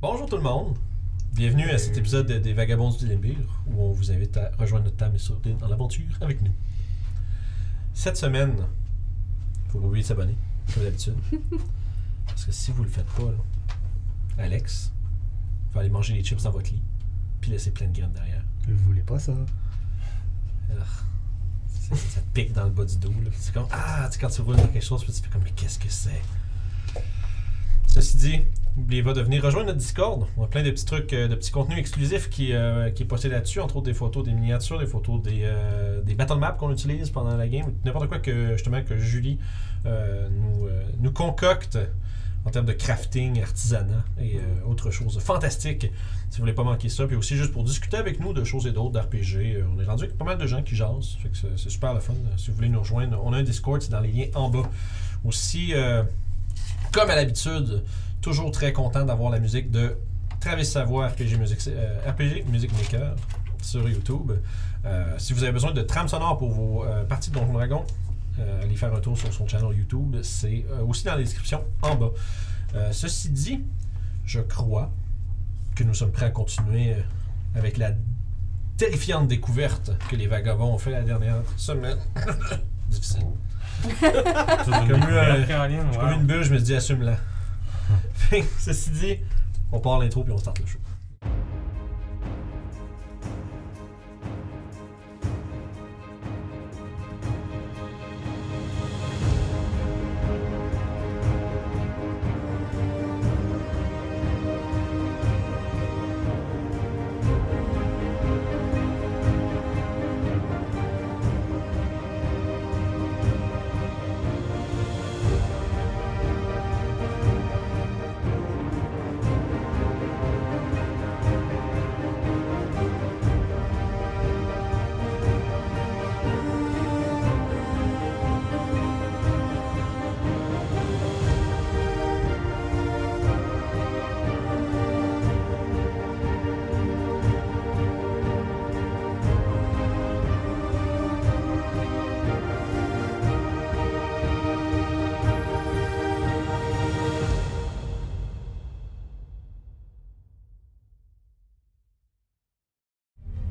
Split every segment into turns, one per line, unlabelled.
Bonjour tout le monde. Bienvenue à cet épisode de- des Vagabonds du Limbir, où on vous invite à rejoindre notre table et sourdine dans l'aventure avec nous. Cette semaine, faut pas oublier de s'abonner, comme d'habitude. Parce que si vous le faites pas, là, Alex va aller manger les chips dans votre lit, puis laisser plein de graines derrière.
Vous voulez pas ça?
Alors, c'est- ça te pique dans le bas du dos. Là. C'est comme, ah, tu sais, quand tu roules dans quelque chose, puis tu fais comme, mais qu'est-ce que c'est? Ceci dit, n'oubliez pas de venir rejoindre notre Discord. On a plein de petits trucs, euh, de petits contenus exclusifs qui, euh, qui est posté là-dessus, entre autres des photos, des miniatures, des photos des, euh, des battle maps qu'on utilise pendant la game, n'importe quoi que justement que Julie euh, nous, euh, nous concocte en termes de crafting, artisanat et euh, autre chose fantastique. Si vous voulez pas manquer ça, puis aussi juste pour discuter avec nous de choses et d'autres, d'RPG. euh, on est rendu avec pas mal de gens qui jasent. Fait que c'est, c'est super le fun. Euh, Si vous voulez nous rejoindre, on a un Discord, c'est dans les liens en bas. Aussi, euh, comme à l'habitude, toujours très content d'avoir la musique de Travis Savoie, RPG Music, euh, RPG Music Maker sur YouTube. Euh, si vous avez besoin de trames sonores pour vos euh, parties de Donjon Dragon, euh, allez faire un tour sur son channel YouTube. C'est euh, aussi dans la description en bas. Euh, ceci dit, je crois que nous sommes prêts à continuer euh, avec la terrifiante découverte que les vagabonds ont fait la dernière semaine. Difficile. Comme eu, euh,
Caroline,
J'ai Comme une bulle, je me dis assume-la. Fait que, Ceci dit, on part l'intro puis on starte le show.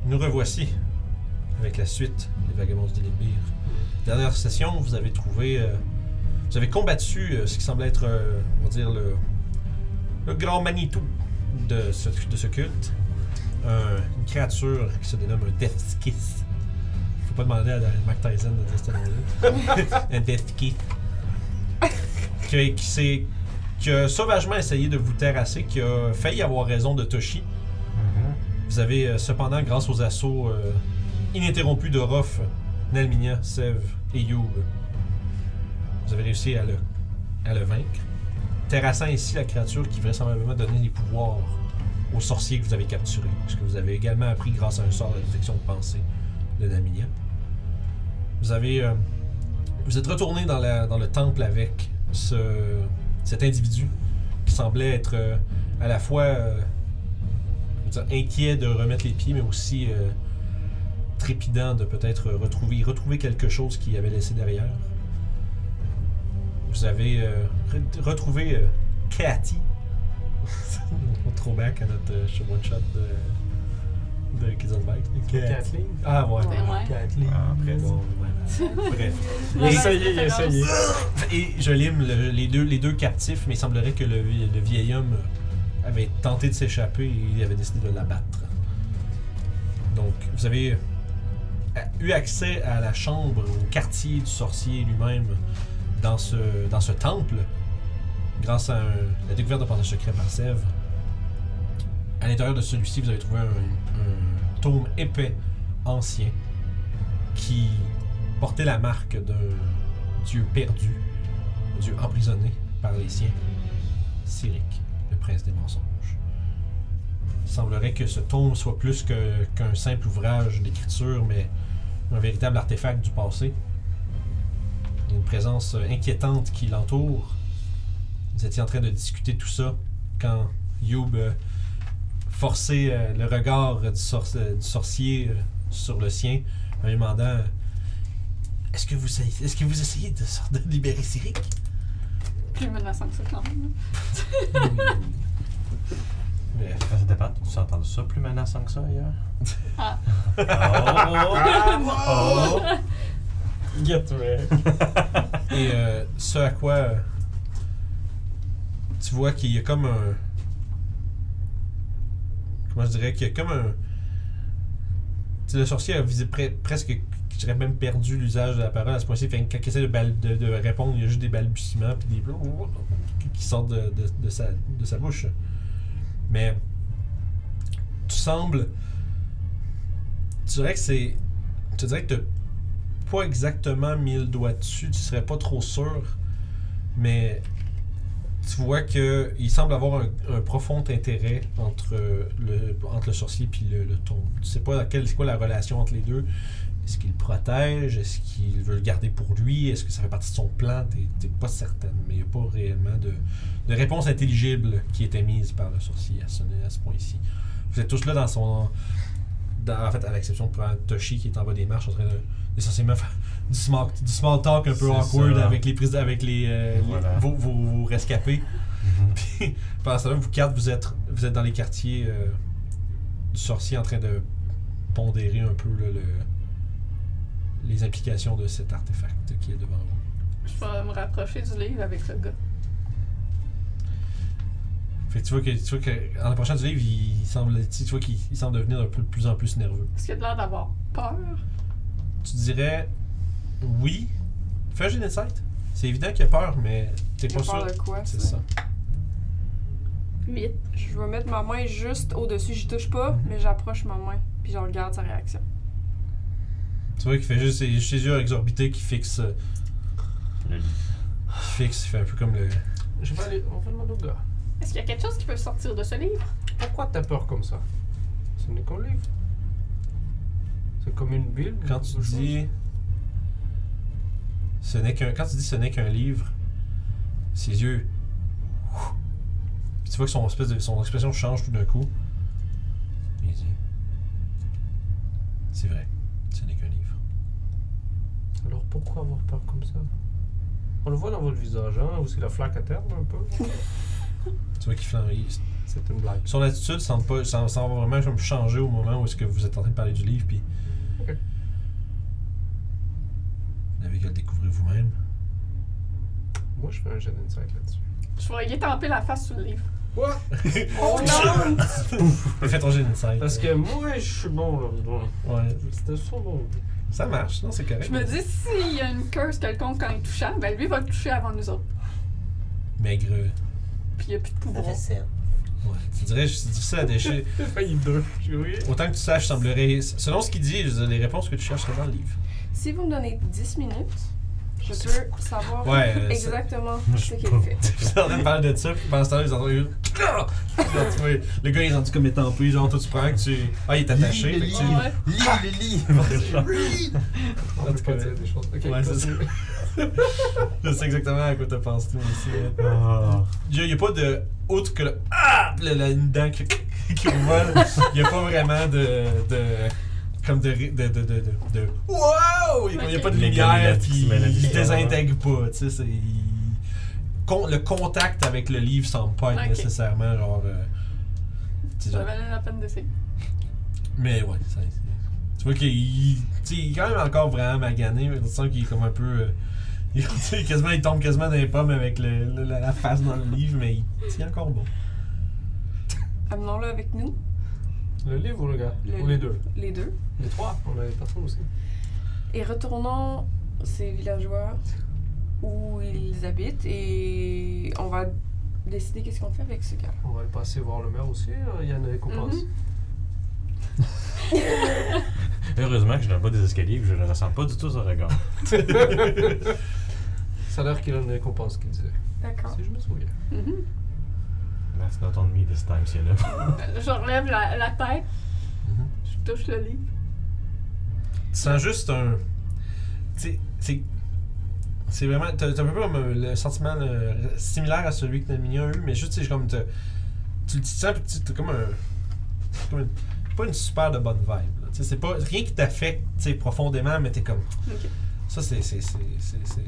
Nous revoici avec la suite des Vagabonds du Délibir. Dernière session, vous avez trouvé. euh, vous avez combattu euh, ce qui semble être, euh, on va dire, le, le grand Manitou de ce, de ce culte. Un- une créature qui se dénomme un Death Kiss. Faut pas demander à, à Mac Tyson de dire ce nom-là. un Death Kiss. Qui, qui s'est- qui a sauvagement essayé de vous terrasser, qui a failli avoir raison de Toshi. Vous avez euh, cependant, grâce aux assauts euh, ininterrompus de Roff, Nalminia, Sev et Youb, vous avez réussi à le, à le vaincre, terrassant ainsi la créature qui vraisemblablement donnait les pouvoirs aux sorciers que vous avez capturés, ce que vous avez également appris grâce à un sort de détection de pensée de Nalminia. Vous avez... euh, vous êtes retourné dans, la- dans le temple avec ce, cet individu qui semblait être euh, à la fois... euh, je veux dire, inquiet de remettre les pieds, mais aussi euh, trépidant de peut-être retrouver, retrouver quelque chose qu'il avait laissé derrière. Vous avez euh, re- retrouvé euh, Cathy. Trop back à notre euh, show one shot de, de Kids on Bikes.
Kathleen.
Ah ouais.
Ben ouais.
Kathleen.
Ah, après,
Bon, ouais. Bref.
Ouais,
Et-
Essayez,
ça commence.
essayez.
et je lime le- les, deux, les deux captifs, mais il semblerait que le, vie- le vieil homme avait tenté de s'échapper et il avait décidé de l'abattre. Donc, vous avez a- eu accès à la chambre, au quartier du sorcier lui-même, dans ce, dans ce temple, grâce à un- la découverte de passage secret par Sèvres. À l'intérieur de celui-ci, vous avez trouvé un, un tome épais, ancien, qui portait la marque d'un dieu perdu, un dieu emprisonné par les siens, Cyric, le prince des mensonges. Il semblerait que ce tome soit plus que- qu'un simple ouvrage d'écriture, mais un véritable artefact du passé. Il y a une présence euh, inquiétante qui l'entoure. Vous étiez en train de discuter tout ça quand Youb euh, forçait euh, le regard du, sor- euh, du sorcier euh, sur le sien en lui demandant euh, Est-ce que, est que vous essayez de, sor- de libérer Cyric
Plus menaçant que ça, quand même.
dépend, tu entendu ça plus menaçant que ça hier?
Ah.
oh!
Oh.
Oh!
Get ready.
Et euh, ce à quoi euh, tu vois qu'il y a comme un. Comment je dirais Qu'il y a comme un. Tu sais, le sorcier a visé pre- presque, je dirais même perdu l'usage de la parole à ce point-ci. Fait que quand il essaie de, bal- de- de répondre, il y a juste des balbutiements puis des qui- qui sortent de, de- de sa, de sa bouche. Mais tu sembles. Tu dirais que c'est. Tu dirais que t'as pas exactement mis le doigt dessus, tu serais pas trop sûr, mais tu vois que il semble avoir un, un profond intérêt entre euh, le, entre le sorcier puis le, le tombe. Tu sais pas laquelle- c'est quoi la relation entre les deux. Est-ce qu'il le protège? Est-ce qu'il veut le garder pour lui? Est-ce que ça fait partie de son plan? T'es- T'es pas certaine, mais il n'y a pas réellement de, de réponse intelligible qui était mise par le sorcier à ce, à ce point-ci. Vous êtes tous là dans son... dans- en fait, à l'exception de probablement Toshi qui est en bas des marches en train de essentiellement faire du small, du small talk un peu
C'est
awkward
ça.
avec les prises avec les, euh, les-
Voilà.
vos, vos- vos rescapés. Puis pendant ce temps-là, vous quatre, vous êtes, vous êtes dans les quartiers euh, du sorcier en train de pondérer un peu là, le- les implications de cet artefact qui est devant vous.
Je vais me rapprocher du livre avec le gars.
Fait que tu vois que, tu vois que en approchant du livre, il semble, tu vois qu'il il semble devenir un peu de plus en plus nerveux.
Est-ce qu'il a l'air d'avoir peur?
Tu dirais oui. Fais un jet d'insight. C'est évident qu'il a peur, mais t'es
Il a
pas sûr.
peur de quoi?
C'est
ça?
ça.
Vite.
Je vais mettre ma main juste au-dessus, j'y touche pas,
Mhm.
mais j'approche ma main, puis je regarde sa réaction.
Tu vois qu'il fait juste ses, juste ses yeux exorbités qui fixent. euh,
Le lit.
qui fixent, il fait un peu comme le.
Je vais aller. On va demander au gars.
Est-ce qu'il y a quelque chose qui peut sortir de ce livre?
Pourquoi t'as peur comme ça Ce n'est qu'un livre. C'est comme une bulle.
Quand tu
quelque chose.
dis. Ce n'est qu'un. Quand tu dis ce n'est qu'un livre, ses yeux. ouf. Puis tu vois que son, espèce de, son expression change tout d'un coup. Il dit. C'est vrai, ce n'est qu'un livre.
Alors pourquoi avoir peur comme ça On le voit dans votre visage, hein Aussi la flaque à terre, un peu.
Tu vois qu'il flanche.
C'est une blague.
Son attitude semble pas, semble, semble vraiment comme changer au moment où est-ce que vous êtes en train de parler du livre, puis.
Ok.
Vous n'avez qu'à le découvrir vous-même.
Moi, je fais un jet d'insight là-dessus.
Je vais y tamper la face sur le livre.
Quoi
Oh non!
Fais ton jet d'insight.
Parce que moi, je suis bon là.
Ouais.
C'était son bon.
Ça marche, non, c'est correct.
Je me dis, s'il y a une curse quelconque quand il est touchant, ben lui va le toucher avant nous autres.
Maigre. Ouais.
Puis il n'y a plus de pouvoir.
Tu dirais, c'est difficile à déchirer.
J'ai failli deux. Tu vois
Autant que tu saches, semblerait. Selon ce qu'il dit, je veux dire, les réponses que tu cherches sont dans le livre.
Si vous me donnez 10 minutes, je peux savoir
Ouais, euh,
exactement
je-
ce qu'il fait.
Puis en train de parler de ça, puis pendant ce temps-là, ils entendent. juste- Ah! Genre, tu vois, le gars, il est rendu comme étampé, genre, toi, tu prends que tu. Ah, il est attaché, fait que tu.
Ouais.
Lis le lit!
On peut pas dire des choses. Ok,
Ouais, c'est ça.
continue.
Je sais exactement à quoi t'as pensé, moi aussi.
Ah.
Il n'y a pas de. Autre que le. Ah! Puis là, là, une dent qui, qui vole. Il n'y a pas vraiment de. de comme de. ri- de, de, de, de, de- wow! Il n'y a pas de
Les
lumière,
gamelles
puis
qui se mêlent à
il
l'histoire,
désintègre pas. Tu sais, c'est. il- con- le contact avec le livre semble pas être
Ok.
nécessairement genre. euh, tu sais,
Ça
genre-
valait la peine d'essayer.
mais ouais, ça, c'est- tu vois qu'il il- tu sais, il est quand même encore vraiment magané, mais tu sens qu'il est comme un peu. euh, il, tu sais, quasiment, il tombe quasiment dans les pommes avec le- le- la, la face dans le livre, mais il tient encore bon.
Amenons-le avec nous,
Le livre ou le gars
Le
Ou les deux
les deux,
Les trois. On a des patrons aussi.
et retournons ces villageois où ils habitent et on va décider qu'est-ce qu'on fait avec ce gars.
On va le passer voir le maire aussi. hein, Il y a une récompense.
Heureusement que je n'ai pas des escaliers et que je ne ressens pas du tout ce regard.
Ça a l'air qu'il a une récompense qu'il disait.
D'accord.
Si je me souviens.
Mhm.
That's not on me this time, ciel
Je relève la, la tête, je touche le livre.
Tu sens juste un. Tu sais, c'est. C'est vraiment. T'as t'as un peu comme euh, le sentiment euh, similaire à celui que Naminia a eu, mais juste, tu sais, comme. t'as- Tu le sens, puis tu t'as comme un. Comme une- pas une super de bonne vibe. là. Tu sais, c'est pas rien qui t'affecte tu sais, profondément, mais t'es comme.
Ok.
Ça, c'est. c'est- c'est- c'est- c'est-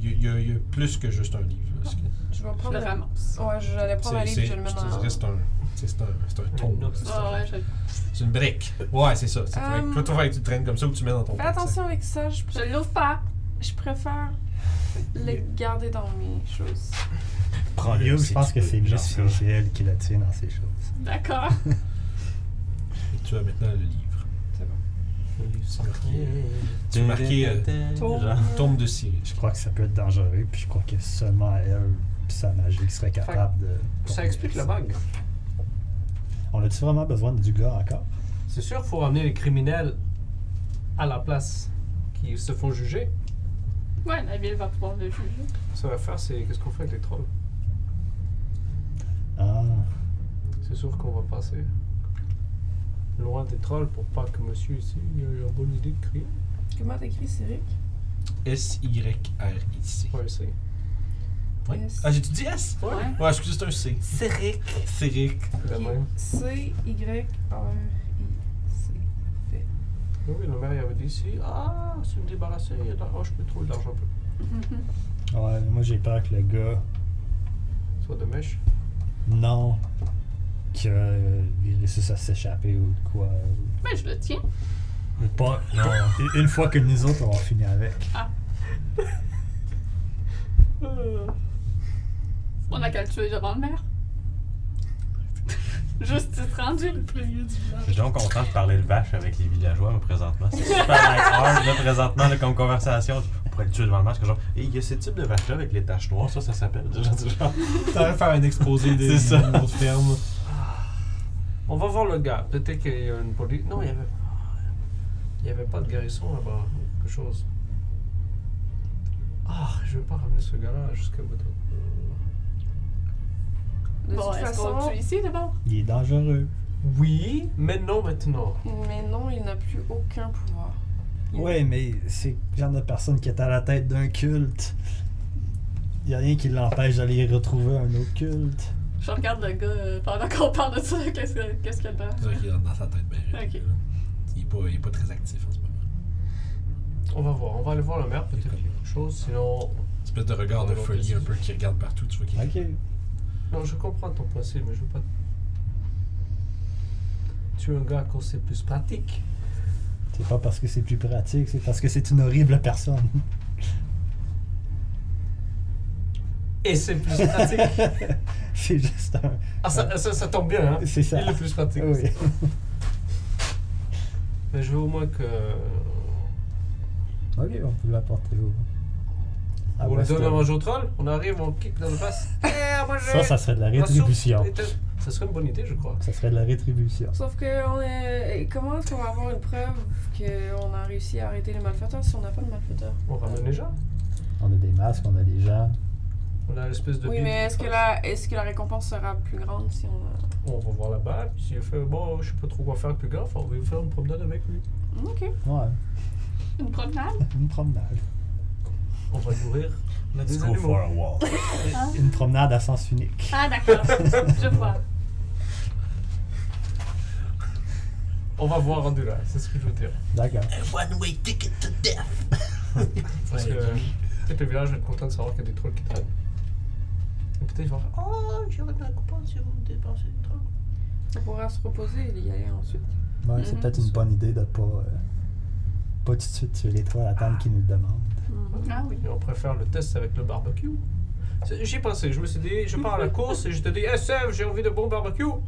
Il y, a- il y a- il y a plus que juste un livre. là, ce que-
Je vais
Je
prendre
le
le
ramasse.
Ouais, j'allais prendre un
c'est-
livre et
c'est-
je le mets
je te
dans
dirais, c'est un- Tu sais, C'est un, c'est un tombe.
nox.
là.
Ah ouais, je,
C'est une brique. Ouais, c'est ça. C'est
Hum.
Toi, tu vas que tu traînes comme ça ou tu mets dans ton
Fais
sac.
attention avec ça, je,
je l'ouvre pas.
je préfère le garder dans mes choses.
Prends-le
Ah, Yo,
si
je pense
tu
que
peux,
c'est
genre,
juste c'est- c'est elle qui la tient dans ses choses.
D'accord.
Et tu as maintenant le livre.
C'est bon.
C'est marqué. Tu as marqué euh,
Genre.
tombe de Cyrus.
Je crois que ça peut être dangereux, puis je crois que seulement elle, puis sa magie, qui serait capable de.
Ça explique la bague.
On a-tu vraiment besoin du gars encore
C'est sûr, faut ramener les criminels à la place qui se font juger.
Ouais, la ville va pouvoir le juger.
Ça va faire, c'est qu'est-ce qu'on fait avec les trolls
Ah,
C'est sûr qu'on va passer loin des trolls pour pas que monsieur ici ait la bonne idée de crier.
Comment t'écris Cyric
S-Y-R-I-C.
On va essayer.
Ouais.
S.
Ah, j'ai-tu dit S?
Ouais.
Ouais, excusez, c'est un C. Cyric. Cyric.
La
Ok.
même.
C-Y-R-I-C.
Oui, oui, le maire il avait dit ici, ah, c'est me débarrasser, il y a de la roche, je peux trouver de l'argent, peu-
Mhm.
ouais, moi j'ai peur que le gars.
soit de mèche.
Non. Qu'il réussisse à s'échapper ou de quoi. ou-
Mais je le tiens.
Ou pas. Non. Une fois que nous autres, on va finir avec.
Ah,
Euh,
On a qu'à le tuer devant le maire. Justice rendue.
Je suis donc content de parler de vache avec les villageois, mais présentement, c'est super like hard, là, présentement, là, comme conversation. On pourrait le tuer devant le masque, genre, Hey, il y a ce type de vache-là avec les taches noires, ça, ça s'appelle. Genre, du genre.
T'aurais faire un exposé des
C'est ça.
des fermes.
On va voir le gars, peut-être qu'il y a une police. Non, il y avait. Il y avait pas de garçon là-bas, ou quelque chose. Ah, je veux pas ramener ce gars-là jusqu'à bout de-
De
Bon,
toute
est-ce qu'on
façon,
le tue ici d'abord?
Il est dangereux.
Oui, mais non maintenant.
mais non, il n'a plus aucun pouvoir. Il-
Ouais, mais c'est le genre de personne qui est à la tête d'un culte. Il a rien qui l'empêche d'aller retrouver un autre culte.
Je regarde le gars euh, pendant qu'on parle de ça. Qu'est-ce que- qu'est-ce qu'il y a dedans?
C'est vrai qu'il est dans sa tête bien. raide,
Ok.
là. Il est, pas, il est pas très actif en ce moment.
On va voir, on va aller voir le maire, peut-être qu'il y a quelque chose, sinon.
Espèce de regard de folie un peu qui regarde partout. Tu vois qu'il
Ok.
Non, je comprends ton point, Sylvie, mais je veux pas. Tu es un gars quand c'est plus pratique.
C'est pas parce que c'est plus pratique, c'est parce que c'est une horrible personne.
Et Ah, c'est plus pratique.
c'est juste un.
Ah, ça, ça, ça tombe bien, hein?
C'est ça.
Il est plus pratique.
Oui.
Mais je veux au moins que.
Ok, on peut l'apporter au. à
on le donne à
Weston.
manger au troll, on arrive, on kick dans le face. Eh, moi, j'ai-
Ça, ça serait de la
ma soupe
rétribution.
était- Ça serait une bonne idée, je crois.
Ça serait de la rétribution.
Sauf que on est... comment est-ce qu'on va avoir une preuve qu'on a réussi à arrêter les malfaiteurs si on n'a pas de malfaiteurs?
On ramène les gens.
On a des masques, on a des gens.
On a l'espèce de.
Oui,
bille
mais
de
est-ce que,
troll.
la... est-ce que la récompense sera plus grande si on a...
On va voir là-bas, puis s'il fait bon, je sais pas trop quoi faire, plus gaffe, on va lui faire une promenade avec lui.
Hmm, Ok.
Ouais,
Une promenade?
une promenade.
On va le nourrir.
Let's
Des
go
animaux.
for a walk.
Une promenade à sens unique.
Ah, d'accord. je vois.
On va voir rendu là, c'est ce que je veux dire.
D'accord.
One-way ticket to death.
Parce que peut-être le village va être content de savoir qu'il y a des trolls qui traînent. Et peut-être ils vont faire Oh, j'aurai de la coupon si vous me dépensez des trolls.
On pourra se reposer et y aller ensuite.
Ouais, c'est
Mhm.
peut-être une bonne idée de pas. euh, pas tout de suite tuer les trois à attendre qu'ils nous le demandent.
Ah oui.
Et on préfère le test avec le barbecue. C'est- J'y ai pensé, je me suis dit, je pars à la course et je te dis, hey Sev, j'ai envie de bon barbecue. on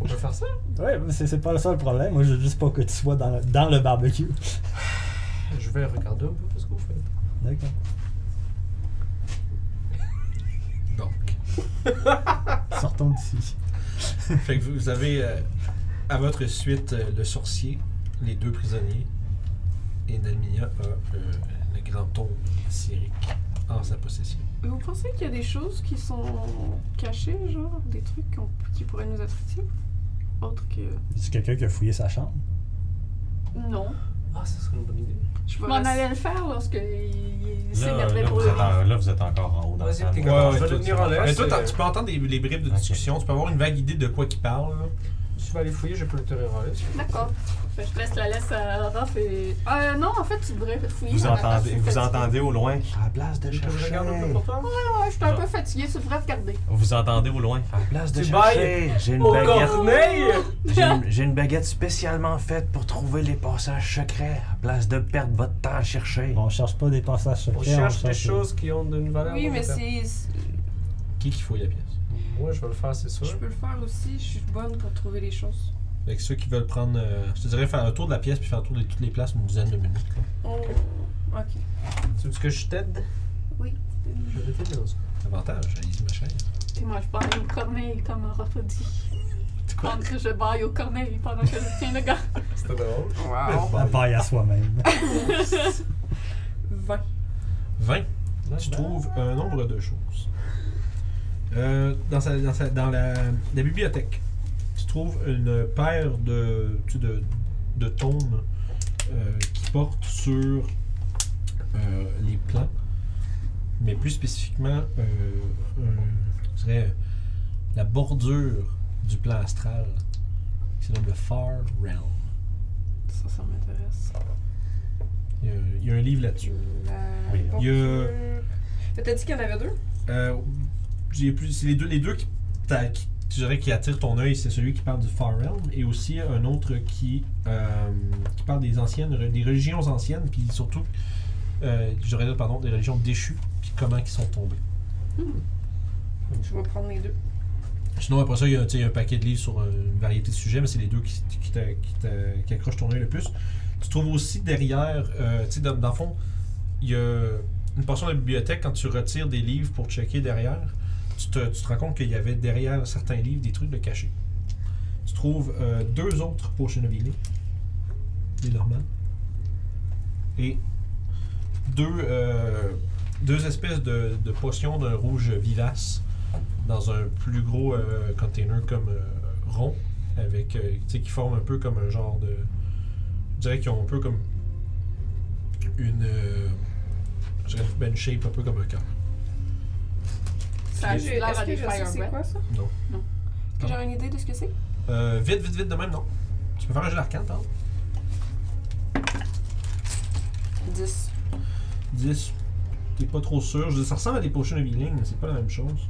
peut faire ça
Ouais, mais c'est c'est pas ça le problème. Moi, je veux juste pas que tu sois dans le, dans le barbecue.
Je vais regarder un peu ce que vous faites.
D'accord.
Donc.
Sortons d'ici.
Fait que vous vous avez euh, à votre suite euh, le sorcier, les deux prisonniers et Namiya a euh, le grand tombe Cyric en sa possession.
Vous pensez qu'il y a des choses qui sont cachées, genre des trucs qu'on- qui pourraient nous être utiles Autre que.
C'est quelqu'un qui a fouillé sa chambre.
Non.
Ah, ça serait une bonne idée.
Je
On
vais rester-
allait le faire lorsque il, il
Là,
s'énervait
là,
pour
vous
le
êtes en- là, vous êtes encore en haut dans
Vas-y,
la
t'es
salle.
capable. Je vais
toi,
devenir
tu-
en l'air,
mais toi,
c'est-
t'as- tu peux entendre des- les bribes de
Ok.
discussion, tu peux avoir une vague idée de quoi qu'il parle. là.
Si tu vas aller fouiller, je peux te reroller.
D'accord. Fait que Je laisse la laisse à Raph et. Euh, non, en fait, tu devrais fouiller.
Vous
dans la
entendez,
partie
vous
fatiguée.
entendez au loin. À
Ah.
la place de
Je te
chercher.
regarde un peu pour toi.
Ouais, je suis un peu fatiguée, tu devrais regarder.
Vous entendez au loin. À la place de
Tu
chercher. J'ai une
Au
baguette.
corneille!
J'ai une- J'ai une baguette spécialement faite pour trouver les passages secrets. À place de perdre votre temps à chercher.
On cherche pas des passages secrets.
On cherche des choses qui ont une valeur.
Oui, mais
monétaire.
c'est.
Qui qui fouille la pièce?
Moi, je vais le faire, c'est sûr.
Je peux le faire aussi, je suis bonne pour trouver les choses.
Fait que ceux qui veulent prendre, euh, je te dirais faire un tour de la pièce puis faire un tour de toutes les places une dizaine de minutes. là,
Oh.
On- Ok.
Tu veux que je t'aide?
Oui.
Je vais t'aider dans ça.
Avantage, Allez-y, ma chère.
Tu manges pas aux corneilles comme Raph a dit.
C'est
Pendant que je baille aux corneilles pendant que je tiens le gars.
C'était drôle.
Wow.
La paille à soi-même.
20.
20. Tu trouves un nombre de choses. Euh, dans sa- dans sa- dans la, la bibliothèque, tu trouves une paire de, tu sais, de, de tomes euh, qui portent sur euh, les plans, mais plus spécifiquement, euh, un- je dirais, la bordure du plan astral, qui se nomme le Far Realm.
Ça, ça m'intéresse.
Il y a- il y a un livre là-dessus.
La
Oui. Mm.
bordure.
Il y a-
Mais T'as dit qu'il y en avait deux?
Euh, j'ai plus, c'est les deux, les deux qui, t'a- qui- je dirais qui attirent ton œil, c'est celui qui parle du Far Realm et aussi un autre qui, euh, qui parle des anciennes, re- des religions anciennes, puis surtout, euh, j'aurais dire, pardon, des religions déchues, puis comment ils sont tombés.
Je vais prendre les deux.
Sinon, après ça, il y a, tu sais, il y a un paquet de livres sur euh, une variété de sujets, mais c'est les deux qui, qui, t'a- qui t'a- qui accrochent ton œil le plus. Tu trouves aussi derrière, euh, tu sais, dans, dans le fond, il y a une portion de la bibliothèque, quand tu retires des livres pour checker derrière, tu te, tu te rends compte qu'il y avait derrière certains livres des trucs de cachés. Tu trouves euh, deux autres pour Chenovili, les Normands, et deux, euh, deux espèces de, de potions d'un rouge vivace dans un plus gros euh, container comme euh, rond, avec, euh, tu sais, qui forme un peu comme un genre de. Je dirais qu'ils ont un peu comme une. euh, je dirais ben, une shape un peu comme un cœur.
Ça a
Est-ce que
l'air à
je
des
sais
fire
c'est quoi ça?
Non.
Non.
Est-ce que
Non.
j'aurais une idée de ce que c'est?
Euh, vite, vite, vite de même, non. Tu peux faire un jeu d'arcane, pardon.
10.
10. T'es pas trop sûr. Je veux dire, ça ressemble à des potions de healing, mais c'est pas la même chose.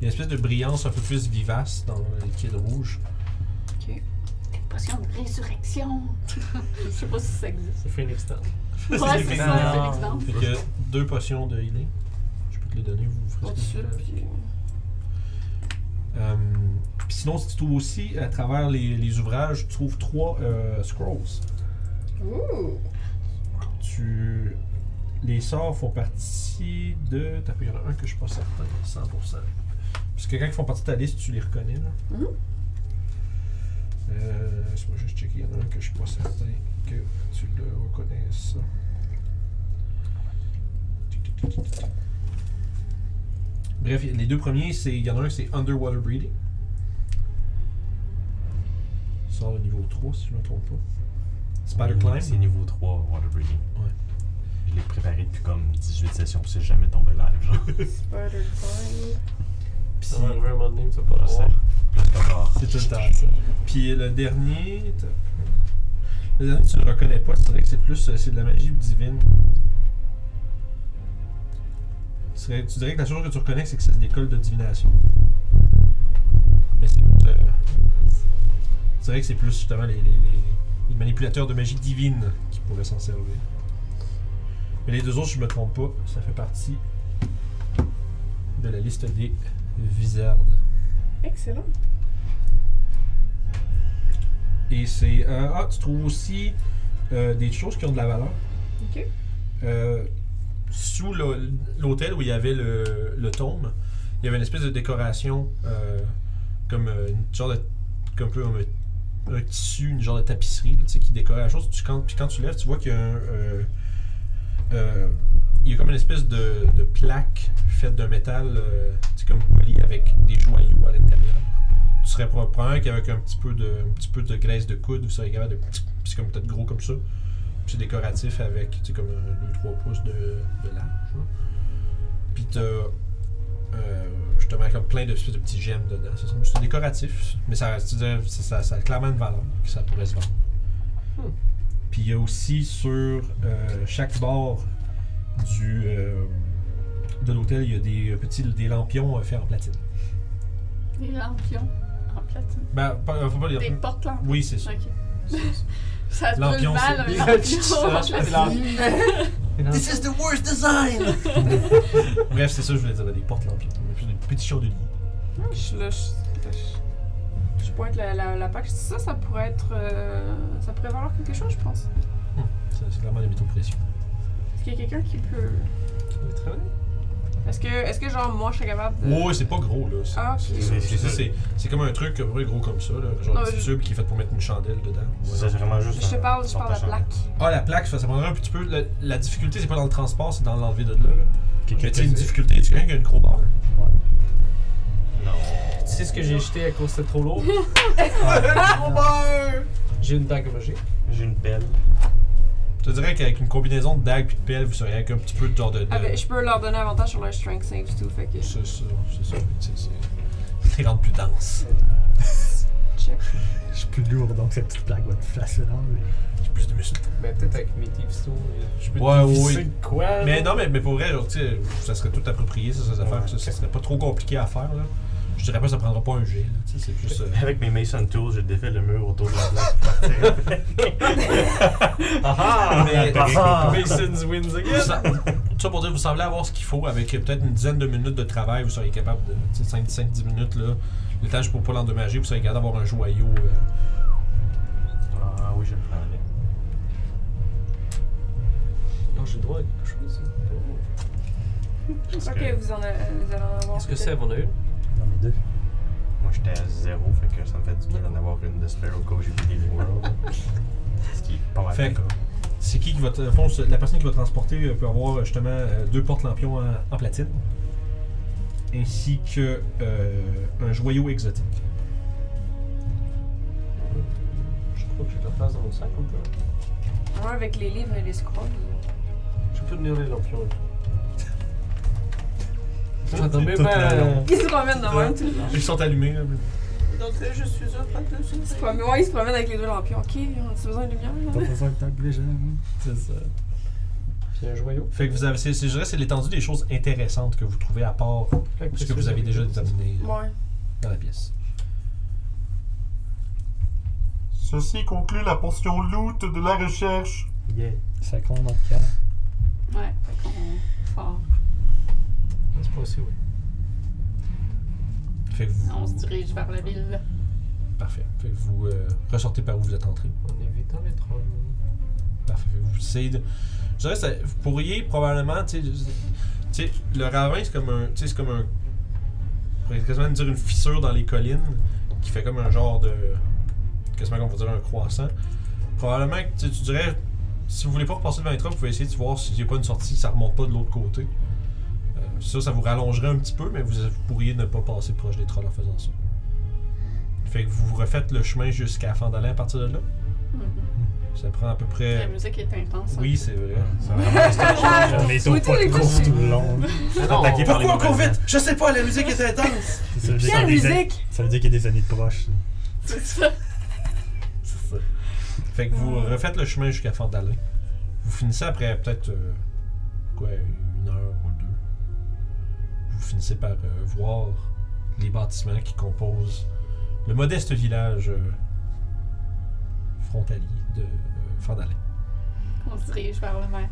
Il y a une espèce de brillance un peu plus vivace dans le liquide rouge.
Ok.
Potion de résurrection. je sais pas si ça existe.
C'est Phoenix Town.
Ouais, c'est ça,
Down.
Félix Down.
Fait que deux potions de healing. Je peux te les donner, vous ferez
Pas
ce
de
que vous
suite,
voulez.
puis.
Euh, puis sinon, si tu trouves aussi, à travers les, les ouvrages, tu trouves trois euh, scrolls.
Ouh!
Tu... Les sorts font partie de... T'as il y en a un que je suis pas certain, 100%. Parce que quand ils font partie de ta liste, tu les reconnais, là.
Mhm.
Euh, Laisse-moi juste checker, il y en a un que je suis pas certain que tu le reconnaisses. Bref, les deux premiers, c'est il y en a un, c'est Underwater Breeding. Sort le niveau 3, si je ne me trompe pas. Spider
C'est
Climb.
niveau 3 water breathing.
Ouais.
Je l'ai préparé depuis comme 18 sessions, puis c'est jamais tombé live. Genre.
Spider Climb.
Puis
Ça va arriver un moment donné, tu vas pas le voir.
c'est comme genre,
C'est tout le temps ça. Puis le dernier. t'as- Le dernier, tu le reconnais pas, c'est vrai que c'est plus. euh, C'est de la magie divine. Tu, serais- tu dirais que la chose que tu reconnais, c'est que c'est une école de divination. Mais c'est. euh, tu dirais que c'est plus justement les, les- les- les manipulateurs de magie divine qui pourraient s'en servir. Mais les deux autres, je me trompe pas, ça fait partie de la liste des wizards.
Excellent.
Et c'est. euh, ah, tu trouves aussi euh, des choses qui ont de la valeur.
Ok.
Euh, sous le- l'hôtel où il y avait le, le tombe, il y avait une espèce de décoration, euh, comme euh, une genre de. comme un peu un- un, tissu, une genre de tapisserie, là, tu sais, qui décorait la chose. Tu, quand, puis quand tu lèves, tu vois qu'il y a un. euh, euh, il y a comme une espèce de, de plaque faite d'un métal, euh, tu sais, comme poli avec des joyaux à l'intérieur tu serais prob- probablement qu'avec un petit peu de un petit peu de graisse de coude, vous seriez capable de. puis C'est comme peut-être gros comme ça. Puis c'est décoratif avec tu sais, comme 2-3 pouces de, de large. là. Puis t'as hein. Euh, je te mets comme plein de, de petits gemmes dedans. Ça, C'est c'est décoratif, mais ça, tu dis, ça, ça- ça a clairement une valeur que ça pourrait se vendre.
Hmm.
Puis il y a aussi sur euh, chaque bord du, euh, de l'hôtel, il y a des euh, petits des lampions euh, faits en platine.
Des lampions en platine.
Ben, pas, faut pas les
Des porte-lampions.
Oui, c'est ça.
Ok.
C'est ça.
Ça se brûle
Lampions,
mal, hein,
c'est-
un lampion en platine.
This is the worst design!
Bref, c'est ça que je voulais dire, des portes lampions. Mais plus des petits chandeliers.
Je suis là, je- je- je pointe la, la, la pack, je dis ça, ça pourrait être. euh, ça pourrait valoir quelque chose, je pense.
Ça, C'est clairement des métaux précieux.
Est-ce qu'il y a quelqu'un qui peut. Est-ce que, est-ce que genre, moi, je serais capable de.
Ouais, c'est pas gros, là. C'est-
Ah, ok.
c'est-
C'est-
c'est-
c'est-
c'est- C'est comme un truc euh, vrai gros comme ça, là, genre
Non,
un petit
je-
tube qui est fait pour mettre une chandelle dedans.
C'est vraiment juste.
Je te
un-
parle, je
sur
parle de la
ta chambre.
plaque.
Ah, la plaque, ça, ça prendrait un petit peu. La, la difficulté, c'est pas dans le transport, c'est dans l'enlever de là. là.
Qu'est-ce
Mais
que
tu sais, une
tu dis?
difficulté, tu quelqu'un qui a une crowbar.
Non.
Tu sais ce que j'ai jeté à cause que c'était trop lourd?
Ah,
Ah,
J'ai une dague magique.
J'ai une pelle.
Je te dirais qu'avec une combinaison de dagues et de pelle, vous seriez avec un petit peu de genre de. de-
Ah, ben, je peux leur donner avantage sur leur strength saves tout, fait que.
C'est ça, c'est ça. tu sais, C'est c'est rendre plus dense.
Check.
Je suis plus lourd, donc cette petite plaque va hein, te flasher dans le-
J'ai plus de muscles.
Mais Ben, peut-être avec mes tips je peux
Ouais,
te
oui.
visser de quoi?
Mais
là.
non, mais, mais pour vrai, genre, tu sais, ça serait tout approprié, ça, ces affaires.
Ouais,
ça, ça
ok.
serait pas trop compliqué à faire, là. Je dirais pas que ça prendra pas un G, là. Tu sais, c'est juste. euh,
Avec mes Mason Tools, j'ai défait le mur autour de la plaque. ah ah!
Mais-
Ah ah!
Mason's wins
Vous
again!
sem- tout ça pour dire, vous semblez avoir ce qu'il faut avec euh, peut-être une dizaine de minutes de travail, vous seriez capable de 5-10 minutes là, le temps juste pour pas l'endommager, vous seriez capable d'avoir un joyau. euh.
Ah oui, je le prendrais.
Non, j'ai le droit à quelque chose. Oh.
Je crois
que-
que vous en a- vous allez en avoir.
Est-ce que
peut-être.
Seb en a une?
J'en ai deux.
Moi, j'étais à zéro, fait que ça me fait du bien d'en avoir une de Sparrow Coach Healing World. Ce qui est pas mal.
Fait que- C'est qui qui va te- au fond, c'est- la personne qui va transporter euh, peut avoir euh, justement euh, deux portes lampions en, en platine, ainsi que euh, un joyau exotique.
Je crois que j'ai la place dans mon sac ou pas?
Moi, avec les livres et les scrolls.
Je peux tenir les lampions.
C'est
J'entends même
toute la longue.
Ils se promènent de même tout le temps.
Ils sont allumés. là.
je suis un fan de
Ils se promènent, ouais, ils se promènent avec les deux lampions. Ok, on a besoin de lumière.
Pas
là?
besoin de tant que les gens.
C'est ça.
Puis un joyau.
Fait que vous avez, c'est, c'est- je dirais, c'est l'étendue des choses intéressantes que vous trouvez à part ce que vous avez déjà déterminé euh,
Ouais.
dans la pièce.
Ceci conclut la portion loot de la recherche.
Yeah.
Ça compte notre camp.
Ouais, fait qu'on. Fort.
Ah, C'est pas aussi, oui.
Fait que vous,
On se dirige vers la ville.
Parfait. Fait que vous euh, ressortez par où vous êtes entré.
En évitant les trolls.
Parfait. Fait que vous essayez de. Je dirais que ça- vous pourriez probablement, tu sais, je- tu sais, le ravin c'est comme un, tu sais, c'est comme un, on pourrait quasiment dire une fissure dans les collines qui fait comme un genre de, quasiment comme on va dire un croissant. Probablement, que, tu sais, tu dirais, si vous voulez pas repasser devant les trains, vous pouvez essayer de voir s'il n'y a pas une sortie, ça remonte pas de l'autre côté. Euh, ça, ça vous rallongerait un petit peu, mais vous, vous pourriez ne pas passer proche des trolls en faisant ça. Fait que vous vous refaites le chemin jusqu'à Fandalin à partir de là.
Mhm.
Ça prend à peu près.
La musique est intense.
Euh,
hein.
Oui, c'est vrai.
Ça va
On est
au pas de course tout le
long.
attaquer par les
Pourquoi on
mauvaises
vite? Je sais pas, la musique est intense!
Ça veut dire
Quelle
qu'il y a des années-
musique!
ça veut dire qu'il y a des années de proche. ça.
C'est ça.
C'est ça. Fait que vous refaites le chemin jusqu'à Fandalin. Vous finissez après peut-être. euh, quoi, une heure ou deux. Vous finissez par euh, voir les bâtiments qui composent le modeste village euh, frontalier de euh, Fandalin.
On se dirige vers le maire.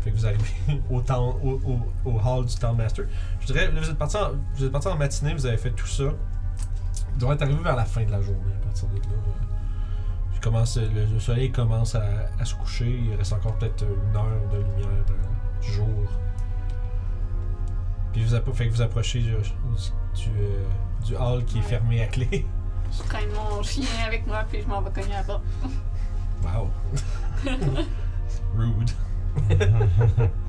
Fait que vous arrivez au, town- au, au- au hall du Town Master. Je dirais, là, vous êtes parti en, vous êtes parti en matinée, vous avez fait tout ça. Vous devriez être arrivé vers la fin de la journée à partir de là. euh, je commence- le, le soleil commence à, à se coucher. Il reste encore peut-être une heure de lumière euh, du jour. Puis vous, appro- fait que vous approchez euh, du, euh, du hall qui est fermé à clé.
Je traîne mon chien avec moi, puis je m'en vais cogner à bas.
Wow. Rude.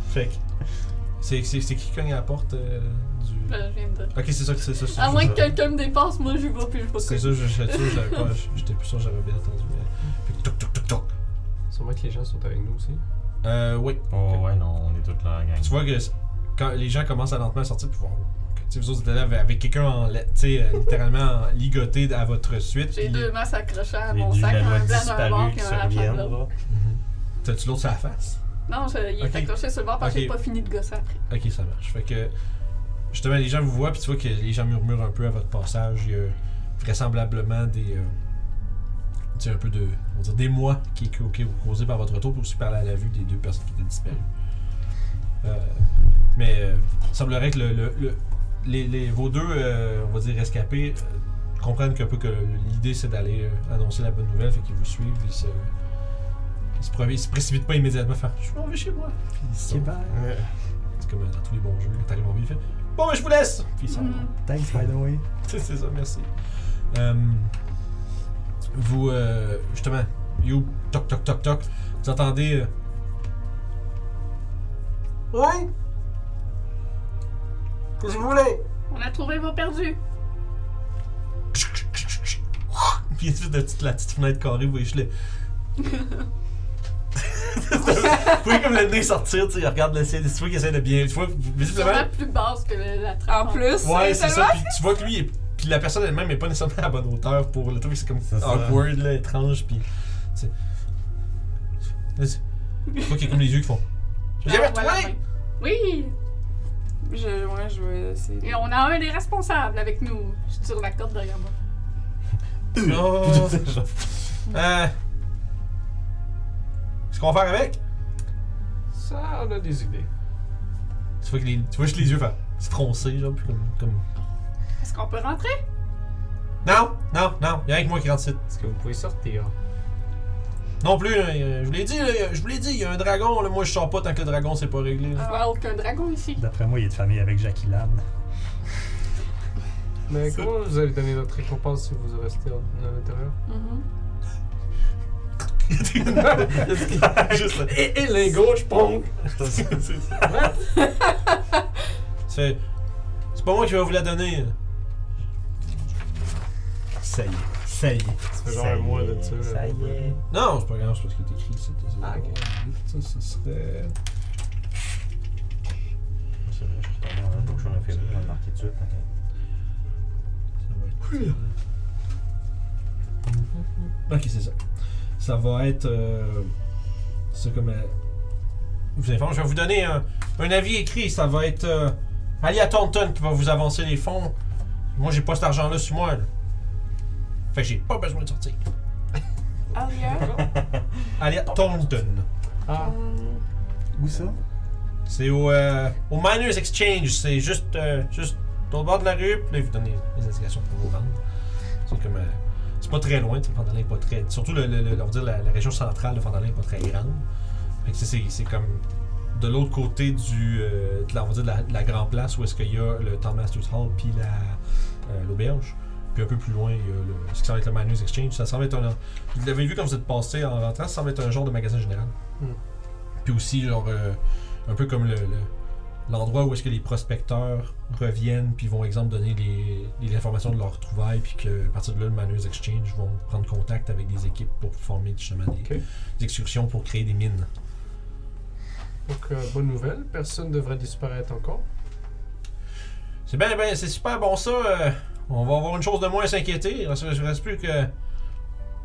fait que. C'est, c'est, c'est qui cogne à la porte euh, du.
Là, je viens de.
Ok, c'est ça que c'est ça. c'est
À
ça,
moins
c'est
que
ça.
quelqu'un me dépasse, moi, je vais, puis je vais
C'est
cogner.
ça, je j'étais sûr, j'avais pas. J'étais plus sûr, j'avais bien entendu. mais- Fait que toc toc toc toc.
Sûrement que les gens sont avec nous aussi.
Euh, oui.
Oh ouais, non, on est toute la gang.
Tu vois que c'est- quand les gens commencent à lentement à sortir, puis voir. ok, Si vous autres étiez là avec- avec quelqu'un en, la- tu sais, euh, littéralement en ligoté à votre suite.
J'ai
puis
deux masses accrochées à
Les
Ah, mon
deux
sac,
Danois
un blanc d'un
disparus
bord et
qui
un
se
à la fin
reviennent.
de l'autre.
genre.
Mhm. T'as-tu l'autre sur la face?
Non, je- il est
Ok.
accroché sur le bord parce que
Ok.
j'ai pas fini de gosser après.
Ok, ça marche. Fait que justement, les gens vous voient, puis tu vois que les gens murmurent un peu à votre passage. Il y a vraisemblablement des. euh, tu sais, un peu de. On va dire des mois qui, qui, qui vous causez par votre retour, puis aussi par la, la vue des deux personnes qui étaient disparues. Euh, mais euh, il semblerait que le, le- le- les, les- vos deux, euh, on va dire, rescapés euh, comprennent qu'un peu que l'idée c'est d'aller euh, annoncer la bonne nouvelle, fait qu'ils vous suivent, ils se. Ils se, pré- ils se précipitent pas immédiatement faire Je m'en vais chez moi. Puis ils se
C'est
sautent.
bye.
Ouais.
C'est comme euh, dans tous les bons jeux, quand t'arrives en ville, il fait Bon, ben, je vous laisse Puis ça
Mhm.
Thanks, by the way.
C'est ça, merci. Hum, vous, euh, justement, you, toc toc toc toc, vous entendez. euh,
Oui? Qu'est-ce que vous voulez?
On a trouvé vos perdus.
puis ensuite, la petite, la petite fenêtre carrée, vous voyez, je l'ai. vous voyez comme le nez sortir, tu sais, il regarde le ciel, tu vois qu'il essaie de bien. Tu vois, visiblement.
Sûrement plus basse que le- la trappe.
En plus,
Ouais, c'est ça,
tellement-
puis tu vois que lui, il est- puis la personne elle-même n'est pas nécessairement à la bonne hauteur pour le truc, c'est comme
C'est ça.
awkward, là, étrange, puis. Tu sais. Tu vois qu'il y a comme les yeux qui font.
Ah,
Jamais
voilà,
trouvé!
ben. Oui,
Je, ouais, je vais essayer.
et on a un des responsables avec nous. Je tire la corde derrière moi.
Non. Euh, Qu'est-ce qu'on va faire avec?
Ça, on a des idées.
Tu vois, que les, tu vois juste les yeux faire se froncer, genre, puis comme. comme...
Est-ce qu'on peut rentrer?
Non, non, non, y'a rien que moi qui rentre ici.
Est-ce que vous pouvez sortir?
Non plus, là, euh, je vous l'ai dit, là, je vous l'ai dit, il y a un dragon, là, moi je sors pas tant que le dragon c'est pas réglé.
Je
là.
vois aucun dragon ici.
D'après moi, il est de famille avec Jackie Lan.
Mais comment vous allez donner notre récompense si vous restez en- à l'intérieur?
Mhm.
Juste là.
Et, et lingot, je pongue!
C'est. C'est pas moi qui vais vous la donner. Ça y est, ça y est.
Ça fait genre un mois de ça.
Ça y est.
Non, c'est pas grave, c'est parce que t'es écrit ici. t'as-
Ah, ok.
Ça, ce serait.
C'est vrai, je suis retourné en book, j'en ai fait une, on va le marquer tout de suite.
Ça va être. Mm-hmm. Ok, c'est ça. Ça va être. euh, c'est comme. euh, je vous informe, je vais vous donner un, un avis écrit. Ça va être. Euh, Alia Thornton qui va vous avancer les fonds. Moi, j'ai pas cet argent-là sur moi. là. Fait que j'ai pas besoin de sortir.
Alia.
hein.
Alia Thornton.
Ah,
Hum,
Où ça?
C'est au, euh, au Miners Exchange. C'est juste, euh, juste au bord de la rue. Puis là, ils vous donnent les indications pour vous rendre. C'est comme. euh, c'est pas très loin, tu sais, Fandalin est pas très. Surtout, le, le- le- on va dire, la, la région centrale de Fandalin est pas très grande. Fait que c'est- c'est c'est comme de l'autre côté du, euh, de la, on va dire, de la, de la grande place où est-ce qu'il y a le Town Masters Hall puis la- euh, l'auberge. puis un peu plus loin, il y a le, ce qui semble être le Miners Exchange. Ça semble être un. Vous l'avez vu quand vous êtes passé en rentrant, ça semble être un genre de magasin général.
Hmm.
Puis aussi, genre, euh, un peu comme le. le- L'endroit où est-ce que les prospecteurs reviennent puis vont, exemple, donner les, les informations de leurs trouvailles puis que, à partir de là, le Miners Exchange vont prendre contact avec des équipes pour former justement des,
Ok.
des excursions pour créer des mines.
donc euh, bonne nouvelle, personne devrait disparaître encore.
C'est bien, ben, c'est super bon ça. euh, on va avoir une chose de moins à s'inquiéter. Il ne reste, reste plus que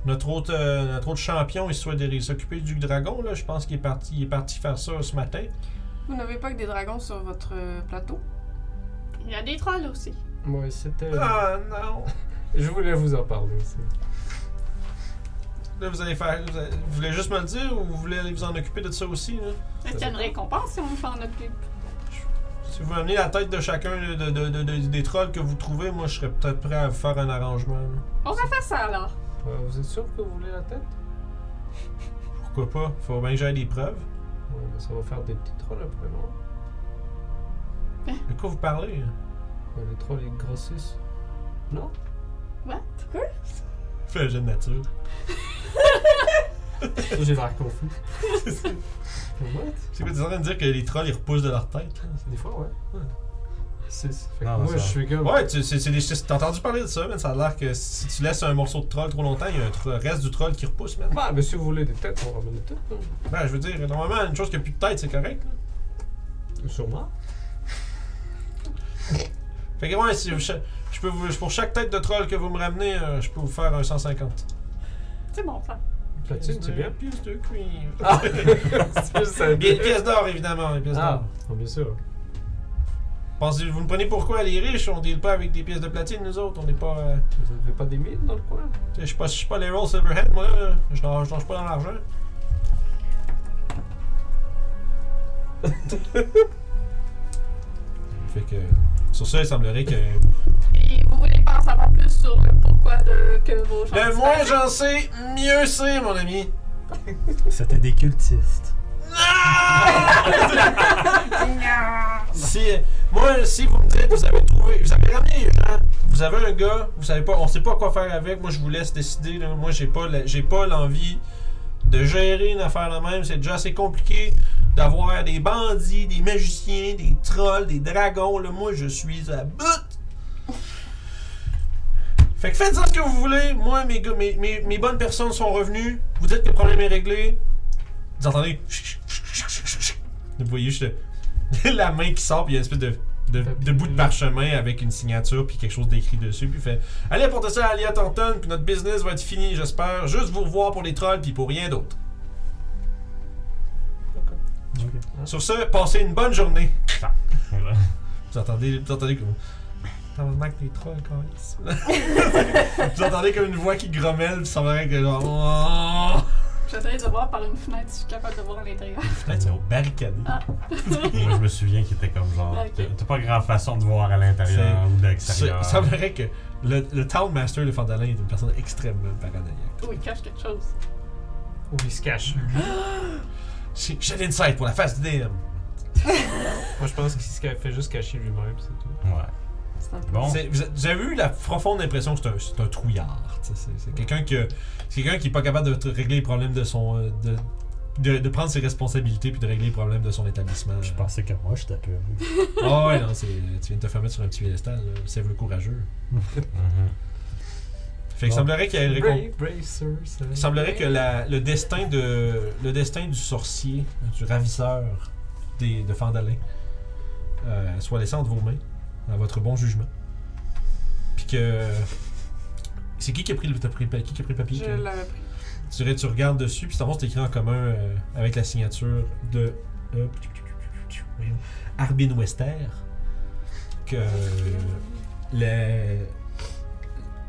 notre autre, euh, notre autre champion, il se soit dé- s'occuper du dragon. Là. Je pense qu'il est parti, il est parti faire ça ce matin.
Vous n'avez pas que des dragons sur votre euh, plateau?
Il y a des trolls aussi.
Ouais, c'était.
Ah non!
Je voulais vous en parler aussi.
Là, vous allez faire. Vous, allez- vous voulez juste me le dire ou vous voulez aller vous en occuper de ça aussi? Là?
Est-ce qu'il y a une récompense si on fait en occupe?
Si vous m'amenez la tête de chacun de- de- de- de- des trolls que vous trouvez, moi je serais peut-être prêt à vous faire un arrangement. là.
On va faire ça alors.
Euh, vous êtes sûr que vous voulez la tête?
Pourquoi pas? Faut bien que j'aille des preuves.
Ouais, mais ça va faire des petits trolls après, non?
De quoi vous parlez? là?
Ouais, les trolls, ils grossissent. Non?
What?
Fais un jeu de nature.
Ça, J'ai l'air confus. What?
C'est quoi, tu es en train de dire que les trolls ils repoussent de leur tête? là?
Des fois, ouais. ouais. Six. Fait que
Non,
moi,
ça-
je suis comme.
Ouais, tu, c'est, c'est des- c'est- t'as entendu parler de ça, mais ça a l'air que si tu laisses un morceau de troll trop longtemps, il y a un tro- reste du troll qui repousse, man.
Bah, mais si vous voulez des têtes, on ramène des têtes. hein.
Ben, je veux dire, normalement, une chose qui a plus de tête, c'est correct. là.
Sûrement.
Fait que ouais, si vous- cha- je peux vous, pour chaque tête de troll que vous me ramenez, euh, je peux vous faire un 150.
C'est bon, ça.
Platine, c'est bien. Pièce de cuivre. Ah.
Ah! C'est plus ça.
pièce d'or, évidemment. Pièce
Ah,
d'or.
bon, bien sûr.
Pensez, vous me prenez pourquoi les riches, on deal pas avec des pièces de platine, nous autres, on n'est pas. euh,
Vous n'avez pas des mines dans le coin?
tu sais, je suis pas, je suis pas les Roll Silverhead, moi, là. Je ne change pas dans l'argent. fait que. Sur ça, il semblerait que.
Et vous voulez pas en savoir plus sur le pourquoi de que vos gens.
Le moins j'en sais, mieux c'est, mon ami.
C'était des cultistes.
Si, moi, si vous me dites, vous avez trouvé, vous avez ramené les gens, vous avez un gars, vous savez pas, on sait pas quoi faire avec, moi je vous laisse décider, là. moi j'ai pas, la- j'ai pas l'envie de gérer une affaire la même, c'est déjà assez compliqué d'avoir des bandits, des magiciens, des trolls, des dragons, là, moi je suis à bout! Fait que faites-en ce que vous voulez, moi mes, gars- mes, mes, mes bonnes personnes sont revenues, vous dites que le problème est réglé, vous entendez, vous voyez juste le- la main qui sort, puis il y a une espèce de, de, de bout de parchemin avec une signature, puis quelque chose d'écrit dessus, puis il fait Allez apporter ça à Alia Thornton, puis notre business va être fini, j'espère. Juste vous revoir pour les trolls, puis pour rien d'autre. Sur ce, passez une bonne journée.
Oh.
Vous entendez, vous entendez comme. Tabarnak, les trolls, câlisse. Vous entendez comme une voix qui grommelle, puis ça semblerait que genre.
J'essaie de voir par une fenêtre si je suis capable de voir à l'intérieur.
Peut-être c'est au barricadé.
Moi, je me souviens qu'il était comme genre.
Ok.
t'as- T'as pas grand façon de voir à l'intérieur ou de l'extérieur.
Il semblerait que le, le Town Master, le Fandalin, est une personne extrêmement paranoïaque.
Oui, cache quelque chose.
Ou il se cache.
J'ai j'ai l'insight pour la face du DM.
Moi, je pense qu'il se ca- fait juste cacher lui-même, c'est tout.
Ouais.
C'est un peu-
Bon.
C'est- vous a- J'avais eu la profonde impression que c'est un, c'est un trouillard. tu sais, C'est c'est quelqu'un qui, a- c'est quelqu'un qui est pas capable de t- régler les problèmes de son. euh, De, de, de prendre ses responsabilités puis de régler les problèmes de son établissement.
Je pensais que moi, j'étais peu.
Ah ouais, non, c'est- tu viens de te faire mettre sur un petit piédestal. là. C'est le courageux.
Mhm.
Fait que
Bon.
semblerait qu'il y ait une récompense.
Brave, brave, sir, ça.
Il semblerait que la- le, destin de, le destin du sorcier, du ravisseur des, de Fandalin, euh, soit laissé entre vos mains, à votre bon jugement. Puis que. C'est qui qui a pris le, t'as pris le pa- qui qui a pris le papier
Je
Ken?
l'avais pris.
tu, re- tu regardes dessus, puis c'est bon, c'est écrit en commun euh, avec la signature de euh, voyons, Arbin Wester que euh, le,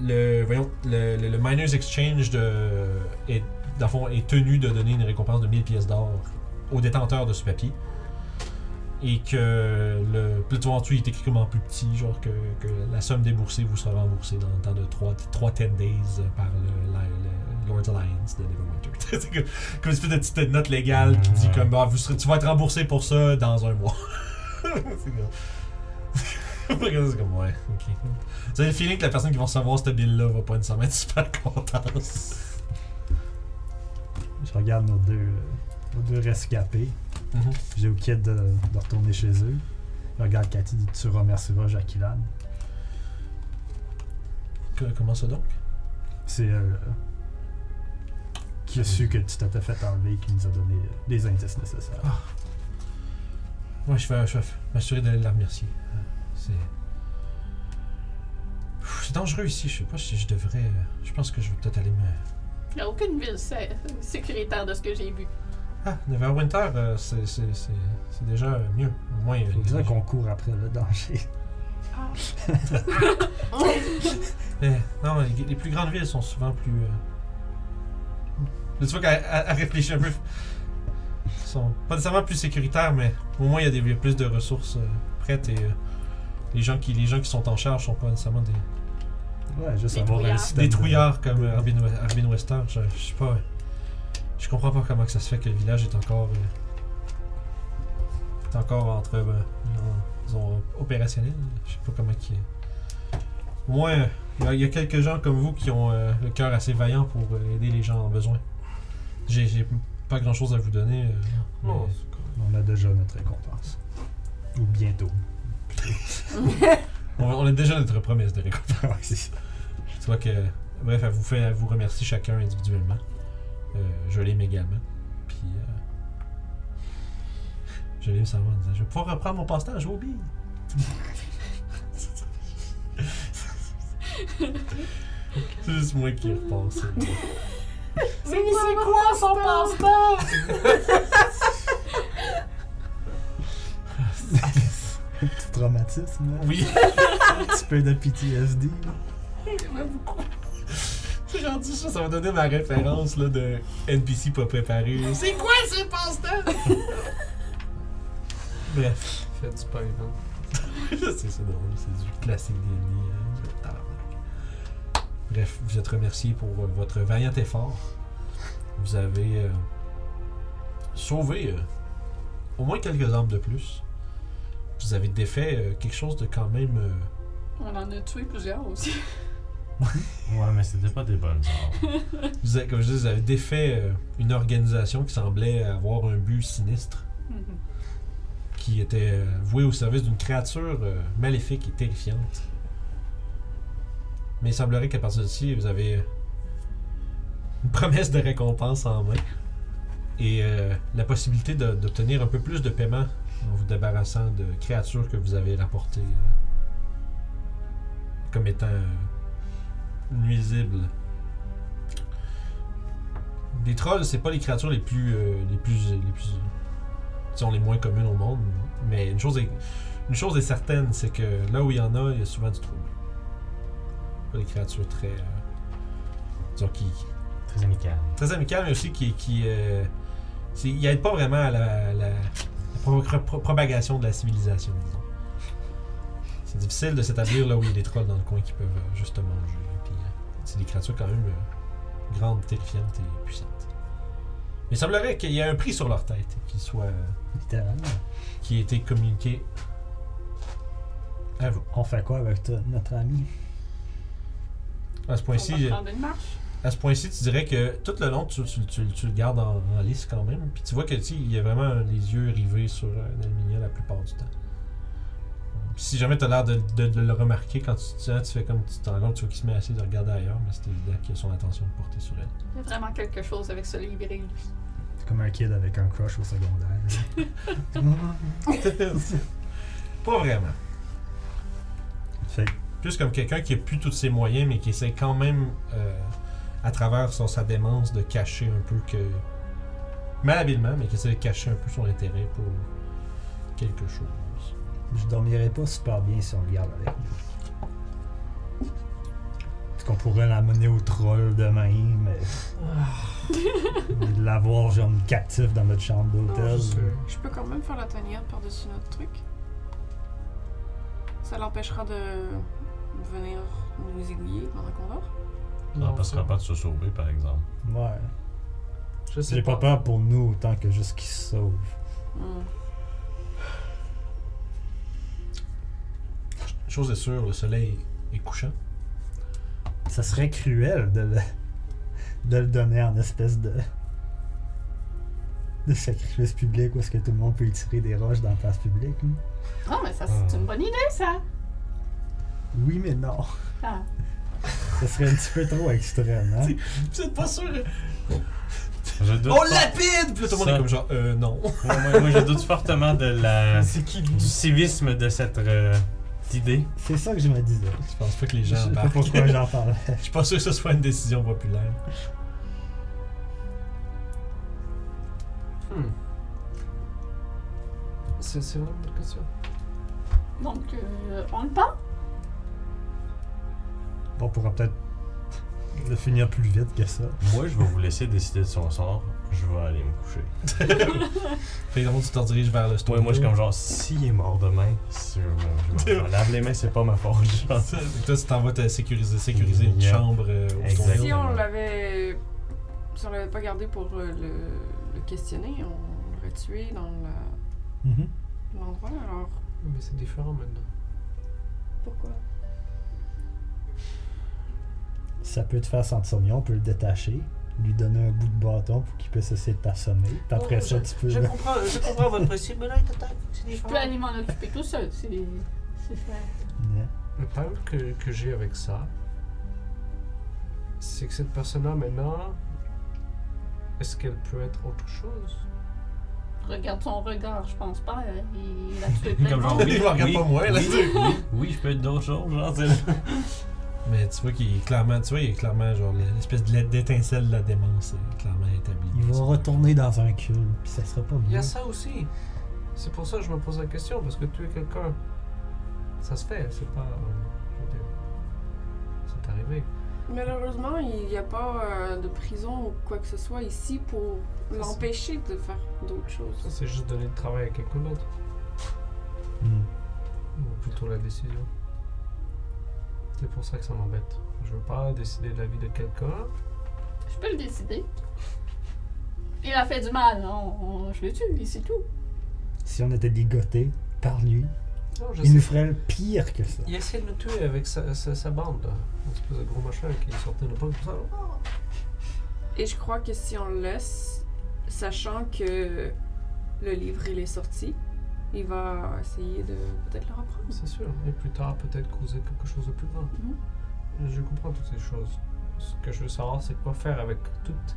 le, voyons, le, le- le Miners Exchange de, est, dans le fond, est tenu de donner une récompense de 1000 pièces d'or au détenteur de ce papier. Et que le plutôt en dessous, il est écrit comme en plus petit, genre que, que la somme déboursée vous sera remboursée dans, dans de 3, 10 days par le, la- le Lord's Alliance de Neverwinter. C'est comme, comme une espèce de petite note légale qui dit
Ouais.
comme ah, vous serez- tu vas être remboursé pour ça dans un mois. c'est comme. c'est comme ouais, ok. Vous avez le feeling que la personne qui va recevoir cette bill-là va pas nécessairement être super contente.
Je regarde nos deux, euh, nos deux rescapés.
Mhm.
J'ai au kid de, de retourner chez eux. Je regarde Cathy, dit, tu remercieras Jacqueline.
Que- Comment ça donc?
C'est elle euh, qui a su que tu t'étais fait enlever et qui nous a donné euh, les indices nécessaires.
Moi, je vais, je vais m'assurer d'aller la remercier. Euh, C'est. Pff, C'est dangereux ici, je sais pas si je devrais. euh, Je pense que je vais peut-être aller me.
Il n'y a aucune ville sé- sécuritaire de ce que j'ai vu.
Ah, Neverwinter, euh, c'est- c'est c'est- c'est déjà euh, mieux. Au moins, il y a-
Faut dire qu'on court après le danger.
Ah.
Mais, Eh, non, les, les plus grandes villes sont souvent plus. euh, Tu vois qu'elle elle- elle réfléchit un peu. Ils sont pas nécessairement plus sécuritaires, mais au moins il y a des, il y a plus de ressources euh, prêtes et euh, les, gens qui, les gens qui sont en charge sont pas nécessairement des,
Ouais, juste
Des
avoir un
trouillards.
système.
Des
de-
trouillards comme euh, Arbin, We- Arbin Wester, je, je sais pas. Je comprends pas comment que ça se fait que le village est encore. euh, est encore entre. euh, en- disons, opérationnel. Je sais pas comment qui. Au moins, il y, a quelques gens comme vous qui ont euh, le cœur assez vaillant pour euh, aider les gens en besoin. J'ai j'ai pas grand chose à vous donner. euh, mais-
Non, c'est cool.
On a déjà notre récompense. Ou bientôt.
on, on a déjà notre promesse de récompense.
Ouais, c'est ça.
Tu vois que. Bref, elle vous, fait, elle vous remercie chacun individuellement. Euh, je l'aime également. Puis. euh, je l'aime savoir en disant Je vais pouvoir reprendre mon passe-temps à jouer aux billes. C'est juste moi qui y repense. c'est tout.
C'est quoi son passe-temps?
Petit traumatisme, hein? là.
Oui,
un petit peu de PTSD. là.
c'est rendu ça, ça va donner ma référence là, de NPC pas préparé. là. C'est quoi ce passe-temps? Bref,
Fais du pain, hein.
c'est ça drôle, c'est du classique des nids, hein, le tabarnak. hein. Bref, vous êtes remercié pour euh, votre vaillant effort. Vous avez euh, sauvé euh, au moins quelques armes de plus. Vous avez défait euh, quelque chose de quand même. euh,
On en a tué plusieurs aussi.
Ouais, mais c'était pas des bonnes armes.
Vous avez, comme je dis, vous avez défait euh, une organisation qui semblait avoir un but sinistre,
Mhm.
qui était euh, vouée au service d'une créature euh, maléfique et terrifiante. Mais il semblerait qu'à partir d'ici, vous avez euh, une promesse de récompense en main et euh, la possibilité de- d'obtenir un peu plus de paiement en vous débarrassant de créatures que vous avez rapportées euh, comme étant euh, nuisibles. Les trolls, c'est pas les créatures les plus, euh, les plus, les plus, qui sont les moins communes au monde. Mais une chose est, une chose est certaine, c'est que là où il y en a, il y a souvent du trouble. Pas des créatures très, euh, disons qui,
Très amical.
très amicales, mais aussi qui, qui, euh, c'est- ils aident pas vraiment à la, la- la pro- pro- propagation de la civilisation, disons. C'est difficile de s'établir là où il y a des trolls dans le coin qui peuvent euh, juste manger. Puis, euh, c'est des créatures quand même euh, grandes, terrifiantes et puissantes. Mais il semblerait qu'il y ait un prix sur leur tête qui soit, euh,
Littéralement.
qui ait été communiqué à vous.
On fait quoi avec toi, notre ami?
À ce point-ci,
On
euh,
va prendre une marche.
à ce point-ci, tu dirais que tout le long, tu, tu- tu- tu le gardes en, en lice quand même. Puis tu vois que tu sais, il y a vraiment euh, les yeux rivés sur euh, Alminia la plupart du temps. Puis si jamais tu as l'air de, de- de le remarquer quand tu te sens, tu fais comme tu t'en rends compte, tu vois qu'il se met assez de regarder ailleurs, mais c'est évident qu'il a son attention portée sur elle.
Il y a vraiment quelque chose avec ce libéré.
C'est comme un kid avec un crush au secondaire.
Pas vraiment.
fait que
plus comme quelqu'un qui a plus tous ses moyens, mais qui essaie quand même, euh, à travers son, sa démence, de cacher un peu que. Malhabilement, mais qui essaie de cacher un peu son intérêt pour quelque chose.
je dormirais pas super bien si on le garde avec nous. Est-ce qu'on pourrait l'amener au troll demain, mais.
Ah,
de l'avoir genre captif dans notre chambre d'hôtel.
Je peux quand même faire la tanière par-dessus notre truc. Ça l'empêchera de venir nous aiguiller pendant qu'on dort.
On passera pas de se sauver, par exemple.
ouais.
Je sais
J'ai pas peur pour nous autant que juste qu'il se sauve.
Hmm.
Chose est sûre, le soleil est couchant.
Ça serait cruel de le, de le donner en espèce de, de sacrifice public où est-ce que tout le monde peut y tirer des roches dans la place publique. hein.
Ah, mais ça, c'est
Ah.
une bonne idée, ça!
Oui, mais non.
Ah.
Ça serait un petit peu trop extrême. Hein?
Vous êtes pas sûr?
Je doute
On
fort-
lapide! Puis là, tout le monde est
Ça.
comme genre, euh, non.
Ouais, moi, moi, je doute fortement de la...
C'est qui
du civisme de cette euh, idée.
C'est ça que je me disais.
Je pense pas que les gens
Je sais pas
embarquent.
pourquoi j'en parlais.
Je suis pas sûr que ce soit une décision populaire.
Hmm. C'est c'est vraiment une bonne question.
Donc, euh, on le part?
On pourra peut-être le finir plus vite que ça.
Moi, je vais vous laisser décider de son sort. Je vais aller me coucher.
Fait que le monde, tu t'en diriges vers le
Toi
store.
et moi, je suis comme genre, s'il est mort demain, c'est mon- je m'en lave les mains, c'est pas ma faute. genre.
Ça, fait que Toi, tu t'en vas te sécuriser, sécuriser une
Yeah.
chambre euh, au
Exact.
Stoneville.
Si on
Exactement.
l'avait. Si on l'avait pas gardé pour euh, le, le questionner, on l'aurait tué dans la- l'endroit, alors.
Mais c'est différent maintenant.
Pourquoi
Ça peut te faire sentir mieux, on peut le détacher, lui donner un bout de bâton pour qu'il puisse essayer de t'assommer. Puis Après
Oh,
ça, tu peux.
Je comprends, je comprends votre principe, mais là, il t'attaque. C'est
Je
différent.
peux aller m'en occuper tout seul. C'est c'est ça.
Ouais.
Le problème que, que j'ai avec ça, c'est que cette personne-là, maintenant, est-ce qu'elle peut être autre chose
Regarde son regard, je pense pas. euh, Il a tué plein de
Comme genre,
monde.
oui,
Il Ah me regarde
oui,
pas moi, là.
oui, oui, oui, je peux être d'autres choses, genre, c'est-
Mais tu vois qu'il est clairement, tu vois, il est clairement genre l'espèce de lettre d'étincelle de la démence est clairement établie.
Il va retourner dans un culte, puis ça sera pas
Il y
bien.
a ça aussi. C'est pour ça que je me pose la question, parce que tuer quelqu'un, ça se fait, c'est pas. euh, je veux dire, c'est arrivé.
Malheureusement, il n'y a pas euh, de prison ou quoi que ce soit ici pour l'empêcher de faire d'autres
Ça,
choses.
c'est juste donner le travail à quelqu'un d'autre,
Hmm.
ou plutôt la décision. C'est pour ça que ça m'embête. Je veux pas décider de la vie de quelqu'un.
Je peux le décider. Il a fait du mal, hein. on- on- je le tue, et c'est tout.
Si on était dégoté par lui,
Non, je
il nous
sais-
ferait le pire que ça.
Il essaie de nous tuer avec sa, sa, sa bande, là. une espèce de gros machin qui sortait de pomme comme ça. là.
Et je crois que si on le laisse, sachant que le livre il est sorti, il va essayer de peut-être le reprendre.
C'est sûr. Et plus tard, peut-être causer quelque chose de plus grand.
Mhm.
Je comprends toutes ces choses. Ce que je veux savoir, c'est quoi faire avec toutes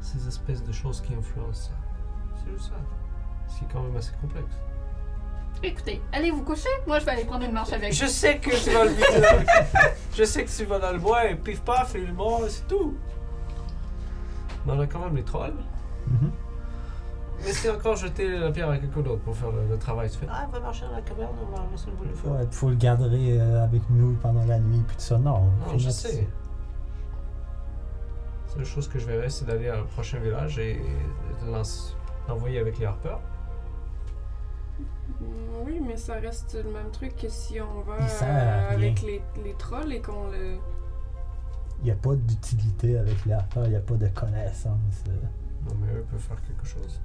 ces espèces de choses qui influencent ça. C'est juste ça. Ce qui est quand même assez complexe.
Écoutez, allez vous coucher, moi je vais aller prendre une marche avec
Je sais que tu vas le vider. je sais que tu vas dans le bois et pif paf, il est mort et c'est tout. Mais on a quand même les trolls.
Mhm.
Mais c'est encore jeter la pierre à quelqu'un d'autre pour faire le, le travail. Tu fais Ah, va marcher dans la caverne, on va laisser le bout de feu.
Ouais, faut le garder euh, avec nous pendant la nuit, puis tout ça. Non,
Non,
faut
je
mettre-
sais. La seule chose que je verrais, c'est d'aller au prochain village et de l'en- l'envoyer avec les harpeurs.
Mm, Oui, mais ça reste le même truc que si on va
Il sert à
euh, avec les, les trolls et qu'on le.
Il n'y a pas d'utilité avec les harpeurs, il n'y a pas de connaissance. euh.
Non, mais eux peuvent faire quelque chose.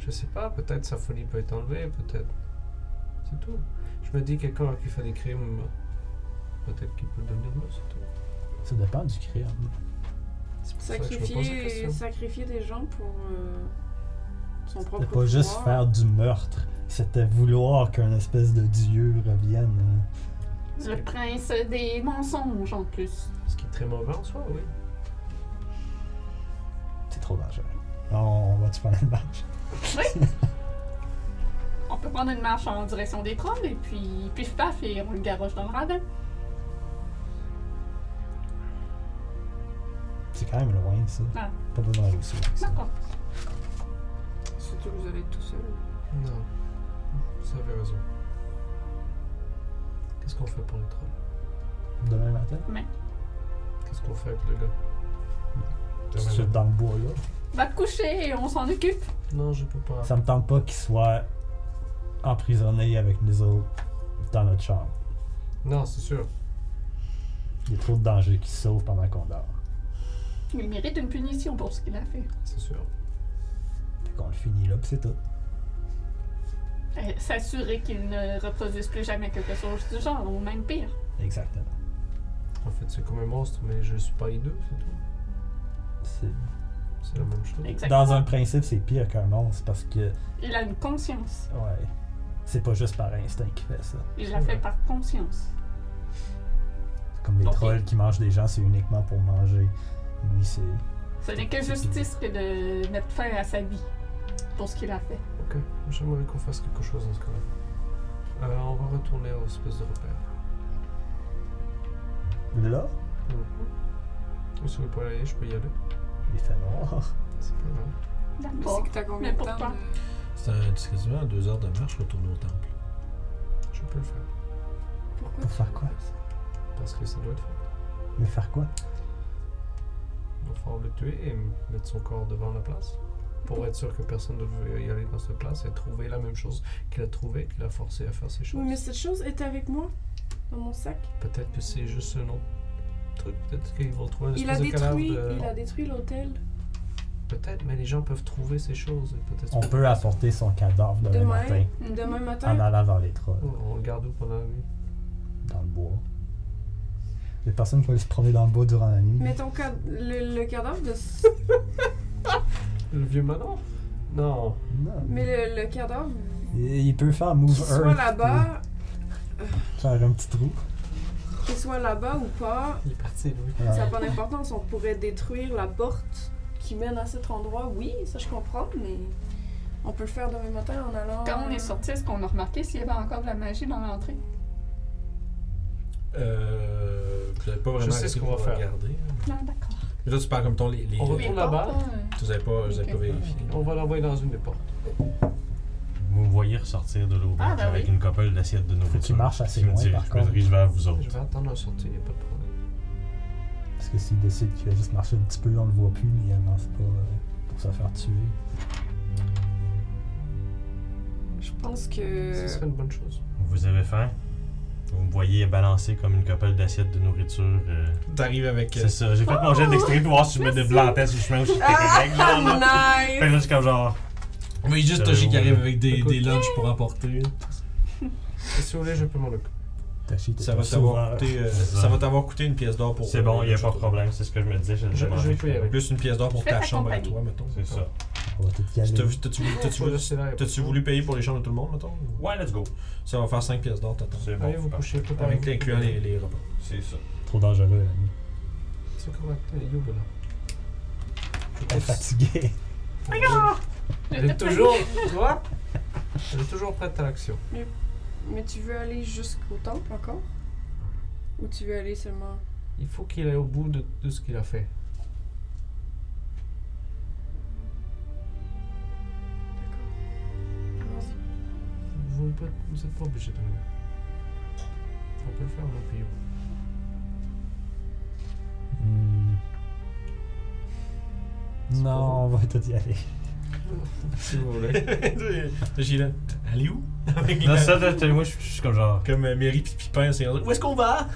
Je sais pas, peut-être sa folie peut être enlevée, peut-être. C'est tout. Je me dis, quelqu'un qui fait des crimes, peut-être qu'il peut devenir mieux, c'est tout.
Ça dépend du crime.
C'est pour ça que je me pose la
Sacrifier,
question.
sacrifier des gens pour euh, son propre.
C'était pas juste
pouvoir.
faire du meurtre, c'était vouloir qu'un espèce de dieu revienne. euh.
le prince des mensonges en plus.
Ce qui est très mauvais en soi, oui.
hein. C'est trop dangereux. Non, on va te prendre une marche.
On peut prendre une marche en direction des trolls et puis pif paf et on le garoche dans le ravin.
C'est quand même loin, ça.
Ah.
Pas besoin d'aller aussi loin que ça.
D'accord.
Surtout que vous allez être tout seul.
Non. Vous avez raison. Qu'est-ce qu'on fait pour les trolls
Demain matin?
Qu'est-ce qu'on fait avec le gars
Tout de suite dans le bois, là.
Va te coucher et on s'en occupe.
Non, je peux pas.
Ça me tente pas qu'il soit emprisonné avec nous autres dans notre chambre.
Non, c'est sûr.
Il y a trop de dangers qui se sauvent pendant qu'on dort.
Il mérite une punition pour ce qu'il a fait.
C'est sûr.
Fait qu'on le finit là, pis c'est tout.
Euh, S'assurer qu'il ne reproduise plus jamais quelque chose du genre, ou même pire.
Exactement.
En fait, c'est comme un monstre, mais je suis pas hideux, c'est tout.
C'est-
C'est la même chose.
Exactement.
Dans un principe, c'est pire qu'un monstre parce que,
Il a une conscience.
ouais, c'est pas juste par instinct qu'il fait ça.
Il l'a fait par conscience.
Comme les
Ok.
trolls qui mangent des gens, c'est uniquement pour manger. Lui, c'est.
Ce n'est que justice que de mettre fin à sa vie pour ce qu'il a fait.
Ok, j'aimerais qu'on fasse quelque chose dans ce cas-là. Euh, on va retourner aux espèces de repères.
Là,
Mhm.
Si vous voulez pas y aller, je peux y aller.
il fait noir.
C'est pas grave.
Mais c'est que t'as combien
Mais
de temps
pourquoi?
de-
C'est un- c'est quasiment deux heures de marche retourner au temple.
Je peux le faire.
Pourquoi
Pour
tu-
faire quoi?
Parce que ça doit être fait.
Mais faire quoi?
Il va falloir le tuer et mettre son corps devant la place. Pour être sûr que personne ne veut y aller dans cette place et trouver la même chose qu'il a trouvé, qu'il a forcé à faire ces choses.
Oui, mais cette chose était avec moi, dans mon sac.
Peut-être que c'est juste un autre truc. Peut-être qu'ils vont trouver un
Il
espèce
a
de cadavre
détruit,
de-
il a détruit l'hôtel.
Peut-être, mais les gens peuvent trouver ces choses. et Peut-être
On peut apporter son cadavre demain,
Demain.
matin
Ah,
Demain
en
bah.
matin,
allant vers les trolls,
On le garde où pendant la nuit
dans le bois. Les personnes peuvent se promener dans le bois durant la nuit.
mais ton ca- le, le cadavre de s-
Le vieux Manon Non.
Non.
mais le, le cadavre
Il il peut faire move
qu'il soit
earth,
là-bas,
puis faire un petit trou.
qu'il soit là-bas ou pas,
Il est parti, lui.
ça n'a
Ouais.
pas d'importance. On pourrait détruire la porte qui mène à cet endroit. Oui, ça je comprends, mais on peut le faire demain matin en allant.
Quand on est sorti, est-ce qu'on a remarqué s'il y avait encore de la magie dans l'entrée?
Euh, vous n'avez pas vraiment
Je sais ce
arrêté
qu'on
pour
va faire.
regarder. hein.
Non, d'accord.
Mais là, tu parles comme ton. Les, les-
On
Mais
retourne là-bas.
porte, euh,
Vous n'avez pas, vous avez pas
Ok.
vérifié.
On va l'envoyer dans une des portes.
Vous me voyez ressortir de l'auberge
Ah, ben
avec
oui.
une couple d'assiettes de nourriture.
qu'il marche assez
Je me
loin,
dirige-
par
je me
contre.
dirige vers vous autres.
Je vais attendre la sortie, il n'y a pas de problème.
Parce que s'il décide qu'il va juste marcher un petit peu, on le voit plus, mais il avance pas euh, pour se faire tuer.
Je pense que.
Ce serait une bonne chose.
Vous avez faim? Vous me voyez balancer comme une couple d'assiettes de nourriture. euh,
T'arrives avec. euh,
C'est ça, j'ai fait mon jet d'extérieur pour voir si je me déblantais sur le chemin ou si j'étais
Ah,
correct, genre. là. Fait que
nice!
là, je suis comme genre.
Mais juste
J'avais
Toshi qui arrive
oublié.
avec des,
Écoute.
des lunchs pour emporter.
Et si vous voulez, je peux m'en occuper.
Tachi, t'es
Ça
un
va t'avoir
sauveur.
coûté, euh,
C'est ça.
ça va t'avoir coûté une pièce d'or pour.
C'est bon, il n'y a pas de
euh,
problème, c'est ce que je me disais, je le
Je-
demandais.
je peux y aller.
Plus une pièce d'or pour
Fais
ta
ta
chambre à
compagnie.
toi, mettons.
C'est ça.
On va tout
T'as-
caler.
T'as-tu voulu- t'as-tu
Je vais
voulu-
rester là, il y a pas de
t'as-tu
problème.
voulu payer pour les chambres de tout le monde, mettons
Ouais, let's go.
Ça va faire 5 pièces d'or, t'attends.
C'est bon.
Allez vous
parfait.
coucher, préparez
Avec incluant les, les repas.
C'est ça.
Trop dangereux, l'ami.
C'est correct, les youbes là.
Elle est fatiguée.
Elle est toujours, tu vois Elle est toujours prête à l'action.
Mais tu veux aller jusqu'au temple encore? Ou tu veux aller seulement.
Il faut qu'il aille au bout de, de ce qu'il a fait.
D'accord. Vas-y.
Vous n'êtes pas, vous êtes pas obligé de le faire. On peut le faire, mon pays.
Hmm.
C'est pas
Non, on va tout y aller.
Si vous voulez.
Toshi là, elle est où Avec
Non,
la-
ça, là, t'es- moi, je je suis comme genre.
Comme euh, Mary pis Pipin, c'est Où est-ce qu'on va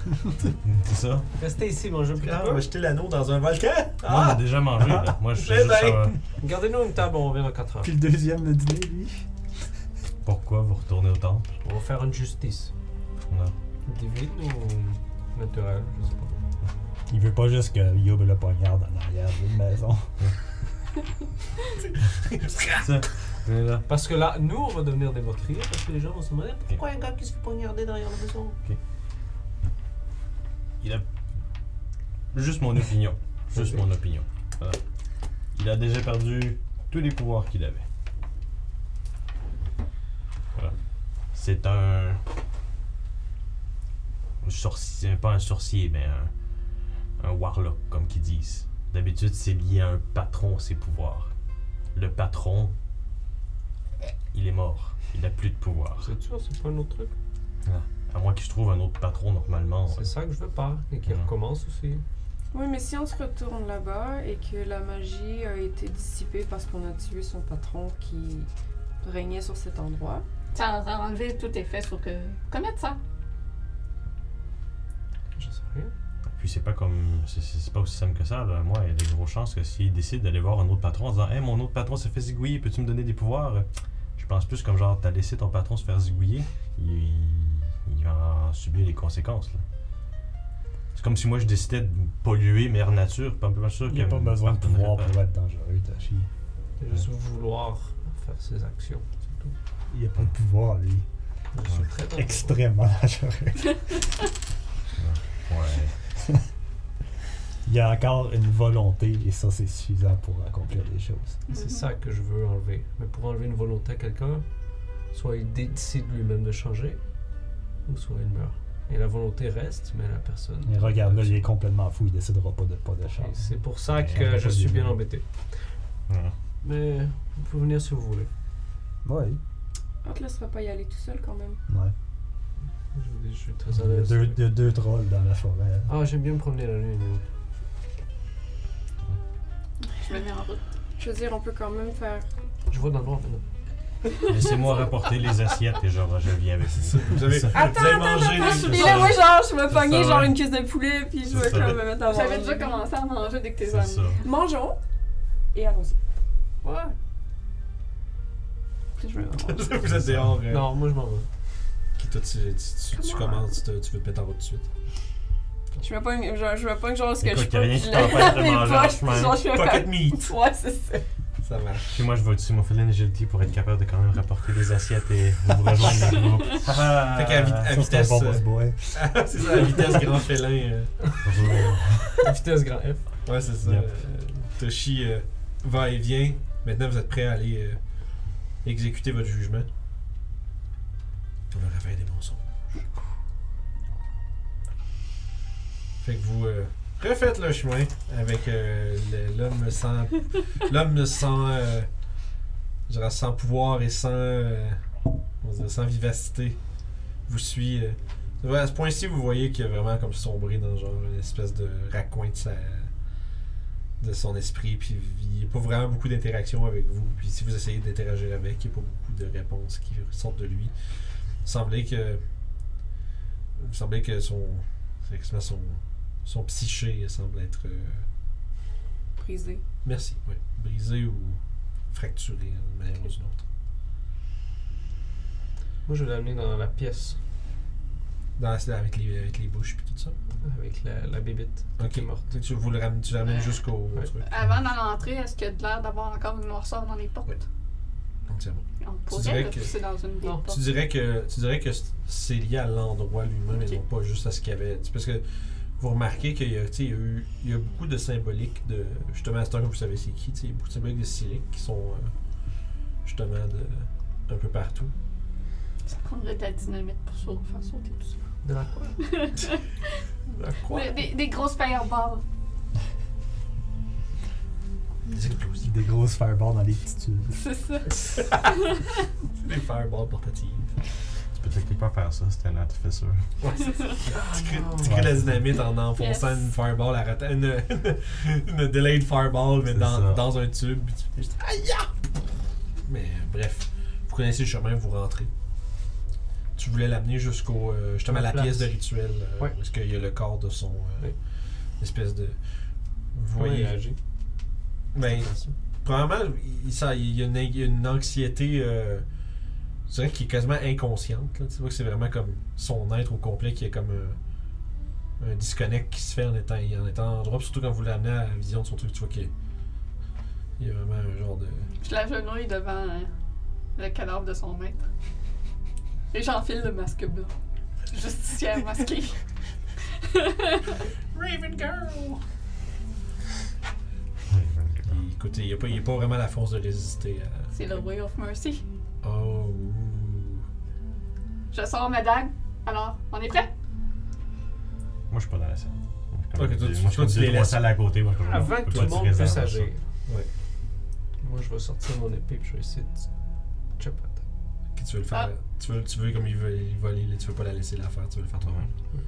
C'est ça?
Restez ici, mangez un petit
Ah, on va
peu.
jeter l'anneau dans un volcan
Moi, on a
Ah
déjà mangé. là. Moi, je suis juste. euh,
Mais ben.
savoir
Gardez-nous une table, on revient dans 4 heures.
Puis le deuxième, le dîner, lui.
Pourquoi vous retournez au temple?
On va faire une justice.
Non.
Divine ou naturelle, je sais pas.
Il veut pas juste que Yob le poignarde en arrière d'une maison.
Ça. C'est là.
Parce que là, nous, on va devenir des meurtriers parce que les gens vont se demander pourquoi un gars qui se fait poignarder derrière la maison.
Il a. Juste mon opinion. Juste
Ok.
mon opinion. Voilà. Il a déjà perdu tous les pouvoirs qu'il avait. Voilà. C'est un. un sorcier. Pas un sorcier, mais un. Un warlock, comme qu'ils disent. D'habitude, c'est lié à un patron, ses pouvoirs. Le patron. Il est mort. Il n'a plus de pouvoir.
C'est sûr, c'est pas un autre truc.
À moins qu'il se trouve un autre patron, normalement.
C'est ça que je veux pas. Et qui
Mhm.
recommence aussi.
Oui, mais si on se retourne là-bas et que la magie a été dissipée parce qu'on a tué son patron qui régnait sur cet endroit,
Ça a enlevé tout effet sur que. Commettre ça.
J'en sais rien.
Puis c'est pas comme. c'est- C'est c'est pas aussi simple que ça. Là. Moi, il y a des grosses chances que s'il décide d'aller voir un autre patron en disant Hey, mon autre patron s'est fait zigouiller, peux-tu me donner des pouvoirs Je pense plus comme genre, t'as laissé ton patron se faire zigouiller, il, il- il va en subir les conséquences. là. C'est comme si moi je décidais de polluer mère nature, pas pas sûr
Il a
que
pas
mon
besoin de
partenaire-
pouvoir pour être dangereux, Tachi.
C'est juste vouloir faire ses actions. C'est tout.
Il a pas de pouvoir, lui.
Je suis très dangereux.
Extrêmement dangereux.
Ouais.
Il y a encore une volonté et ça, c'est suffisant pour accomplir des choses.
C'est ça que je veux enlever. Mais pour enlever une volonté à quelqu'un, soit il décide lui-même de changer, ou soit il meurt. Et la volonté reste, mais la personne.
Et regarde, là, il est complètement fou, il décidera pas de pas de
Et
chance.
C'est pour ça
on peut
que je
pas
suis
dire
bien
non.
embêté.
Ouais.
Mais vous pouvez venir si vous voulez.
Ouais,
on te laissera pas y aller tout seul quand même.
ouais.
Je, vous dis, je suis
Il
très
y
à
a
l'aise.
deux, deux- deux trolls dans la forêt.
Ah, j'aime bien me promener la nuit. mais-
Je me mets en route.
Je veux dire, on peut quand même faire.
Je vois dans le noir maintenant.
Laissez-moi rapporter les assiettes et genre, je viens avec vous.
Vous avez,
Attends,
vous avez
attends,
mangé
attends,
les-
je suis là, moi, Ah, genre, je me
C'est
pognais
Ah, ça,
genre
ouais.
une cuisse de poulet, puis je
C'est
veux
ça.
comme me mettre à manger.
J'avais déjà commencé à manger dès que tes
C'est
amis.
ça.
Mangeons et allons-y.
Ouais.
Puis je me-
Vous êtes dehors. euh,
Non, moi je m'en vais.
Qui toi, tu, tu, tu- tu commences, tu, te- tu veux te péter en route tout de suite.
Je me pogne, genre, je me pogne genre ce que
Écoute,
je
y a
peux.
rien
puis
qui
je
t'empêche de
mes
manger en
poches, puis
chemin.
genre, je me
Pocket
fais-
meat!
Ouais, c'est ça.
Ça marche.
Puis moi, je vais utiliser mon feline agility pour être capable de quand même rapporter les assiettes et vous rejoindre le groupe.
Fait qu'à vit-
Ah.
à
Ça, c'est un
vitesse.
bon
euh,
boss boy.
c'est ça, à vitesse grand félin. euh,
Vitesse grand F.
Ouais, c'est ça.
Yep.
Euh, Toshi euh, va et vient. Maintenant, vous êtes prêt à aller euh, exécuter votre jugement. Pour le réveil des bons sons. Fait que vous euh, refaites le chemin avec euh, le- l'homme sans. l'homme sans. euh, je dirais sans pouvoir et sans. euh, comment dire, sans vivacité. Vous suit. euh. Ouais, à ce point-ci, vous voyez qu'il a vraiment comme sombré dans genre une espèce de raccoin de sa de son esprit, puis il n'y a pas vraiment beaucoup d'interaction avec vous. Puis si vous essayez d'interagir avec, il n'y a pas beaucoup de réponses qui sortent de lui. Il semblait que. Il semblait que son. effectivement, Son, son psyché semble être. euh,
Brisé.
merci, oui. Brisé ou fracturé, hein, d'une manière ou d'une autre.
Moi, je vais l'amener dans la pièce
Dans la- avec, les, avec les bouches, puis tout ça.
avec la, la bébite.
Ok.
Qui est morte.
Tu, tu, vous le ramènes, tu le ramènes
Ouais.
jusqu'au
Ouais.
truc.
Avant d'en entrer, est-ce qu'il y a de l'air d'avoir encore une noirceur dans les portes?
Ouais. Entièrement.
On
dirais
pourrait le
que-
pousser dans une des
Non.
portes.
Tu dirais que tu dirais que c- c'est lié à l'endroit lui-même
Ok.
et non pas juste à ce qu'il y avait. Tu- Parce que vous remarquez qu'il y a, tu sais, il y a eu il y a beaucoup de symboliques de justement à ce temps vous savez c'est qui, tu sais, il y a beaucoup de symboliques de Cyric qui sont euh, justement de, un peu partout.
Ça prendrait de la dynamite pour sau- faire sauter tout ça.
De la quoi
Des, des- des grosses fireballs.
Des explosions.
Des grosses fireballs dans les petites tubes.
C'est ça.
Des fireballs portatives.
Tu peux techniquement faire ça, c'était un euh. artificer.
Tu crées, tu crées de la dynamite en enfonçant
Yes.
une fireball à rata- une, une, une delayed fireball mais
C'est
dans,
ça.
dans un tube. puis tu fais juste aïe ah! Mais euh, bref, vous connaissez le chemin, vous rentrez. Tu voulais l'amener jusqu'au euh, justement à la
La place.
pièce de rituel euh,
Ouais.
où est-ce qu'il y a le corps de son euh,
Ouais.
espèce de vous
Comment il
voyez
réagit
ben
Attention.
probablement il, ça, il y a une, il y a une anxiété euh, je dirais qui est quasiment inconsciente là. tu vois que c'est vraiment comme son être au complet qui est comme euh, un- un disconnect qui se fait en étant en étant en endroit Puis surtout quand vous l'amenez à la vision de son truc tu vois qu'il y a- il y a vraiment un genre de
Je la genouille devant euh, le cadavre de son maître. Et j'enfile le masque blanc. Justicière masqué. Raven Girl!
il- écoutez il n'y a, pas- il y a pas vraiment la force de résister à
C'est le Way of Mercy.
oh ouh.
Je sors ma dague. Alors, on est prêt?
Moi, je suis pas dans la salle.
Toi, que toi, tu-
moi, je
toi, tu
suis
les
dans la
laisses.
salle à côté. Moi, je
Avant
je
que
peux
tout
pas
le monde
tirer
puisse
dans ça.
agir.
Ouais.
Moi, je vais sortir mon épée puis je vais essayer de chop la tête.
Puis tu veux le faire.
Ah.
Tu, veux, tu veux comme il veut il voler, là, tu veux pas la laisser la faire, tu veux le faire toi-même.
Ouais.
Mm.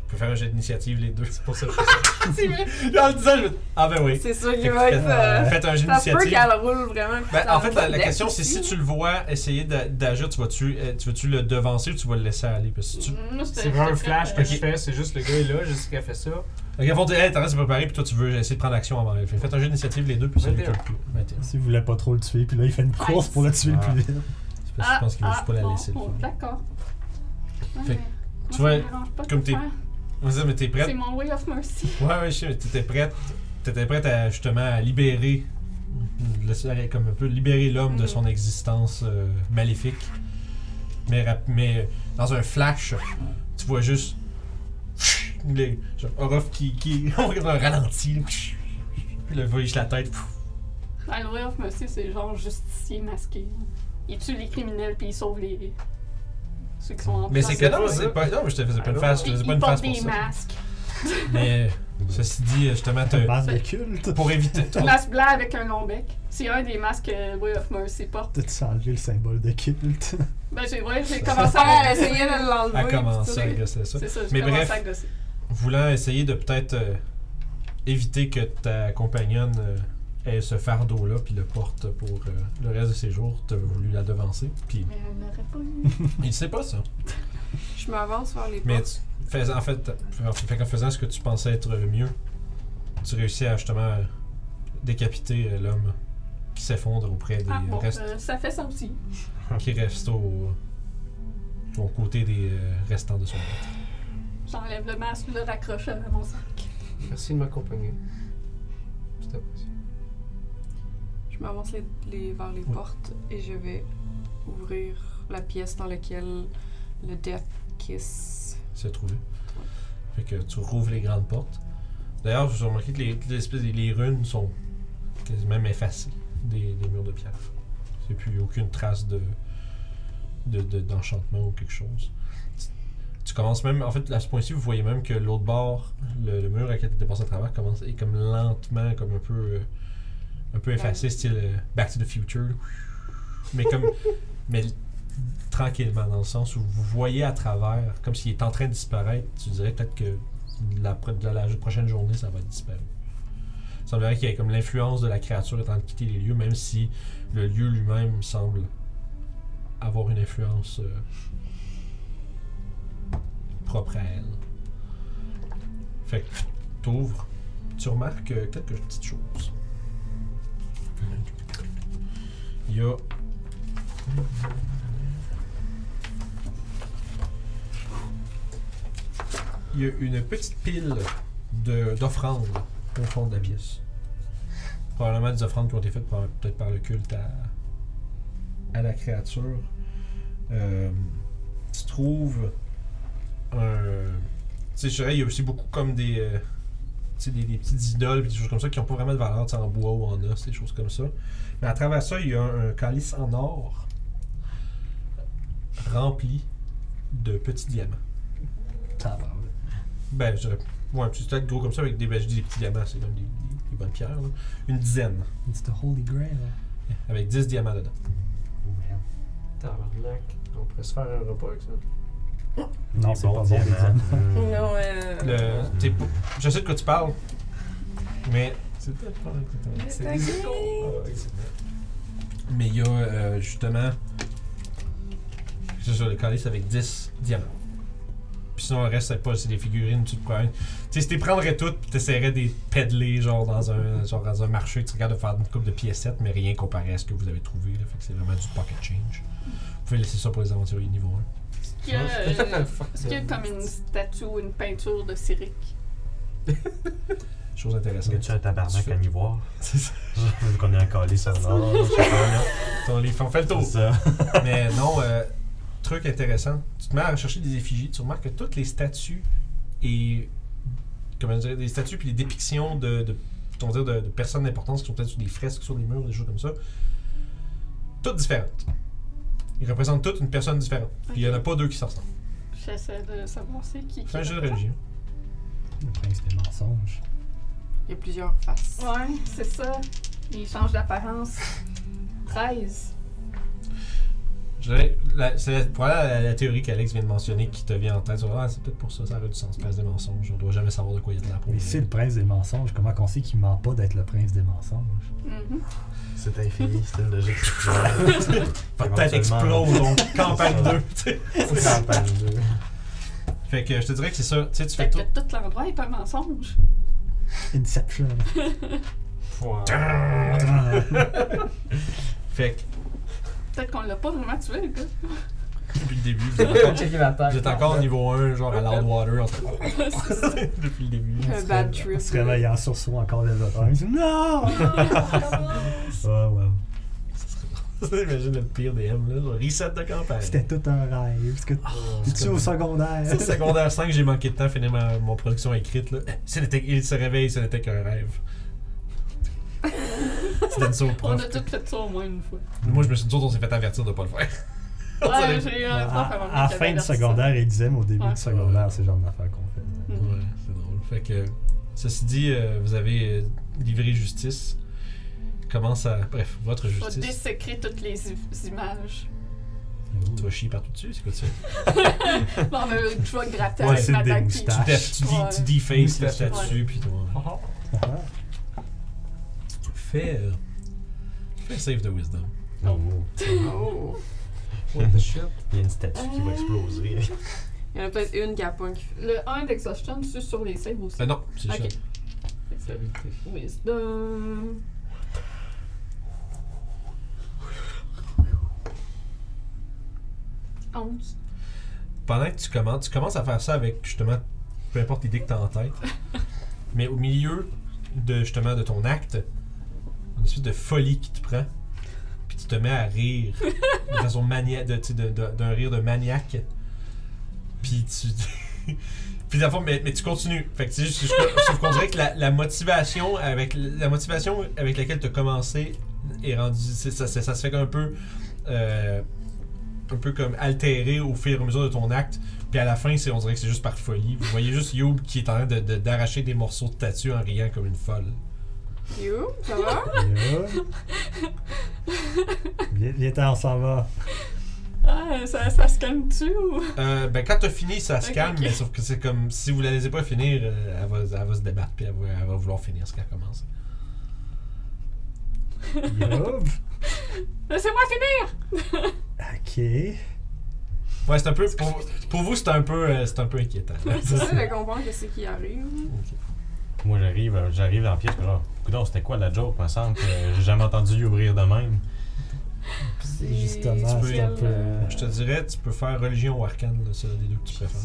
Tu peux faire un jet d'initiative les deux.
C'est pour ça que je fais ça.
C'est vrai.
en le disant, je me- Ah ben oui.
C'est ça
Fait
qui
que
va
faites-
être. euh,
Faites un jet
Ça se peut
d'initiative.
qu'elle roule vraiment.
Ben,
ça
en fait, la, la
roule
question c'est
aussi.
si tu le vois essayer d'a- d'agir, tu vas-tu euh, tu veux-tu le devancer ou tu vas le laisser aller? Parce que si tu...
Mm.
Moi, je te-
C'est vraiment
je
un
te
flash
prête,
que
euh,
je fais, c'est juste le gars est là, je sais qu'il a fait ça.
Ok, à fond, t'es hey, t'es en train de se préparer, puis toi tu veux essayer de prendre action avant elle. Fait que Faites un jet d'initiative les deux, puis celui qui a le plus. 21.
Si vous voulez pas trop le tuer, puis là, il fait une course pour le tuer le plus vite.
C'est
Ah,
parce que Je pense qu'il veut juste pas la
Ah, bon,
laisser le
bon,
faire.
D'accord.
Fait que tu
tu
vois,
vois,
comme t'es Vas-y, mais t'es prête?
C'est mon way of mercy.
Ouais, ouais, je sais, mais t'étais prête. T'étais prête à justement à libérer. le- Comme un peu libérer l'homme de son existence euh, maléfique. Mais, rap- mais euh, dans un flash, tu vois juste. Les, genre, Orof qui, qui. On dirait un ralenti. Puis le voyage la tête. pff,
Ah, le way of mercy, c'est genre justicier masqué. Il tue les criminels puis il sauve les. ceux qui sont en
Mais c'est
place.
que non,
pas
c'est
vrai.
pas. Non, mais je te faisais pas une
Alors,
face. Je te
Ils
faisais pas
ils
une face
portent
pour
des
ça.
masques.
Mais ceci dit, justement,
Un
te,
masque de culte.
Euh, pour éviter.
Masque blanc avec un long bec. C'est un des masques que Way of Mercy porte.
T'as-tu enlevé le symbole de culte?
Ben, j'ai ouais, j'ai
Ça,
commencé
Ça,
à.
elle essayait de l'enlever.
À
puis
commencer à
tout.
régresser ça.
C'est ça,
Mais
j'ai commencé
bref.
à gosser.
voulant essayer de peut-être euh, éviter que ta compagnonne euh, ait ce fardeau-là, puis le porte pour euh, le reste de ses jours, t'as voulu la devancer. Puis
Mais elle n'aurait pas eu.
il sait pas ça.
Je m'avance vers les
Mais
portes.
tu fais- en fait, en fait, en faisant ce que tu pensais être le mieux, tu réussis à justement euh, décapiter euh, l'homme qui s'effondre auprès des
Ah bon,
restes,
euh, ça fait ça aussi.
qui reste au, au côté des euh, restants de son maître.
J'enlève le masque, le raccroche à mon sac.
Merci de m'accompagner. C'est apprécié.
Je m'avance les, les- vers les
Oui.
portes et je vais ouvrir la pièce dans laquelle le Death Kiss.
s'est trouvé. Fait que tu rouvres les grandes portes. D'ailleurs, vous remarquez que les, les, espèces- les runes sont quasiment effacées des, des murs de pierre. C'est plus aucune trace de de- de- d'enchantement ou quelque chose. Tu, tu Tu commences même, en fait, à ce point-ci, vous voyez même que l'autre bord, le, le mur à qui était passé à travers, commence, est comme lentement, comme un peu, euh, un peu effacé, style euh, Back to the Future. Mais comme, mais tranquillement, dans le sens où vous voyez à travers, comme s'il est en train de disparaître, tu dirais peut-être que la, pro- de la prochaine journée, ça va être disparu. Il semblerait qu'il y ait comme l'influence de la créature étant de quitter les lieux, même si le lieu lui-même semble avoir une influence euh, propre à elle. Fait que t'ouvres, tu remarques euh, quelques petites choses. Il y a. Il y a une petite pile de- d'offrandes au fond de la pièce. Probablement des offrandes qui ont été faites par- peut-être par le culte à, à la créature. Euh, tu trouves un. Tu sais, je dirais, il y a aussi beaucoup comme des. euh, tu sais, des, des petites idoles, pis des choses comme ça qui n'ont pas vraiment de valeur, tu sais, en bois ou en os, des choses comme ça. Mais à travers ça, il y a un, un calice en or rempli de petits diamants. Ben, je dirais, ouais, un petit stack gros comme ça avec des, ben, je dis des petits diamants, c'est comme des, des- des bonnes pierres, là. Une dizaine,
It's the Holy Grail. Oh,
avec 10 diamants dedans.
Tabarnak. On pourrait se faire un repas avec ça.
Non,
Les
c'est
bons
pas bon,
diamants.
les diamants.
Mm.
Non, euh,
Le, t'es pas- je sais de quoi tu parles, mais
C'est peut-être pas
Mais
C'est
t'as
des
gagné.
cons. Ah, ouais, c'est vrai.
Mais il y a euh, justement. C'est ça, le calice avec 10 diamants. Puis sinon, le reste, c'est pas, c'est des figurines, tu te prends. une- Tu sais, si tu prendrais toutes, puis t'essaierais de les pédler, genre dans un, genre dans un marché, tu regardes de faire une coupe de piécettes, mais rien comparé à ce que vous avez trouvé, là. Fait que c'est vraiment du pocket change. Vous pouvez laisser ça pour les aventuriers niveau
Est-ce qu'il y a,
Ah,
euh, est-ce qu'il y a comme une statue ou une peinture de Cyric?
1. Chose intéressante.
As-tu un tabarnak à mi-voir?
C'est ça.
Vu qu'on est en calice en or, je sais pas, là.
Ton livre, on fait le
C'est
tour.
ça.
Mais non, euh, truc intéressant, tu te mets à rechercher des effigies, tu remarques que toutes les statues et. Comment dire, les statues puis les dépictions de, de, on va dire de, de personnes d'importance qui sont peut-être sur des fresques, sur des murs, des choses comme ça, toutes différentes. Ils représentent toutes une personne différente. Puis il n'y en a pas deux qui se ressemblent.
J'essaie de savoir c'est qui.
C'est un
qui
jeu de
représente.
religion.
Le prince des mensonges.
il y a plusieurs faces.
Ouais, c'est ça. Il change d'apparence. 13.
Je dirais, la- C'est la- voilà la, la théorie qu'Alex vient de mentionner qui te vient en tête. Tu vas voir, Ah, c'est peut-être pour ça, ça aurait du sens. Place des mensonges, on doit jamais savoir de quoi il y a de l'air pour
Mais
vrai.
c'est le prince des mensonges. Comment qu'on sait qu'il ment pas d'être le prince des mensonges?
Mhm.
C'est infini, c'est une logique.
Votre tête explose, on campagne
C'est ça.
2. tu sais. Fait que je te dirais que c'est ça. Tu sais, tu fais
Fait
tout.
que tout l'endroit est un mensonge.
Inception.
Faut-
Ah.
Fait que
Peut-être qu'on l'a pas vraiment tué, le gars.
depuis le début, vous êtes encore-
Checker la tête.
vous êtes encore niveau 1, genre à Loudwater. en train de- depuis le début.
On
Un
se
bad
réveille-
trip,
On se
là.
réveille en sursaut encore le vote. Non!
Oh, wow.
Imagine le pire DM, là. genre, Reset de campagne.
C'était tout un rêve. Parce que t'es-tu au secondaire?
Ah, Ça, secondaire 5, j'ai manqué de temps, fini ma, mon production écrite. Là. Ce n'était- il se réveille, ce n'était qu'un rêve. C'était une
Ah,
au
On
prof.
a tout fait ça au moins une fois.
Moi, je me suis dit, on s'est fait avertir de ne pas le faire. On
Ouais,
s'est-
j'ai eu un prof avant
Ah, À à
qui
fin
avait
de
averti ça.
secondaire, ils disaient, mais au début
Ouais.
de secondaire, c'est le genre d'affaires qu'on faisait.
Ouais, c'est drôle. Fait que, ceci dit, euh, vous avez euh, livré justice. Commence à. Bref, votre
Faut
justice.
désécrire toutes les i- images.
Tu vas chier partout dessus, c'est quoi ça?
Bon, ben, je vais gratter
Ouais,
avec
c'est
ma
des
dague. puis-
moustaches.
Def, tu, dis,
Ah, Ouais.
tu defaces la
Ouais.
statue, puis toi.
Ah,
Ah.
Fais. euh, Fais save de wisdom.
Non, non.
Oh. What the shit.
Il y a une statue qui va exploser.
Il y en a peut-être une qui a pas une qui-
Le 1 d'exhaustion, c'est sur les saves aussi.
Euh, non, c'est
Ok.
ça.
Stabilité.
Ben-
Wisdom. Onze.
Pendant que tu commences, tu commences à faire ça avec justement peu importe l'idée que tu as en tête. mais au milieu de justement de ton acte, une espèce de folie qui te prend. Puis tu te mets à rire de façon maniaque, de, tu sais, de- de- d'un rire de maniaque. Puis tu. Puis dans le fond, mais, mais tu continues. Fait que tu sais, juste- juste- sauf qu'on dirait que la, la motivation avec la motivation avec laquelle tu as commencé est rendue. c'est- Ça, ça, ça se fait comme un peu. euh, un peu comme altéré au fur et à mesure de ton acte Puis à la fin, c'est- on dirait que c'est juste par folie. Vous voyez juste Youb qui est en train de- de- d'arracher des morceaux de tatu en riant comme une folle.
You, ça va?
Viens, viens-t'en, on s'en va.
Ah, ça, ça se calme-tu ou.
Euh, ben, quand t'as fini, ça se
Ok,
calme,
ok.
mais sauf que c'est comme si vous la laissez pas finir, euh, elle, va, elle va se débattre, puis elle va, elle va vouloir finir ce qu'elle a commencé.
Yup.
Laissez-moi finir!
Ok.
Ouais, c'est un peu. Pour, pour vous, c'est un peu, euh, c'est un peu inquiétant.
C'est ça de comprendre que c'est qui arrive.
Moi, j'arrive, euh, j'arrive dans la pièce, puis genre, coudonc, c'était quoi la joke? Il me semble que j'ai jamais entendu lui ouvrir de même.
C'est-
Justement,
tu
c'est un peu.
peux-
Je te dirais, tu peux faire religion ou arcane, là, c'est l'un des deux que tu préfères.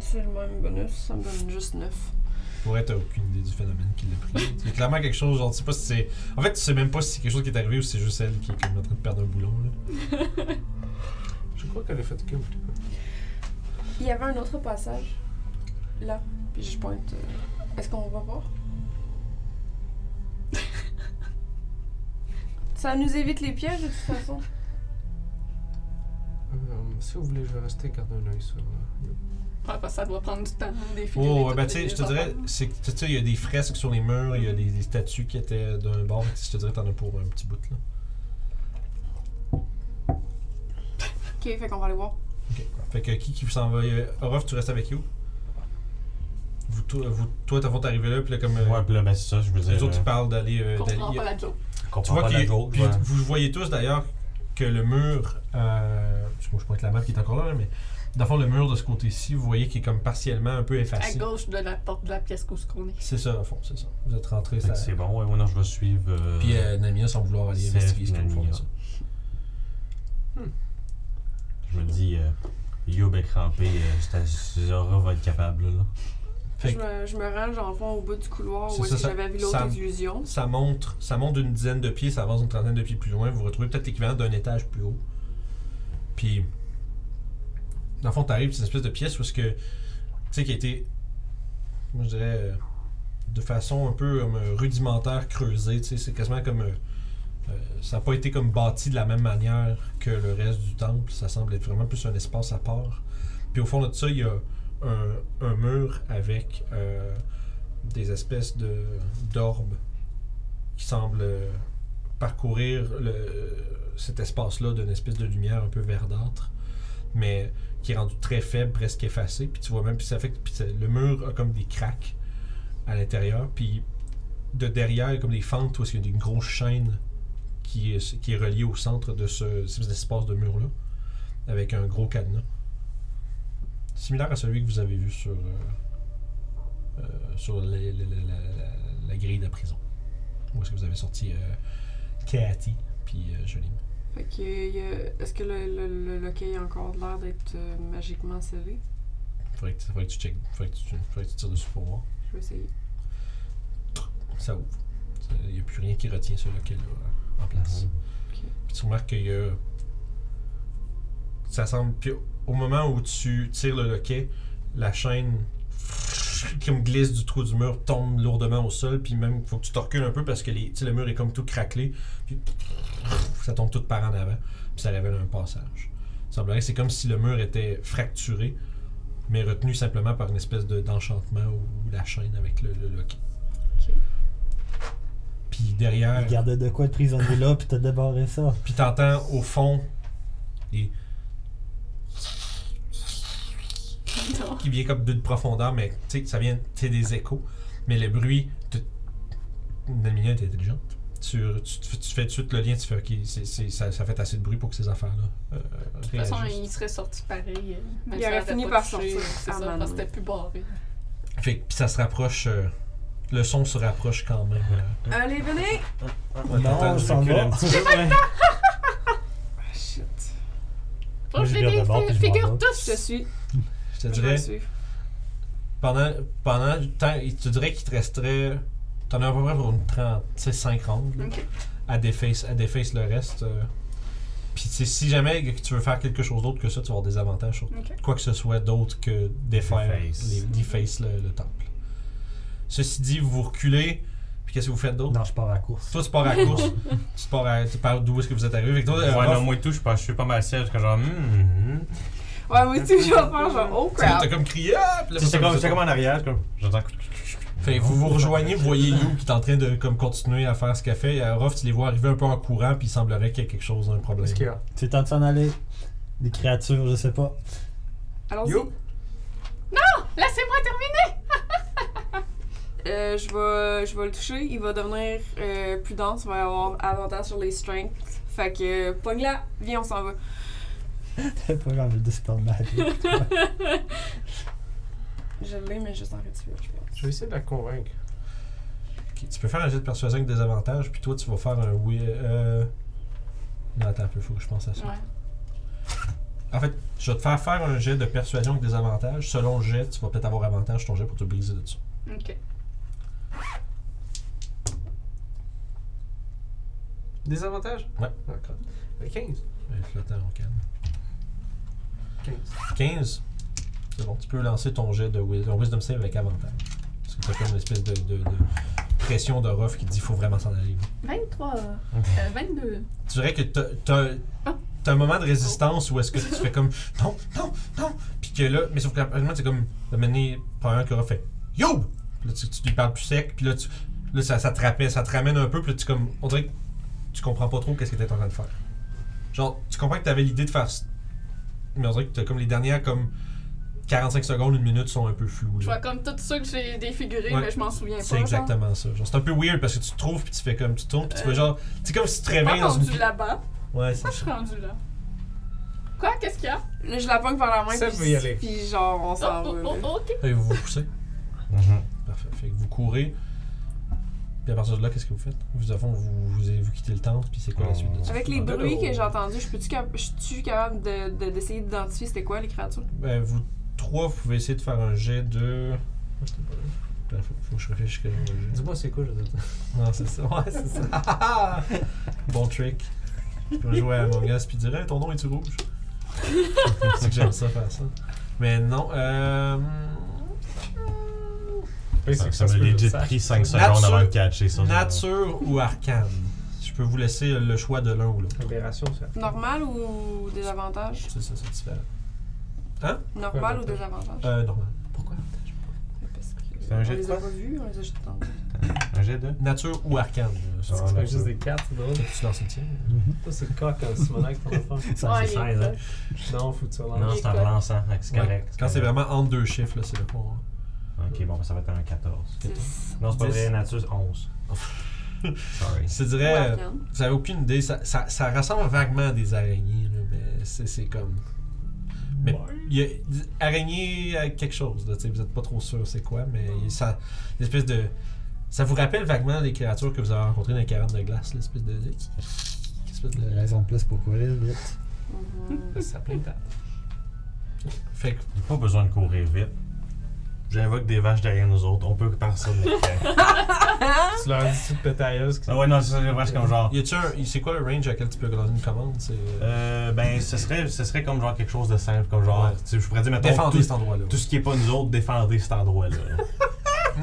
C'est le même bonus, ça me donne juste 9.
Pour être, t'as aucune idée du phénomène qui l'a pris. C'est clairement quelque chose, genre, tu sais pas si c'est. En fait, tu sais même pas si c'est quelque chose qui est arrivé ou si c'est juste elle qui est comme en train de perdre un boulon, là.
Je crois qu'elle est fatiguée un petit peu.
Il y avait un autre passage. Là. Puis je pointe. euh, Est-ce qu'on va voir? ça nous évite les pièges de toute façon.
Euh, si vous voulez, je vais rester garder un œil sur. euh,
Ah, parce que ça doit prendre du temps, des
Oh, ouais, ben, tu sais, je te dirais, c'est que, tu sais, il y a des fresques sur les murs, il y a des, des statues qui étaient d'un bord, fait que je te dirais, t'en as pour un petit bout, là.
Ok, fait qu'on va aller voir.
Ok. Fait que qui, qui s'en va euh, Orof, tu restes avec You. Vous, to- vous, toi, t'as fait arriver là, puis là, comme. euh,
Ouais, puis là, ben, c'est ça, je veux dire.
les autres,
euh,
ils parlent d'aller. euh, d'aller-
comprends
il y a-
pas la joke.
Tu
comprends
vois
pas
qu'il
la
est-
joke.
puis
ouais.
vous voyez tous d'ailleurs que le mur, euh, excuse-moi, je pointe la map qui est encore là, là, mais dans le fond le mur de ce côté-ci, vous voyez qu'il est comme partiellement un peu
À
effacé.
gauche de la porte de la pièce où ce qu'on est.
C'est ça, au fond, c'est ça. Vous êtes rentré,
Fait que
ça.
C'est bon, ouais, ouais, non, je vais suivre. euh,
Puis euh, Namia sans vouloir aller
c'est
investiguer ce qu'elle font.
Namia.
ça.
Je me dis, euh, Youb est crampé, euh, c'est- Zora va être capable, là.
Fait
Je
que
me, je me range dans le fond au bout du couloir
C'est
où est-ce
ça, ça-
que j'avais vu
ça
l'autre
me-
illusion.
ça monte, ça monte d'une dizaine de pieds, ça avance une trentaine de pieds plus loin. Vous retrouvez peut-être l'équivalent d'un étage plus haut. Puis, dans le fond, t'arrives, c'est une espèce de pièce où est-ce que, tu sais, qui a été, moi je dirais, euh, de façon un peu comme, euh, rudimentaire creusée. Tu sais, c'est quasiment comme, euh, euh, ça n'a pas été comme bâti de la même manière que le reste du temple. Ça semble être vraiment plus un espace à part. Puis au fond de ça, il y a un, un mur avec euh, des espèces de d'orbes qui semblent euh, parcourir le- cet espace-là d'une espèce de lumière un peu verdâtre, mais qui est rendu très faible, presque effacé. Puis tu vois même, puis ça fait que puis ça- le mur a comme des cracks à l'intérieur, puis de derrière, il y a comme des fentes où il y a des grosses chaînes qui est, qui est reliée au centre de ce, cet espace de mur-là, avec un gros cadenas. Similaire à celui que vous avez vu sur, euh, euh, sur la- la- la- la- la- la grille de la prison. Où est-ce que vous avez sorti euh, Cathy puis euh, Jolie.
Fait que. euh, Est-ce que le, le, le loquet a encore l'air d'être euh, magiquement scellé?
Faudrait que, tu- faudrait que tu check, faudrait que tu, faudrait que tu tires dessus pour voir.
Je vais essayer.
Ça ouvre. Il n'y a plus rien qui retient ce loquet-là euh, en place. Puis tu remarques qu'il y a. euh, Ça semble. Puis au moment où tu tires le loquet, la chaîne comme glisse du trou du mur, tombe lourdement au sol, puis même faut que tu te recules un peu parce que les, tu sais, le mur est comme tout craquelé, puis ça tombe tout par en avant, puis ça révèle un passage. Il semblerait que c'est comme si le mur était fracturé, mais retenu simplement par une espèce de- d'enchantement ou la chaîne avec le, le loquet.
Ok.
Puis derrière.
Il gardait de quoi de prisonnier là, puis t'as débarré ça.
Puis t'entends au fond et
Non.
qui vient comme d'une profondeur, mais tu sais, ça vient, c'est des échos. Mais le bruit de. Namina est intelligente. Tu, tu, tu- tu fais tout de suite le lien, tu fais OK, c'est- c'est- ça, ça fait assez de bruit pour que ces affaires-là. euh,
De toute façon,
réagissent.
il serait sorti pareil. euh, même
Il
si on
aurait
l'avait
fini
pas
par
touché,
sortir, Ah,
C'est
à
ça,
man,
parce que
oui.
c'était plus barré.
Fait que puis ça se rapproche. euh, le son se rapproche quand même. euh.
Allez, venez!
Ouais,
non,
t'entends
on
du
s'en
recul
va.
un petit
Ouais.
Ah, shit.
Oh,
je
je
regarde d'abord, puis
les
je m'en
figure
vais.
Je te
tous!
suis.
Je te
Je vais
dirais,
le suivre.
pendant, pendant le temps, il te dirait qu'il te resterait. T'en as à peu près pour une 30, tu sais, 5 rondes.
Ok.
à déface, à déface le reste. euh. Puis tu sais, si jamais que tu veux faire quelque chose d'autre que ça, tu vas avoir des avantages sur
Ok.
quoi que ce soit d'autre que défaire,
Deface.
les- deface le, le temple. Ceci dit, vous vous reculez, puis qu'est-ce que vous faites d'autre?
Non, je pars à la course.
Toi, tu pars à la course, tu pars, à- tu pars d'où est-ce que vous êtes arrivé. Fait que toi, euh,
Ouais,
Raph,
hmm, non, moi et tout, je pense- je suis pas mal sérieux, parce que genre, hum, hum.
Ouais, moi aussi, je vais faire genre, oh crap.
T'as comme crié, ah! Puis là,
J'étais
vous
comme,
êtes-
j'étais comme en arrière, comme. J'entends.
Fait que vous vous rejoignez, vous voyez Lou qui est en train de comme, continuer à faire ce qu'elle fait. Et euh, Ruff, tu les vois arriver un peu en courant, puis il semblerait qu'il y ait quelque chose, un problème.
Qu'est-ce qu'il y a?
C'est temps de s'en aller. Des créatures, je sais pas.
Allons-y.
Yo!
Laissez-moi terminer!
Euh, je vais, je vais le toucher. Il va devenir euh, plus dense. Il va avoir avantage sur les strengths. Fait que, pogne là, viens, on s'en va.
T'as pas envie de spell magic. toi.
Je l'ai, mais juste en retiré, je pense.
Je vais essayer de la convaincre.
Ok, Tu peux faire un jet de persuasion avec des avantages, puis toi, tu vas faire un oui. Euh... Non, attends un peu, faut que je pense à ça.
Ouais.
En fait, je vais te faire faire un jet de persuasion avec des avantages. Selon le jet, tu vas peut-être avoir avantage sur ton jet pour te briser de ça.
Ok.
Des avantages?
Ouais.
D'accord. Euh, 15.
Avec le temps, on calme.
15.
15. C'est bon, tu peux lancer ton jet de wis- ton wisdom save avec avantage. Parce que t'as comme une espèce de, de- de pression de Ruff qui dit faut vraiment s'en aller.
23. Euh, 22.
Tu dirais que t'as- t'as
Ah.
t'as un moment de résistance où est-ce que tu fais comme non, non, non, puis que là, mais sauf qu'apparemment, c'est comme de manière première que Ruff fait Yo! Puis là, tu, tu lui parles plus sec, puis là, tu, là ça, ça, te rappelle, ça te ramène un peu, puis là, tu comme, on dirait que tu comprends pas trop qu'est-ce que t'es en train de faire. Genre, tu comprends que t'avais l'idée de faire. c- Mais on dirait que t'as comme les dernières, comme 45 secondes, une minute sont un peu floues.
Je
là.
vois comme tout ceux que j'ai défiguré,
Ouais.
mais je m'en souviens pas.
C'est exactement ça. Genre, c'est un peu weird parce que tu te trouves puis tu fais comme tu tournes puis tu fais
Euh,
genre. C'est comme si tu te
Je
réveilles
suis pas
dans une.
rendu là-bas.
Ouais, c'est
Pourquoi
ça.
je suis rendu là? Quoi? Qu'est-ce qu'il y a?
Là, je la pogne par la main.
Ça
puis-
peut y aller.
Puis genre, on s'en
Oh,
va.
oh,
là.
oh, ok.
Et vous vous poussez.
Mhm.
Parfait. Fait que vous courez. Puis à partir de là, qu'est-ce que vous faites Vous, à fond, vous, vous, vous quittez le temple puis c'est quoi la suite de ça
Avec les
Oh.
bruits que j'ai entendus, je peux-tu cap- je suis capable de- de- d'essayer d'identifier c'était quoi les créatures?
Ben, vous trois, vous pouvez essayer de faire un jet de. Ben, faut, faut que je réfléchisse quel genre de jet.
Dis-moi c'est quoi, je veux dire.
Non, c'est ça. Ouais, c'est ça. bon trick. Tu peux jouer à Among Us puis dire Hey, ton nom est-tu rouge C'est que j'aime ça faire ça. Mais non, euh.
Ça- Ça m'a legit pris 5 secondes
Nature-
avant de catcher ça.
Nature ou arcane Je peux vous laisser le choix de l'un ou l'autre.
Aberration, ça.
Ah,
Normal ou désavantage?
C'est ça, c'est différent.
Normal ou
avantage.
désavantage?
Euh, normal.
Pourquoi?
Parce que
C'est un
on
jet de
les a
quoi?
pas vus, on les a juste entendus.
Un jet de.
Nature ou arcane euh, ça,
Ah,
Tu fais
d'accord.
juste des 4, c'est drôle.
Tu lances le tien
Toi, c'est le coq en simonac, ton enfant.
Ça,
Ouais,
c'est
il est
ça, là.
là.
Non, faut que tu
Non,
relances.
c'est en
quoi?
relançant. Fait que C'est
Ouais.
correct.
Quand c'est
correct.
vraiment entre deux chiffres, là, c'est le hein. point.
Ok, bon, ben, ça va être un 14.
Dix.
Non, c'est pas
Dix.
vrai, nature 11. Sorry.
Je te
Ou
dirais. euh,
arcane.
Vous avez aucune idée, ça, ça, ça ressemble vaguement à des araignées, là, mais c'est c'est comme. Mais il y a araignée à quelque chose, là, tu sais, vous n'êtes pas trop sûr c'est quoi, mais il- ça. une espèce de. Ça vous rappelle vaguement les créatures que vous avez rencontrées dans les cavernes de glace, l'espèce de. espèce de-
Raison de plus pour courir vite.
Mhm.
Ça plein de dates.
Fait que
J'ai pas besoin de courir vite. J'invoque des vaches derrière nous autres. On peut personne.
Tu leur dis tout de pétailleuse que
ah ouais, non, c'est ça, les vaches comme genre.
Y a-tu un. C'est quoi le range à quel tu peux lancer une commande C'est. euh,
Euh, ben, ce serait, ce serait comme genre quelque chose de simple, comme genre,
Ouais.
tu sais, je pourrais dire, mettons,
Défendez
tout,
cet endroit-là.
tout ce qui est pas nous autres, défendez cet endroit-là.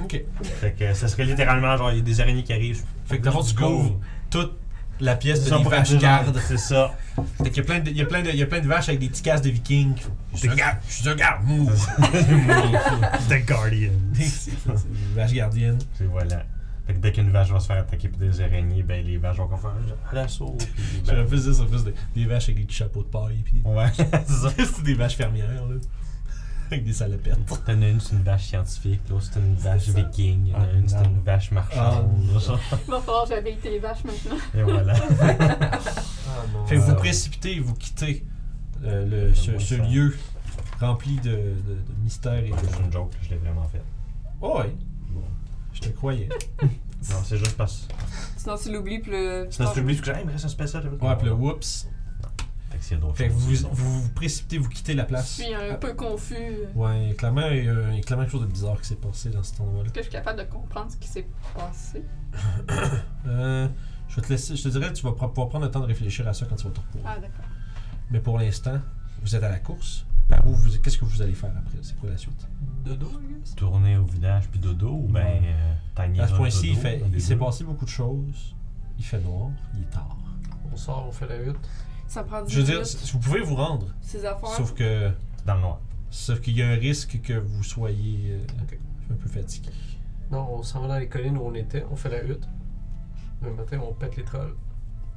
Ok.
fait que ce serait littéralement genre, il y a des araignées qui arrivent.
Fait que d'abord, tu couvres toute la pièce
C'est
de
ça,
les
pour
vaches
dire,
gardes.
C'est ça.
Fait qu'il y a plein de- il y a plein de- il y a plein de vaches avec des petits casques de vikings. Je suis un garde, je suis un garde, move!
The Guardian.
Une vache gardienne.
C'est voilà. Fait que dès qu'une vache va se faire attaquer par des araignies, ben les vaches vont comme faire genre, à l'assaut. puis
Je
ben-
vais plus dire ça, plus des, des vaches avec des petits chapeaux de paille. Puis
Ouais, c'est ça.
des, c'est des vaches fermières, là. Avec des salopettes.
T'en as une, c'est une vache scientifique, l'autre, c'est une vache viking, il y en a
Ah,
une, c'est
non.
une vache marchande.
Ah.
genre.
Il va falloir que j'habille tes vaches maintenant.
Et voilà.
Ah non.
Fait que vous
Ah.
précipitez, vous quittez euh, le, ce, ce lieu rempli de, de, de mystères et de.
c'est une joke, je l'ai vraiment faite.
Oh, ouais,
Bon.
je te croyais.
Non, c'est juste parce
Sinon, tu l'oublies, puis le.
Sinon, tu oublies que j'ai, il me reste un spécial.
Ouais, puis le whoops.
Fait que s'il y a d'autres
Fait que vous
choses,
vous, vous vous précipitez, vous quittez la
Je
place.
suis un peu confus.
Ouais, clairement, il y a- il y a clairement quelque chose de bizarre qui s'est passé dans cet endroit-là.
Est-ce que je suis capable de comprendre ce qui s'est passé?
Euh, je vais te laisser, je te dirais, tu vas pr- pouvoir prendre le temps de réfléchir à ça quand tu vas te reposer.
Ah, d'accord.
Mais pour l'instant, vous êtes à la course. Par où vous, qu'est-ce que vous allez faire après C'est quoi la suite
Dodo, I guess.
tourner au village puis dodo, ou ben,
Ouais.
euh, tagner
À ce
notre
point-ci, il,
dodo,
fait,
un des
il s'est
deux.
passé beaucoup de choses. Il fait noir, il est tard.
On sort, on fait la hutte.
Ça prend 10
Je veux dire,
minutes,
c- vous pouvez vous rendre,
ces affaires.
sauf que
dans le noir.
Sauf qu'il y a un risque que vous soyez euh,
Ok.
un peu fatigué.
Non, on s'en va dans les collines où on était, on fait la hutte. Le matin, on pète les trolls.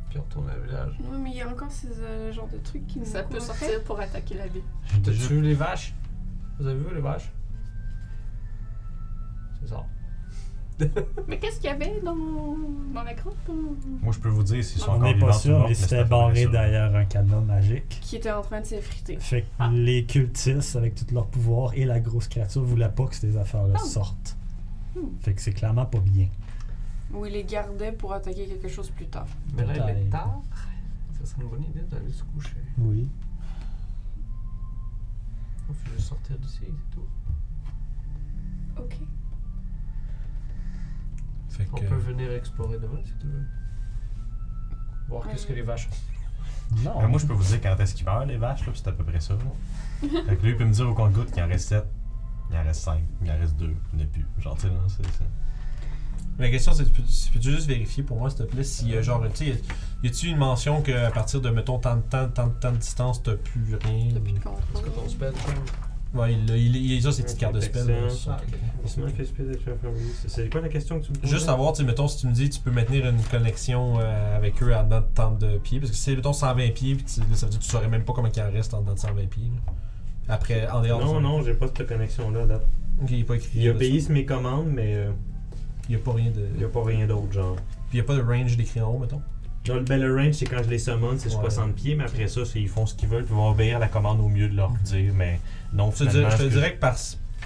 Puis on retourne à la village.
Non, mais il y a encore ces euh, genres de trucs qui nous
Ça peut
courent après.
sortir pour attaquer la ville.
J'ai
T'as
déjà-
vu les vaches Vous avez vu les vaches C'est ça.
Mais qu'est-ce qu'il y avait dans, dans la grotte? hein?
Moi, je peux vous dire s'ils sont
On
encore
n'est pas
vivants ou
sûr,
morts,
mais
c'est
c'était
à peu près
barré
ça.
derrière un cadenas magique.
Qui était en train de s'effriter.
Fait que
Ah.
les cultistes, avec tout leur pouvoir et la grosse créature, voulaient pas que ces affaires-là
Oh.
sortent.
Hmm.
Fait que c'est clairement pas bien.
Où il les gardait pour attaquer quelque chose plus tard.
Mais là, il est
Peut-être.
tard. Ça serait une bonne idée d'aller se coucher.
Oui.
On fait juste sortir d'ici, c'est tout.
Ok.
Fait
On
que,
peut venir explorer demain si tu veux. Voir qu'est-ce que les vaches ont.
Non.
Mais Euh, moi, je peux vous dire quand est-ce qu'ils meurent, les vaches, là, puis c'est à peu près ça. Là. fait que lui, il peut me dire au compte-goutte qu'il en reste 7, il en reste 5, il en reste 2, il n'y en a plus. Genre, tu sais, là, c'est ça.
Ma question, c'est peux- tu peux-tu juste vérifier pour moi, s'il te plaît, si, euh, genre, tu sais, y a-tu une mention qu'à partir de, mettons, tant de temps, tant de temps de distance, t'as plus rien
T'as plus de
Parce que ton
contrôle.
spell,
Ouais, il, a- il, a- il a ça, ces petites cartes de spell. là,
Excellent.
ça.
Ah, ok.
C'est c'est quoi la question que tu me poses?
Juste savoir, tu sais, mettons, si tu me dis tu peux maintenir une connexion euh, avec eux en dedans de tant de pieds, parce que c'est, mettons, 120 pieds, puis tu- ça veut dire que tu saurais même pas combien il en reste en dedans de 120 pieds. là. Après, en dehors de
Non,
120.
non, j'ai pas cette connexion-là. à date.
Ok, il a pas écrit.
Ils
là,
obéissent mes commandes, mais euh,
ça. Il a pas rien de.
il n'y a pas rien d'autre, genre.
Puis il a pas de range d'écrit en haut, mettons.
Dans le bel range, c'est quand je les summon, c'est
Ouais.
60 pieds, mais après ça, c'est- ils font ce qu'ils veulent, puis ils vont obéir à la commande au mieux de leur dire, mais non,
Je te
finalement,
dirais, je te
ce que
dirais que par.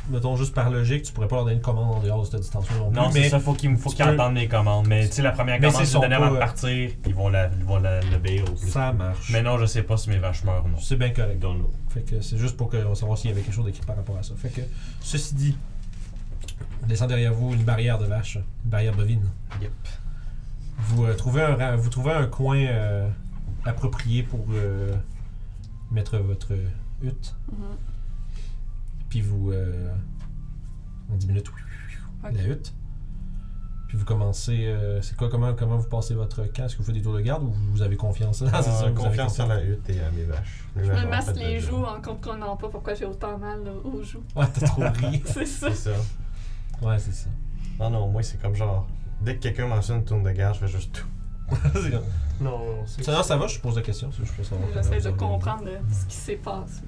Mettons, juste par logique, tu pourrais pas leur donner une commande en dehors de cette distance non plus.
Non,
mais
c'est ça, faut qu'ils faut
tu
qu'ils
peux-
entendent mes commandes. Mais tu sais, la première
Mais
commande,
c'est
c'est
son
donner avant
pas,
de
euh,
partir, ils vont la- ils vont la- l'obéir au plus.
ça marche.
Mais non, je sais pas si mes vaches meurent ou non.
C'est bien correct.
Don't know.
Fait que c'est juste pour que, on savoir s'il y avait quelque chose d'écrit par rapport à ça. Fait que, ceci dit, descend derrière vous une barrière de vache, une barrière bovine.
Yep.
Vous, euh, trouvez, un, ra- vous trouvez un coin euh, approprié pour euh, mettre votre hutte,
Mhm.
puis vous. euh, en 10 minutes, oui,
Ok.
la hutte. Puis vous commencez. euh, c'est quoi, comment, comment vous passez votre camp Est-ce que vous faites des tours de garde ou vous avez confiance Ah, c'est ça, vous avez
Euh, confiance à la hutte et à mes vaches. Les
Je
vaches
me
ont
masse
fait
les
le job.
joues en comprenant pas pourquoi j'ai autant mal là, aux joues.
Ouais, t'as trop ri.
C'est ça.
C'est ça.
Ouais, c'est ça.
Non, non, moi, c'est comme genre, dès que quelqu'un mentionne une tourne de garde, je fais juste tout.
C'est comme-
Non, c'est
Ça, non, ça va, je pose la question, parce que je peux savoir. comment
J'essaie
vous
de
organisez.
comprendre euh, ce qui s'est passé.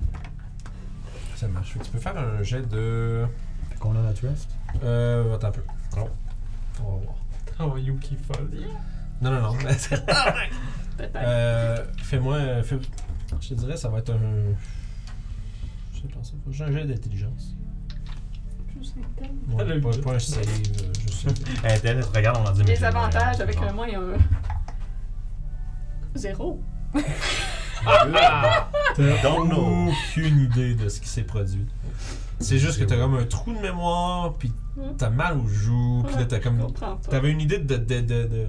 Ça marche. Fait que Tu peux faire un jet de.
Fait qu'on a notre rest.
Euh. Attends un peu. Non. On va voir.
Oh, Yuki folle.
Non, non, non.
Peut-être.
euh, Fais-moi. euh, fais- Je te dirais, ça va être un. Je sais pas, ça. Faut juste un jet d'intelligence.
Juste un thème.
Ouais,
Elle a
pas,
eu.
pas un save, euh, juste. un-
Internet, regarde, on en dit
Les avantages avec un moins euh, Zéro.
Don't know.
aucune idée de ce qui s'est produit. C'est juste que t'as comme un trou de mémoire, puis t'as mal aux joues, puis là t'as
Je
comme.
comprends pas.
T'avais une idée de. de. de. de.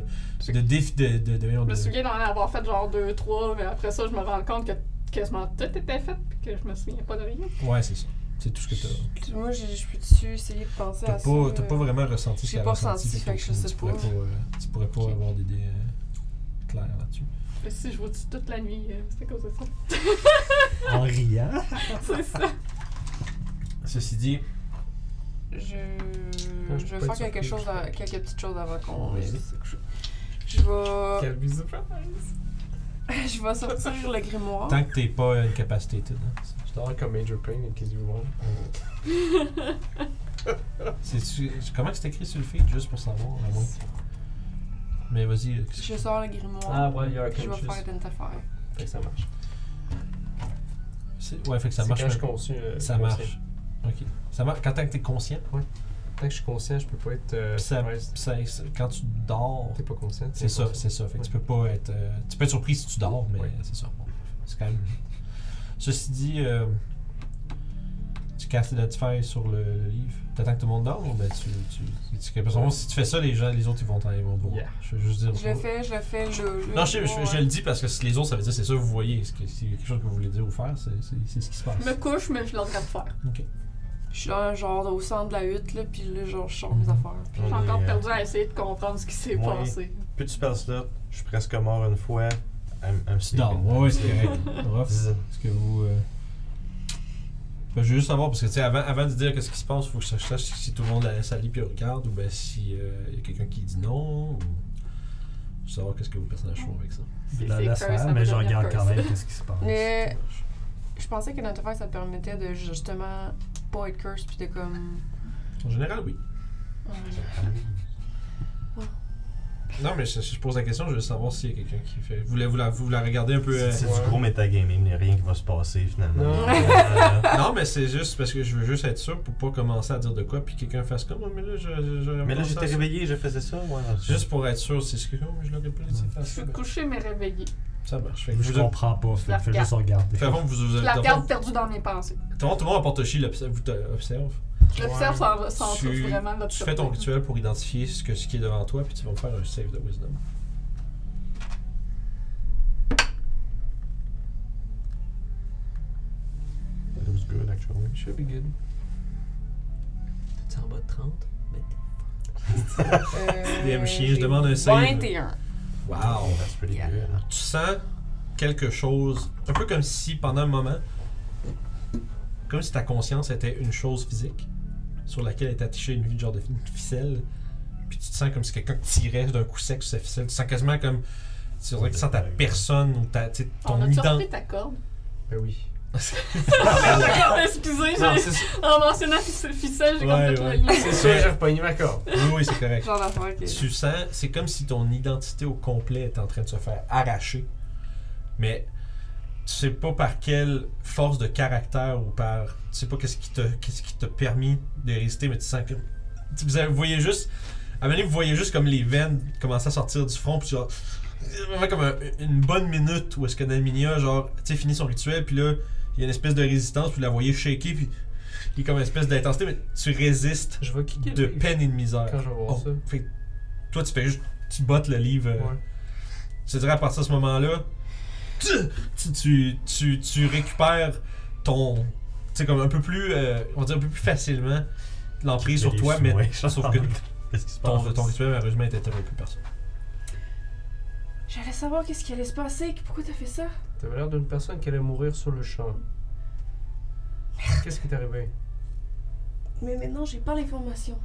de. défi- de. de. de.
Je me
de.
souviens d'en avoir fait genre deux, trois, mais après ça, je me rends compte que quasiment tout était fait puis que je me souviens pas de rien.
Ouais, c'est ça. C'est tout ce que t'as.
Moi, je, je peux-tu essayer de penser
T'as
à ça?
pas, t'as pas
euh,
vraiment ressenti
j'ai
qu'elle a
pas ressenti, fait
tu-
que je sais
tu pourrais
pas.
euh, tu pourrais pas
Ok.
avoir d'idée euh, claire là-dessus.
Et si je vous dis toute la nuit, euh, c'est à cause de ça.
En riant.
c'est ça.
Ceci dit,
Je,
je
je
peux
vais
pas
faire
être
quelque
surpris.
chose, à- quelques petites choses avant qu'on
Vas-y.
se couche. Je vais,
Quel bisou, surprise!
je vais sortir le grimoire.
tant que t'es pas euh, incapacitated, hein, c'est-
Je dors comme Major Payne et Kizzy Wong.
c'est, c'est- comment que c'est écrit sur le feed, juste pour savoir, à moins que- Mais vas-y, euh, qu'est-ce
Je
que-
sors le grimoire.
Ah ouais, il y a un
je vais faire
conscious.
une affaire.
Fait que ça marche.
c'est- ouais, fait que ça
C'est
marche.
Quand je suis
même-
conscient. euh,
ça
conscient.
marche. Ok. Ça marche. Quand t'es- t'es conscient,
Tant que je suis conscient, je peux pas être. euh,
pis ça,
surprise.
pis ça- ça- quand tu dors,
T'es pas conscient. t'es
c'est ça,
inconscient.
c'est ça. Fait que tu peux pas être, euh, tu peux être surpris si tu dors, mais
Ouais.
c'est ça. Bon, c'est quand même. Ceci dit, euh, tu casses l'identifier sur le, le livre. T'attends que tout le monde dorme, ou ben tu, tu, tu, tu- parce que vraiment, si tu fais ça, les gens, les autres, ils vont t'en- ils vont te voir.
Yeah.
Je veux juste dire.
Je le fais, je le fais, je le
Non, je, sais,
grimoire.
je, je le dis parce que si les autres, ça veut dire c'est ça, vous voyez. C'est que- S'il y a quelque chose que vous voulez dire ou faire, c'est- c'est c'est ce qui se passe.
Je me couche, mais je l'ai en train de faire.
Je suis là, genre au centre de la hutte, là, puis là, genre, je sors mes
Mhm.
affaires.
J'ai encore perdu à essayer de comprendre ce qui s'est
Ouais.
passé.
Plus de spell slot, je suis presque mort une fois. I'm, I'm
Tu
sleeping.
dors. Ouais, ouais, c'est correct. Rof,
Zzz.
est-ce que vous. euh, Ben, je veux juste savoir, parce que tu sais, avant, avant de dire qu'est-ce qui se passe, faut que je sache si tout le monde la laisse aller puis regarde, ou ben si euh, y a quelqu'un qui dit non, ou. Je veux savoir qu'est-ce que vos personnages font avec ça.
C'est-
la
c'est
laisse
curse,
faire,
ça
mais
me
je
donne
regarde
curse.
quand même qu'est-ce qui se passe.
Mais je pensais que notre affaire, ça te permettait de justement pas être curse puis de comme.
En général, oui. Non, mais je, je pose la question, je veux savoir s'il y a quelqu'un qui fait. Vous voulez vous la, vous la regardez un peu. euh,
C'est c'est du gros metagaming, il n'y a rien qui va se passer finalement.
Non.
Euh,
Non, mais c'est juste parce que je veux juste être sûr pour pas commencer à dire de quoi, puis quelqu'un fasse comme. Oh, mais là, je, je, je-
mais là,
je-
j'étais réveillé, je faisais ça. Ouais,
Juste pour être sûr, c'est ce que. Oh, mais je l'aurais pas laissé faire
Je
ça.
suis couchée mais réveillée.
Ça marche. Fait que
Je
vous,
comprends pas, fait que je fais juste regarder.
fait que vous, vous,
Je la
de
regarde perdue dans mes pensées.
fond, tout le monde- tout le monde en porte-chi l'obs- vous te- observe.
J'observe sans, sans
Tu-
vraiment l'observer.
Tu fais ton rituel pour identifier ce, que, ce qui est devant toi, puis tu vas me faire un save de wisdom.
It was good, actually.
Should be good. T'es en bas de 30? Mais
Euh,
DM chien, je demande un save.
21.
Wow!
That's pretty
Yeah.
good.
hein.
tu sens quelque chose, un peu comme si pendant un moment, comme si ta conscience était une chose physique sur laquelle est attachée une genre de fi- une ficelle, puis tu te sens comme si quelqu'un tirait d'un coup sec sur sa ficelle. Tu sens quasiment comme. Tu, dirais que tu sens ta personne ou ta, tu sais,
On
ton
a-tu repris
identité.
ta corde?
Ben oui.
Regarde, excusez,
Non,
j'ai-
c'est ça.
en mentionnant le ficelle, j'ai
Ouais,
comme tout
ouais.
le lien.
C'est sûr, j'ai repogné ma corde.
Oui, oui, c'est correct.
Genre d'affaire que.
Tu sens, c'est comme si ton identité au complet est en train de se faire arracher, mais tu sais pas par quelle force de caractère ou par. Tu sais pas qu'est-ce qui t'a qu'est-ce qui t'a permis de résister, mais tu sens que. tu- Vous avez- vous voyez juste. À un moment donné, vous voyez juste comme les veines commencer à sortir du front, puis genre. Vraiment comme un- une bonne minute où est-ce que Naminia, genre, tu sais, finit son rituel, puis là, il y a une espèce de résistance, puis vous la voyez shaker, puis il y a comme une espèce d'intensité, mais tu résistes
Je vais kicker
de
le livre
peine et de misère.
Quand je vais voir
Oh,
ça.
fait que toi, tu fais juste. Tu bottes le livre. euh,
Ouais.
Tu dirais à partir de ce moment-là. Tu, tu, tu, tu, tu récupères ton. Tu sais, comme un peu plus. euh, on va dire un peu plus facilement l'emprise sur toi, mais
Ouais, Ah,
sauf que
Qu'est-ce qui se passe?
ton, ton rituel, malheureusement, est interrompu par ça.
J'allais savoir qu'est-ce qui allait se passer, que- pourquoi t'as fait ça?
T'avais l'air d'une personne qui allait mourir sur le champ. Qu'est-ce qui t'est arrivé?
Mais maintenant, j'ai pas l'information.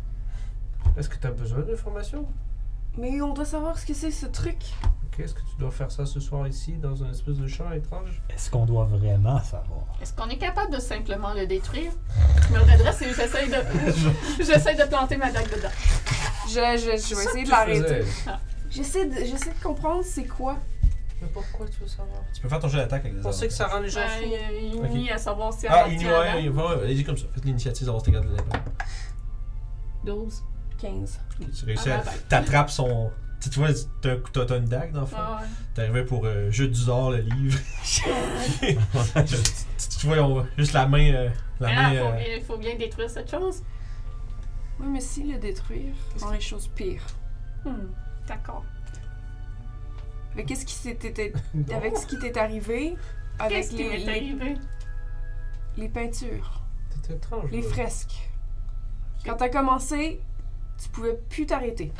Est-ce que t'as besoin d'informations?
Mais on doit savoir ce que c'est ce truc.
Ok, est-ce que tu dois faire ça ce soir ici, dans un espèce de champ étrange?
Est-ce qu'on doit vraiment savoir?
Est-ce qu'on est capable de simplement le détruire? Je me redresse et j'essaye de, j'essaye de planter ma dague dedans.
Je, je, je vais essayer de l'arrêter. J'essaie de, j'essaie de comprendre c'est quoi.
Mais pourquoi tu veux savoir?
Tu peux faire ton jeu d'attaque avec des
On sait que
avantages.
ça rend les gens
J'ai
fous.
une
Ok.
à savoir si elle
Ah,
la
une
tient
ouais,
avant.
ouais, ouais, allez-y comme ça. Faites l'initiative d'avoir tes gardes de l'impact.
12.
15.
Tu réussis
Ah,
à.
bah, bah.
T'attrapes son. Tu tu vois, t'as t'as- t'as une dague dans le fond.
Ah, ouais.
T'arrivais pour euh, jeu du sort, le livre. tu, tu vois, on- juste la main. euh, la
Mais
main.
là, faut,
euh,
bien, faut bien détruire cette chose.
Oui, mais si le détruire, rend les choses pires.
Hmm, D'accord.
Mais qu'est-ce qui s'était.
Non.
Avec ce qui t'est arrivé, avec
Qu'est-ce qui
les,
m'est
les,
arrivé?
les peintures,
C'est étrange.
les
là.
fresques. Quand t'as commencé, tu pouvais plus t'arrêter.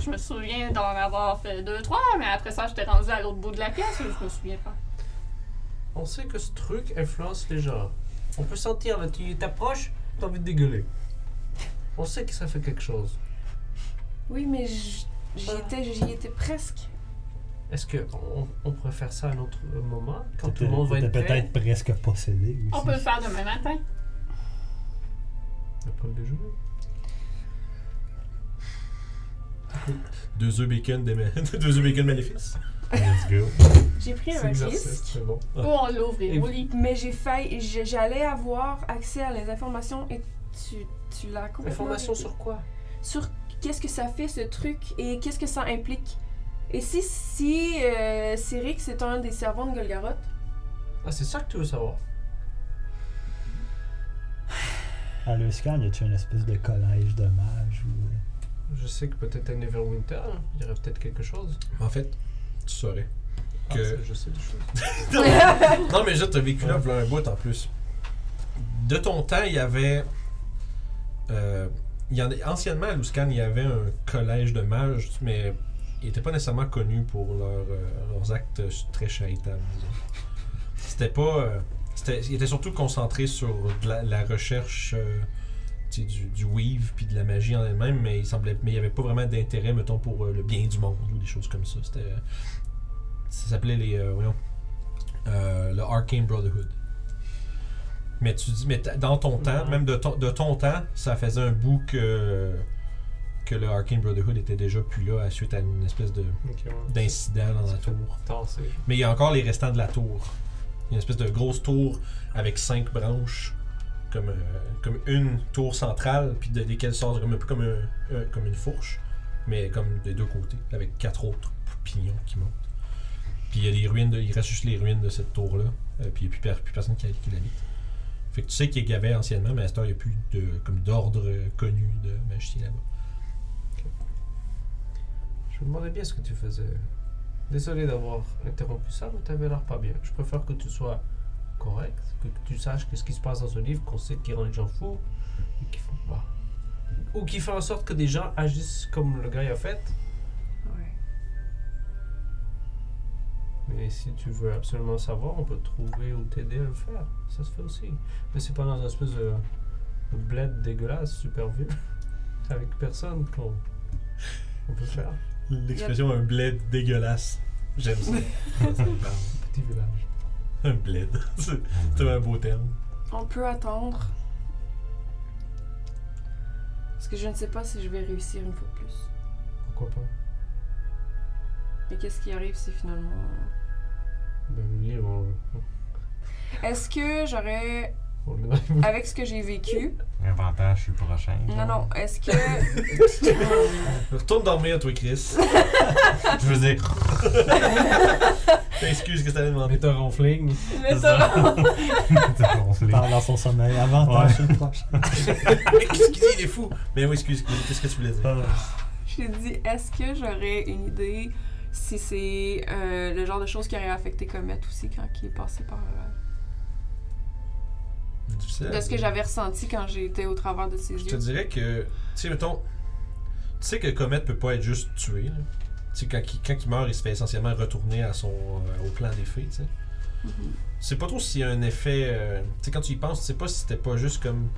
Je me souviens d'en avoir fait deux, trois, mais après ça, j'étais rendue à l'autre bout de la pièce et je me souviens pas.
On sait que ce truc influence les gens. On peut sentir, là, tu t'approches, t'as envie de dégueuler. On sait que ça fait quelque chose.
Oui, mais j- j'y étais, j'y étais presque.
Est-ce que on, on pourrait faire ça à un autre euh, moment, quand tout
T'étais
le monde va être prêt?
peut-être presque possédé aussi.
On peut le faire demain matin.
Après le déjeuner.
deux œufs bacon, des ma- deux œufs bacon maléfices.
Let's go.
J'ai pris
C'est
un
exercice,
risque,
c'est bon.
Ou on l'ouvre et
Et-
on lit.
mais j'ai failli, j'- j'allais avoir accès à les informations et tu, tu l'as complètement.
Information
arrêté.
sur quoi
sur qu'est-ce que ça fait ce truc et qu'est-ce que ça implique. Et si si euh, Cyric c'est un des servants de Golgaroth,
Ah, c'est ça que tu veux savoir.
À l'Euscan, y a-tu une espèce de collège de mages ou. euh,
Je sais que peut-être à Neverwinter, il y aurait peut-être quelque chose.
En fait, tu saurais.
Ah,
Que-
ça, je sais des choses.
Non, mais juste, t'as vécu là, v'là un bout en plus. De ton temps, il y avait. euh, il y en a- anciennement, à Luscan, il y avait un collège de mages, mais ils n'étaient pas nécessairement connus pour leurs, euh, leurs actes très charitables. disons. C'était pas. euh, C'était- il était surtout concentré sur de la, la recherche euh, tu sais, du, du weave puis de la magie en elle-même, mais il semblait, mais il n'y avait pas vraiment d'intérêt, mettons, pour euh, le bien du monde ou des choses comme ça. C'était, euh, ça s'appelait les, euh, voyons, euh, le Arcane Brotherhood. Mais tu dis, mais t- dans ton temps,
Ouais.
même de ton, de ton temps, ça faisait un bout que, que le Arcane Brotherhood était déjà plus là à suite à une espèce de,
Ok, ouais.
d'incident dans la
Ça fait
tour.
tasser.
Mais il y a encore les restants de la tour. Il y a une espèce de grosse tour avec cinq branches, comme, euh, comme une tour centrale, puis de, desquelles sort comme un peu comme, un- un- comme une fourche, mais comme des deux côtés, avec quatre autres pignons qui montent. Puis il y a les ruines, de, il reste juste les ruines de cette tour-là, euh, puis il n'y a plus, per- plus personne qui, qui l'habite. Fait que tu sais qu'il y avait anciennement, mais à cette heure, il n'y a plus de- comme d'ordre euh, connu de magicien là-bas.
Je me demandais bien ce que tu faisais. Désolé d'avoir interrompu ça, mais t'avais l'air pas bien. Je préfère que tu sois correct, que tu saches que ce qui se passe dans ce livre, qu'on sait qui rend les gens fous, et qui font pas. Ou qui fait en sorte que des gens agissent comme le gars a fait.
Ouais.
Mais si tu veux absolument savoir, on peut te trouver ou t'aider à le faire. Ça se fait aussi. Mais c'est pas dans une espèce de, de bled dégueulasse, super vieux, avec personne qu'on on peut faire.
L'expression un bled dégueulasse. J'aime ça.
Petit village.
un bled. C'est c'est un beau terme.
On peut attendre. Parce que je ne sais pas si je vais réussir une fois de plus.
Pourquoi pas
Et qu'est-ce qui arrive si finalement. euh,
Ben, le livre, on-
Est-ce que j'aurais.
on le met dans les bouches.
Avec ce que j'ai vécu.
Avantage, je suis prochain.
Non, non, est-ce que.
Retourne dormir, toi, Chris.
Je veux dire,
T'excuses que t'avais demandé.
Mettez un ronfling.
Mais ça-
t'as gonflé.
Parle dans son sommeil. Avantage sur le proche.
excusez, il est fou. Mais oui, excuse, excuse, qu'est-ce que tu voulais
Ah.
dire?
Euh,
J'ai dit, est-ce que j'aurais une idée si c'est euh, le genre de choses qui aurait affecté Comet aussi quand il est passé par. euh,
Difficile à
de ce que
dire.
j'avais ressenti quand j'étais au travers de ses
Je te
yeux.
dirais que, tu sais, mettons, tu sais que Comet peut pas être juste tué. là. Tu sais, quand, il- quand il meurt, il se fait essentiellement retourner à son, euh, au plan des fées, tu sais.
Mhm.
Tu sais pas trop s'il y a un effet. euh, tu sais, quand tu y penses, tu sais pas si c'était pas juste comme.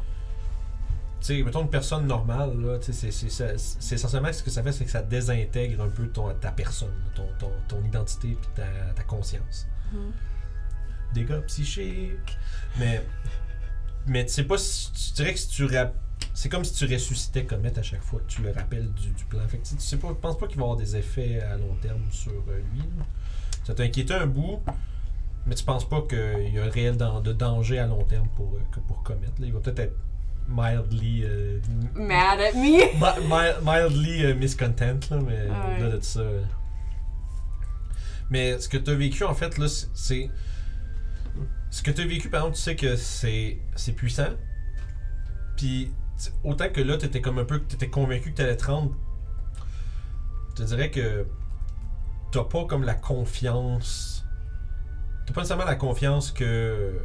Tu sais, mettons une personne normale, là, tu sais, c'est- c'est ça- c'est essentiellement ce que ça fait, c'est que ça désintègre un peu ton, ta personne, ton, ton, ton identité puis ta, ta conscience.
Mhm.
Dégâts psychiques. Mais. Mais tu sais pas si. Tu dirais que si tu rap- C'est comme si tu ressuscitais Comet à chaque fois que tu le rappelles du, du plan. Fait que tu sais, tu sais pas, je pense pas qu'il va avoir des effets à long terme sur euh, lui. là. Ça t'inquiétait un bout, mais tu penses pas qu'il y a un réel dan- de danger à long terme pour, euh, que pour Comet. là. Il va peut-être être mildly, euh,
Mad at me!
mi- mi- mildly euh, miscontent, là, mais
Ouais.
au-delà de ça. euh. Mais ce que tu as vécu, en fait, là, c'est- c'est. Ce que tu as vécu, par exemple, tu sais que c'est c'est puissant. Puis, tu- autant que là, tu étais comme un peu. Tu étais convaincu que tu allais te rendre. Je te dirais que. T'as pas comme la confiance. T'as pas nécessairement la confiance que.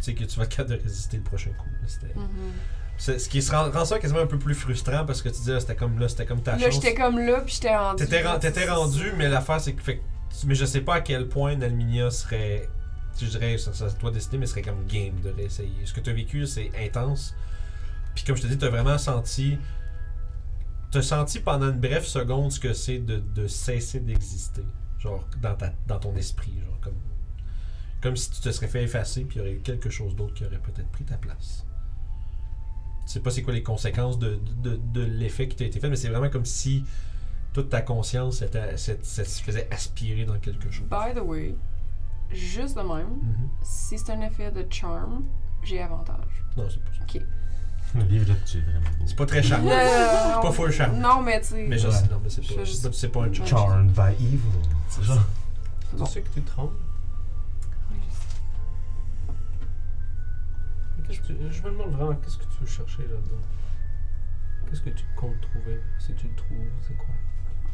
Tu sais, que tu vas être capable de résister le prochain coup. là. C'était-
Mhm.
c'est- Ce qui se rend, rend ça quasiment un peu plus frustrant parce que tu disais, ah, c'était comme là, c'était comme ta
Là,
chance.
j'étais comme là, puis j'étais rendu.
T'étais ren- t'étais rendu, mais l'affaire, c'est que. fait que tu- mais je sais pas à quel point Nalminia serait. Je dirais, ça, ça c'est toi de décider, mais serait comme game de réessayer. Ce que t'as vécu, c'est intense. Puis comme je te dis, t'as vraiment senti. T'as senti pendant une brève seconde ce que c'est de, de cesser d'exister. Genre, dans, ta, dans ton esprit. Genre, comme. Comme si tu te serais fait effacer, puis il y aurait eu quelque chose d'autre qui aurait peut-être pris ta place. Tu sais pas c'est quoi les conséquences de, de, de l'effet qui t'a été fait, mais c'est vraiment comme si toute ta conscience était, s'est- s'est- se faisait aspirer dans quelque chose.
By the way, juste de même,
Mhm.
si c'est un effet de charm, j'ai avantage.
Non, c'est pas ça.
Le livre là-dessus est vraiment beau.
C'est pas très charmant.
Non,
Ah pas full charme.
Non, mais tu sais.
Mais je
Ouais.
sais, non, mais c'est pas,
Je-
c'est pas- c'est pas un charme.
Charmed by evil.
C'est ça.
Tu sais que tu trembles. Mais qu'est-ce que tu- je me demande vraiment qu'est-ce que tu veux chercher là-dedans. Qu'est-ce que tu comptes trouver Si tu le trouves, c'est quoi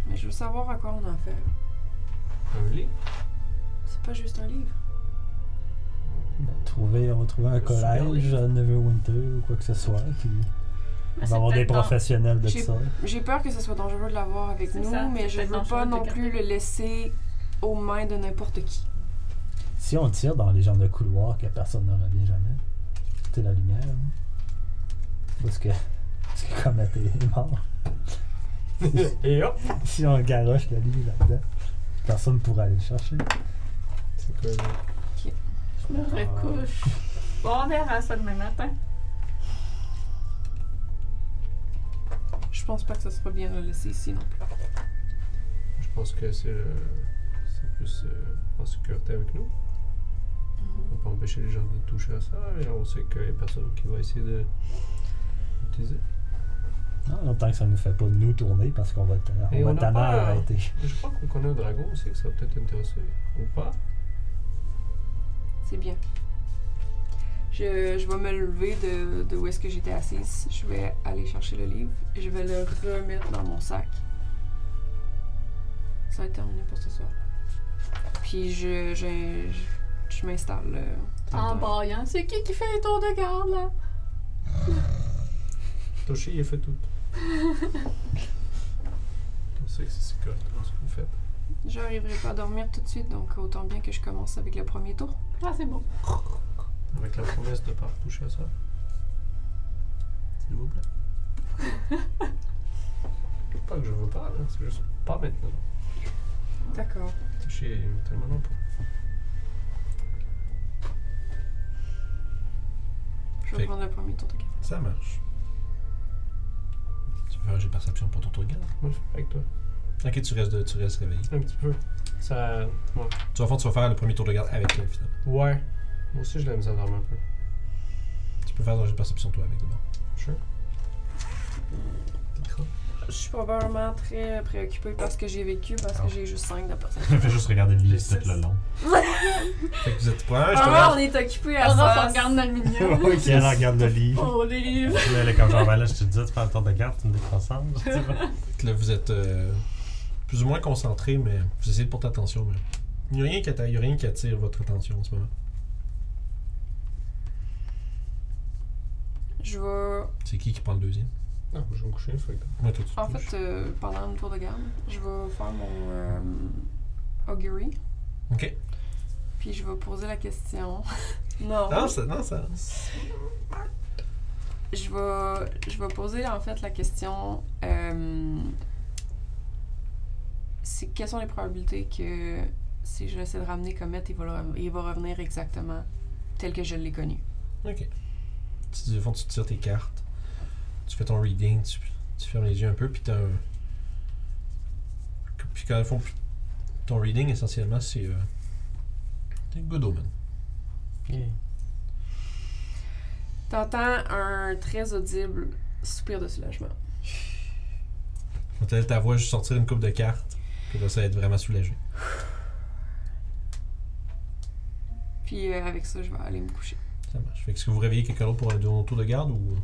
Mais je veux savoir à quoi on en fait.
Un livre
C'est pas juste un livre.
Trouver, on va trouver un collège à Neverwinter ou quoi que ce soit. Puis on
Ah, c'est
va avoir des
peut-être dans-
professionnels de
J'ai-
ça.
J'ai peur que ce soit dangereux de l'avoir avec
C'est
nous,
ça,
mais
c'est
je
peut-être
veux pas
dangereux de
non
le
plus
garder.
le laisser aux mains de n'importe qui.
Si on tire dans les genres de couloir que personne ne revient jamais, c'est la lumière. hein. Parce que. Parce que comme la télé est mort.
Et hop!
Si on garoche la nuit là-dedans, personne ne pourra aller le chercher.
C'est quoi là?
Je me
Ah.
recouche. Bon, on verra ça demain matin.
Je pense pas que ça sera bien de le laisser ici non plus.
Je pense que c'est euh, c'est plus euh, en sécurité avec nous. On peut empêcher les gens de toucher à ça et on sait qu'il n'y a personne qui va essayer de l'utiliser.
Non, en même temps que ça nous fait pas nous tourner parce qu'on va être
Et
on va
on a
tellement
pas-
arrêter.
Je crois qu'on connaît un dragon aussi que ça va peut-être intéresser. Ou pas.
C'est bien. Je, je vais me lever de, de où est-ce que j'étais assise. Je vais aller chercher le livre. Je vais le remettre dans mon sac. Ça va être terminé pour ce soir. Puis je, je, je, je m'installe. euh,
En
dans-
baillant, c'est qui qui fait les tours de garde, là?
Toshi, il fait tout. on sait que c'est sécuritairement ce que vous faites.
J'arriverai pas à dormir tout de suite, donc autant bien que je commence avec le premier tour.
Ah, c'est bon.
Avec la promesse de ne pas toucher à ça. S'il vous plaît. pas que je veux pas, là, c'est juste pas maintenant.
D'accord.
Toshi est tellement long pour.
Je
Fait-
vais prendre le premier tour de garde.
Ça marche. Tu veux faire un jet de perception pour ton tour de garde?
Moi, je fais avec toi.
Ok, tu restes, de- tu restes réveillé.
Un petit peu. Ça. Ouais.
Tu vas, au fond, tu vas faire le premier tour de garde avec toi, finalement.
Ouais. Moi aussi, je l'aime ça dormir un peu.
Tu peux faire un jet de perception, toi, avec d'abord.
Sure. Petit cran.
Je suis probablement très euh, préoccupée parce que j'ai vécu, parce que j'ai juste 5 de personnes.
Je fais juste regarder le
J'ai
livre tout
six.
le long.
Fait que vous êtes prêts, je te
Ah,
lance.
on est occupé à
Alors,
ça.
on regarde dans le milieu.
ok, elle regarde le lit.
Oh, les livres.
Puis
euh,
Elle est comme genre, ben là, je te disais, tu fais un tour de garde, tu me déconcentres. Tu sais,
Là, vous êtes euh, plus ou moins concentré, mais vous essayez de porter attention. Mais il n'y a, rien qui atta- il y a rien qui attire votre attention en ce moment.
Je vais.
C'est qui qui prend le deuxième
Non, je vais me coucher, fait que.
Moi, toi, tu te
En
couches.
fait, euh, pendant le tour de garde, je vais faire mon euh, augury,
Ok.
puis je vais poser la question. non.
Non, ça. Non, ça.
Je vais, je vais poser en fait la question euh, c'est quelles sont les probabilités que si je l'essaie de ramener Comet, il va, le re- il va revenir exactement tel que je l'ai connu.
Ok. Tu, au fond, tu tires tes cartes, tu fais ton reading, tu, tu fermes les yeux un peu, puis t'as un. Puis quand, au fond, ton reading, essentiellement, c'est. Euh, t'es good omen.
T'entends un très audible soupir de soulagement.
On t'aide ta voix juste sortir une coupe de cartes, puis là, ça va être vraiment soulagé.
Puis euh, avec ça, je vais aller me coucher.
Ça marche. Fait que est-ce que vous réveillez quelqu'un d'autre pour un deuxième tour de garde ou. euh?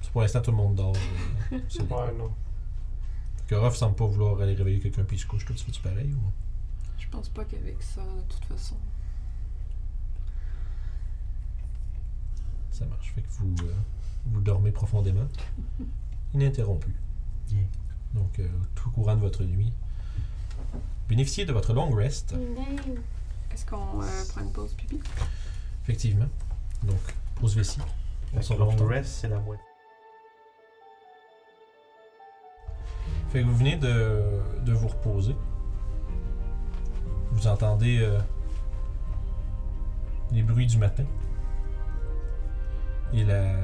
C'est pour l'instant tout le monde dort. euh, c'est bon.
Ouais, non.
Fait Que Ruff semble pas vouloir aller réveiller quelqu'un puis il se couche tout de suite pareil ou.
Je pense pas qu'avec ça, de toute façon.
Ça marche. Fait que vous, euh, vous dormez profondément. Ininterrompu.
Bien.
Donc euh, tout courant de votre nuit. Bénéficiez de votre long rest,
Est-ce qu'on euh, prend une pause pipi
effectivement. Donc, pause vessie. On
Fait
s'en
que
va plus
long
tard.
rest, c'est la moitié.
Fait que vous venez de, de vous reposer. Vous entendez euh, les bruits du matin. Et la...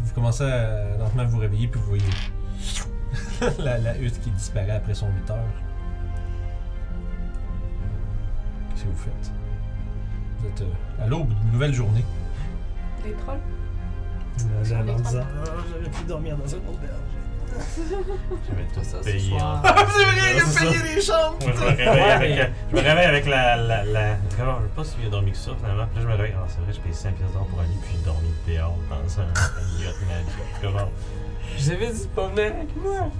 Vous commencez à lentement vous réveiller, puis vous voyez la, la hutte qui disparaît après son 8 heures. Qu'est-ce que vous faites? Vous êtes euh, à l'aube d'une nouvelle journée.
Les trolls
Là, j'allais en disant, Ah, j'aurais pu dormir dans une auberge.
Je vais tout
Ça, ce
payer.
soir.
hein.
Ah, vrai,
il a payé
les chambres!
Moi, je me réveille avec, euh, je me réveille avec la, la, la... Vraiment, je sais pas si j'ai dormi que ça, finalement. Puis là, je me réveille. Ah, c'est vrai, je paye 5 pièces d'or pour un lit, puis j'ai dormi dehors hein. dans un un yacht magique. Je suis comme, genre,
Je vous avais dit de pas venir avec moi!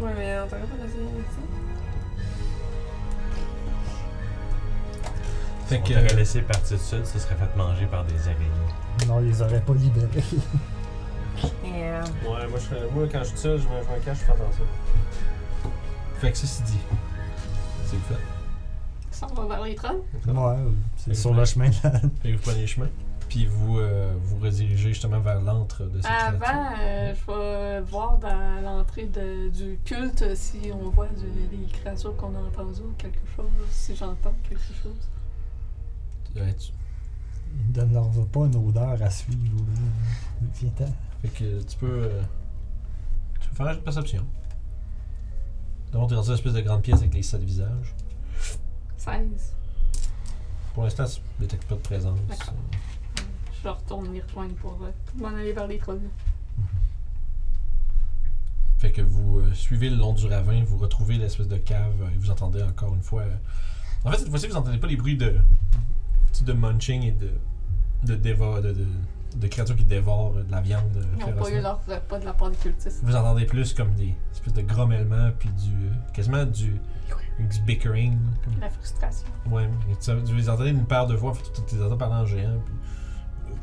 Ouais, mais on t'aurait pas essayé avec ça.
Fait
on
que,
t'aurait
euh,
laissé partir de sud, ça serait fait manger par des araignées.
Non, ils les auraient pas libérés.
Ouais, moi, je, moi quand je suis seul, je me, je me cache, je fais attention.
Fait que ceci dit, c'est le fait.
s'en va vers les trônes.
Ouais, c'est
Et
sur
vous-
le chemin de la.
Fait que vous prenez le chemin, puis vous euh, vous redirigez justement vers l'antre de ces créatures.
Avant, euh, je vais voir dans l'entrée de- du culte si on voit du- des créatures qu'on a entendues ou quelque chose, si j'entends quelque chose.
Ouais, Euh, tu-
Ils ne leur va pas une odeur à suivre. là. Viens-t'en.
Fait que tu peux, euh, tu peux faire un jeu de perception. Donc, tu es dans une espèce de grande pièce avec les sept visages.
16.
Pour l'instant, tu ne détectes pas de présence.
D'accord. Je retourne les rejoindre pour euh, m'en aller vers les trônes.
Fait que vous euh, suivez le long du ravin, vous retrouvez l'espèce de cave euh, et vous entendez encore une fois. euh, En fait, cette fois-ci, vous n'entendez pas les bruits de tu sais, de munching et de de, dévo- de, de, de créatures qui dévorent euh, de la viande. euh,
Ils n'ont pas
férocement.
eu leur repas de la part des cultistes.
Vous entendez plus comme des espèces de grommellements puis du euh, quasiment du du bickering. là, comme-
La frustration.
Ouais, mais tu, tu les entendais une paire de voix, fait, tu tu les entends parler en géant, puis... euh,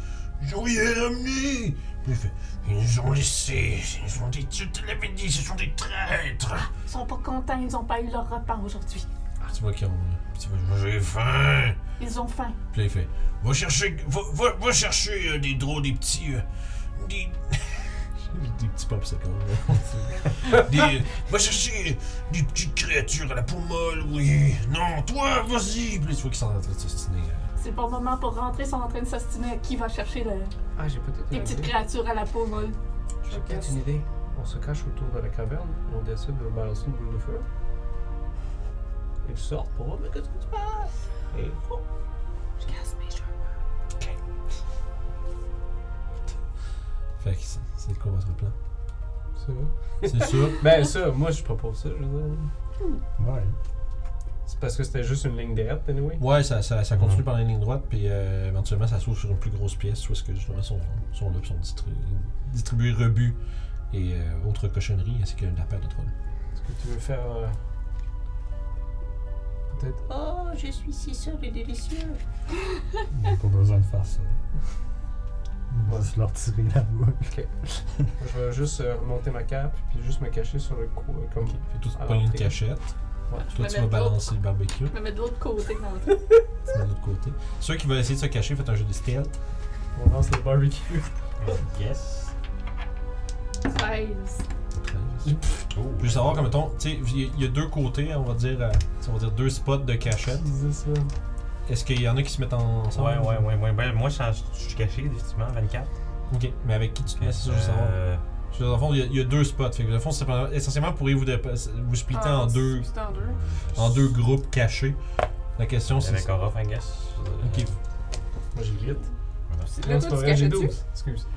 J'aurais ramené! Puis il fait, ils nous ont laissés, ils sont des... Je te l'avais dit, ce sont des traîtres!
Ils sont pas contents, ils n'ont pas eu leur repas aujourd'hui.
Ah, tu vois qu'ils ont... Tu vois, j'ai faim!
Ils ont faim.
Puis là, il fait, va chercher... Va, va, va chercher euh, des drôles, des petits... euh, des... des petits popsicles. là. des, va chercher euh, des petites créatures à la peau molle, oui. Non, toi, vas-y! Puis là, tu vois qu'ils sont en train de s'ostiner. euh,
C'est le bon moment pour rentrer, ils sont en train de s'ostiner à qui va chercher le-
Ah, j'ai peut-être
les
une
petites
idée.
créatures à la peau molle.
J'ai peut-être une idée. On se cache autour de la caverne, on décide de balancer une boule de feu. Ils sortent pour voir, mais qu'est-ce que tu passes? Et oh,
Je casse mes jeux.
Fait que c'est- c'est quoi votre plan?
ça va.
C'est sûr.
Ben, ça, moi je propose ça, je veux dire.
Ouais.
C'est parce que c'était juste une ligne directe, anyway.
Ouais, ça, ça, ça continue par la ligne droite, puis euh, éventuellement ça s'ouvre sur une plus grosse pièce où est-ce que justement sont, sont là, puis sont distri- distribués rebuts et euh, autres cochonneries, ainsi que de la paire de trolls.
Est-ce que tu veux faire. euh, Peut-être. Oh, je suis si seul et délicieux.
Pas besoin de faire ça. On va se leur tirer la boule.
Je vais juste euh, remonter ma cape, puis juste me cacher sur le cou. euh, comme...
Fait que toi, tu te
À
pognes une
l'entrée.
cachette.
Ouais.
Toi,
Je
tu vas
me mets de l'autre-
balancer le barbecue.
Je me mets de l'autre côté dans le
Tu mets de l'autre côté. Ceux qui veulent essayer de se cacher, faites un jeu de stealth.
On lance le barbecue.
Oh.
Yes.
13.
Oh.
Je veux savoir, comme mettons, tu sais, il y- il y a deux côtés, on va dire, euh, on va dire deux spots de cachette.
Jesus, man.
Est-ce qu'il y en a qui se mettent en- ensemble?
Ouais, ouais, ouais, ouais. Ben, moi, je suis en- je suis caché, effectivement, 24.
Ok, mais avec qui tu te mets, c'est ça, je veux savoir.
Euh,
Parce que Dans le fond, il y a- il y, a deux spots. Fait que dans le fond, c'est pas- essentiellement, vous pourriez vous, dépa- vous splitter
Ah,
en, deux,
C'était Ah, en deux.
en deux groupes cachés. La question, c'est...
Avec Orof, I guess. Euh,
Ok,
Moi j'ai 8.
Là,
c'est
toi,
pas
tu
vrai, j'ai
caches dessus.
12. Excuse.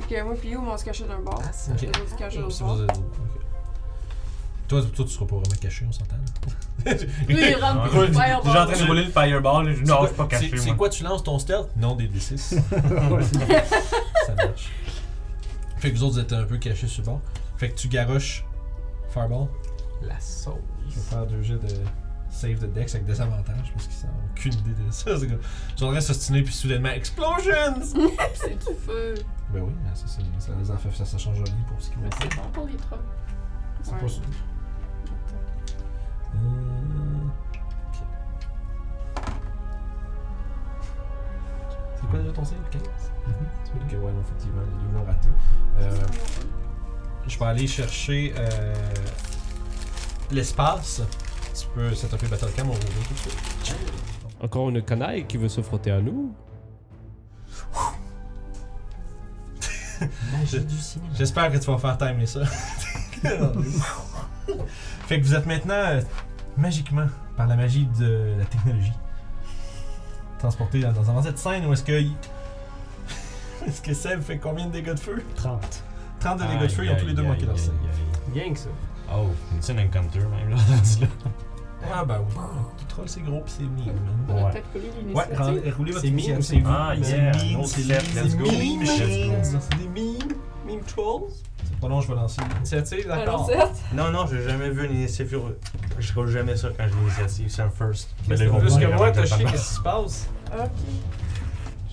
Ok, moi puis You, on se cachait d'un bord.
Ah, ok. Oh,
Les autres se cachaient
Si
l'autre
vous
bord.
êtes- ok. Toi, toi, tu seras pas vraiment caché, on s'entend. là.
Lui, il rentre.
Ouais,
Ouais,
Déjà
on
en
va-
train de rouler le fireball, je dis
C'est
non,
quoi-
je suis pas
c'est-
caché,
C'est
moi.
quoi, tu lances ton stealth? Non, des D6. ça marche. Fait que vous autres, vous êtes un peu cachés sur le bord. Fait que tu garoches Fireball.
La sauce.
Je vais faire deux jets de save de Dex avec des avantages parce qu'ils n'ont aucune idée de ça, ce gars. Ils sont en train de s'ostiner, puis soudainement, Explosions!
C'est du feu.
Ben oui, mais ça, c'est- ça, les enfants, ça, ça change rien pour ce qui va
Mais
être.
c'est bon pour les trolls.
Euh, C'est
Ouais.
pas sûr. Euh, ok. C'est quoi déjà ton save? 15? Ok, ouais, non, effectivement, les deux l'ont raté. Euh, je vais aller chercher euh, l'espace. Tu peux s'attraper Battlecam, on revient tout de suite.
Encore une canaille qui veut se frotter à nous.
Je- J'espère que tu vas faire timer ça. fait que vous êtes maintenant euh, magiquement, par la magie de la technologie, transporté dans, dans- dans cette scène où est-ce que. il- est-ce que Seb fait combien de dégâts de feu
30.
30 de dégâts de feu, ils ont tous les deux manqué leur save.
Bien que ça.
Oh, c'est un encounter, même, là, rendu là.
Ah bah oui. Tout troll, c'est gros pis c'est mime.
On
man.
va
Ouais.
peut-être coller
Ouais,
l'initiative.
ren- roulez votre
C'est mime ou
initiative.
c'est
C'est
Ah,
mime,
yeah,
c'est mime,
un autre
c'est
set,
mime,
let's
c'est
go.
mime,
Let's
mime.
go.
C'est des mimes.
Meme trolls.
C'est pas long, je vais lancer.
Initiative, d'accord.
Non, non, j'ai jamais vu une initiative. Je roule jamais ça quand j'ai une initiative, c'est un first.
Mais
Ben,
là, ils vont
plus
voir,
que
ils vont
moi,
dire,
t'as chier,
pardon.
qu'est-ce qui se passe?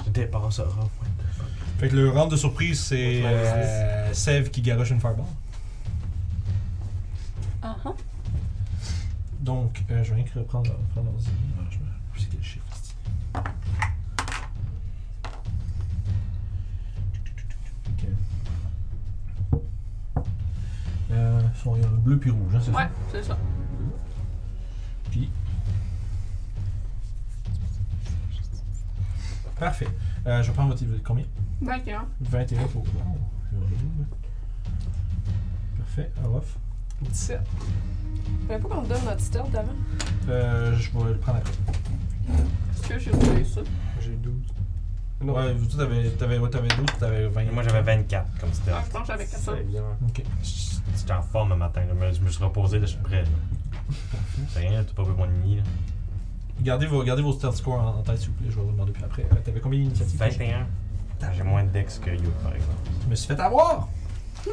Je dépense Orof, what the fuck.
Fait que le round de surprise, c'est
Ouais,
euh, Sev qui garoche une fireball.
Uh-huh.
Donc, euh, je vais rien que reprendre reprendre l'ordi. Ah, Je me sais quel chiffre. c'est-tu. Ok. Euh, sont, il y en a bleu puis rouge, hein, c'est
Ouais,
ça?
c'est ça.
Puis. Parfait. Euh, je vais prendre votre combien
21.
21 pour. Oh, c'est un double. Parfait, à off.
17.
Je savais pas qu'on donne notre stealth d'avant.
Euh, je vais le prendre après.
Est-ce que j'ai oublié ça?
J'ai 12. Non,
Ouais, vous, t'avais, t'avais, ouais, t'avais 12, t'avais 20.
Et Moi j'avais 24 comme c'était.
Ah, je pense que j'avais 14.
C'est bien.
Ok.
J'étais en forme le matin, là. Je me- je me suis reposé, là, je suis prêt. là. C'est rien, t'as pas vu mon nid. là.
Gardez vos, gardez vos stealth scores en, en tête, s'il vous plaît. Je vais vous demander plus après. Euh, t'avais combien d'initiatives
21. Putain, Ah, J'ai moins de dex que You, par exemple.
Je me suis fait avoir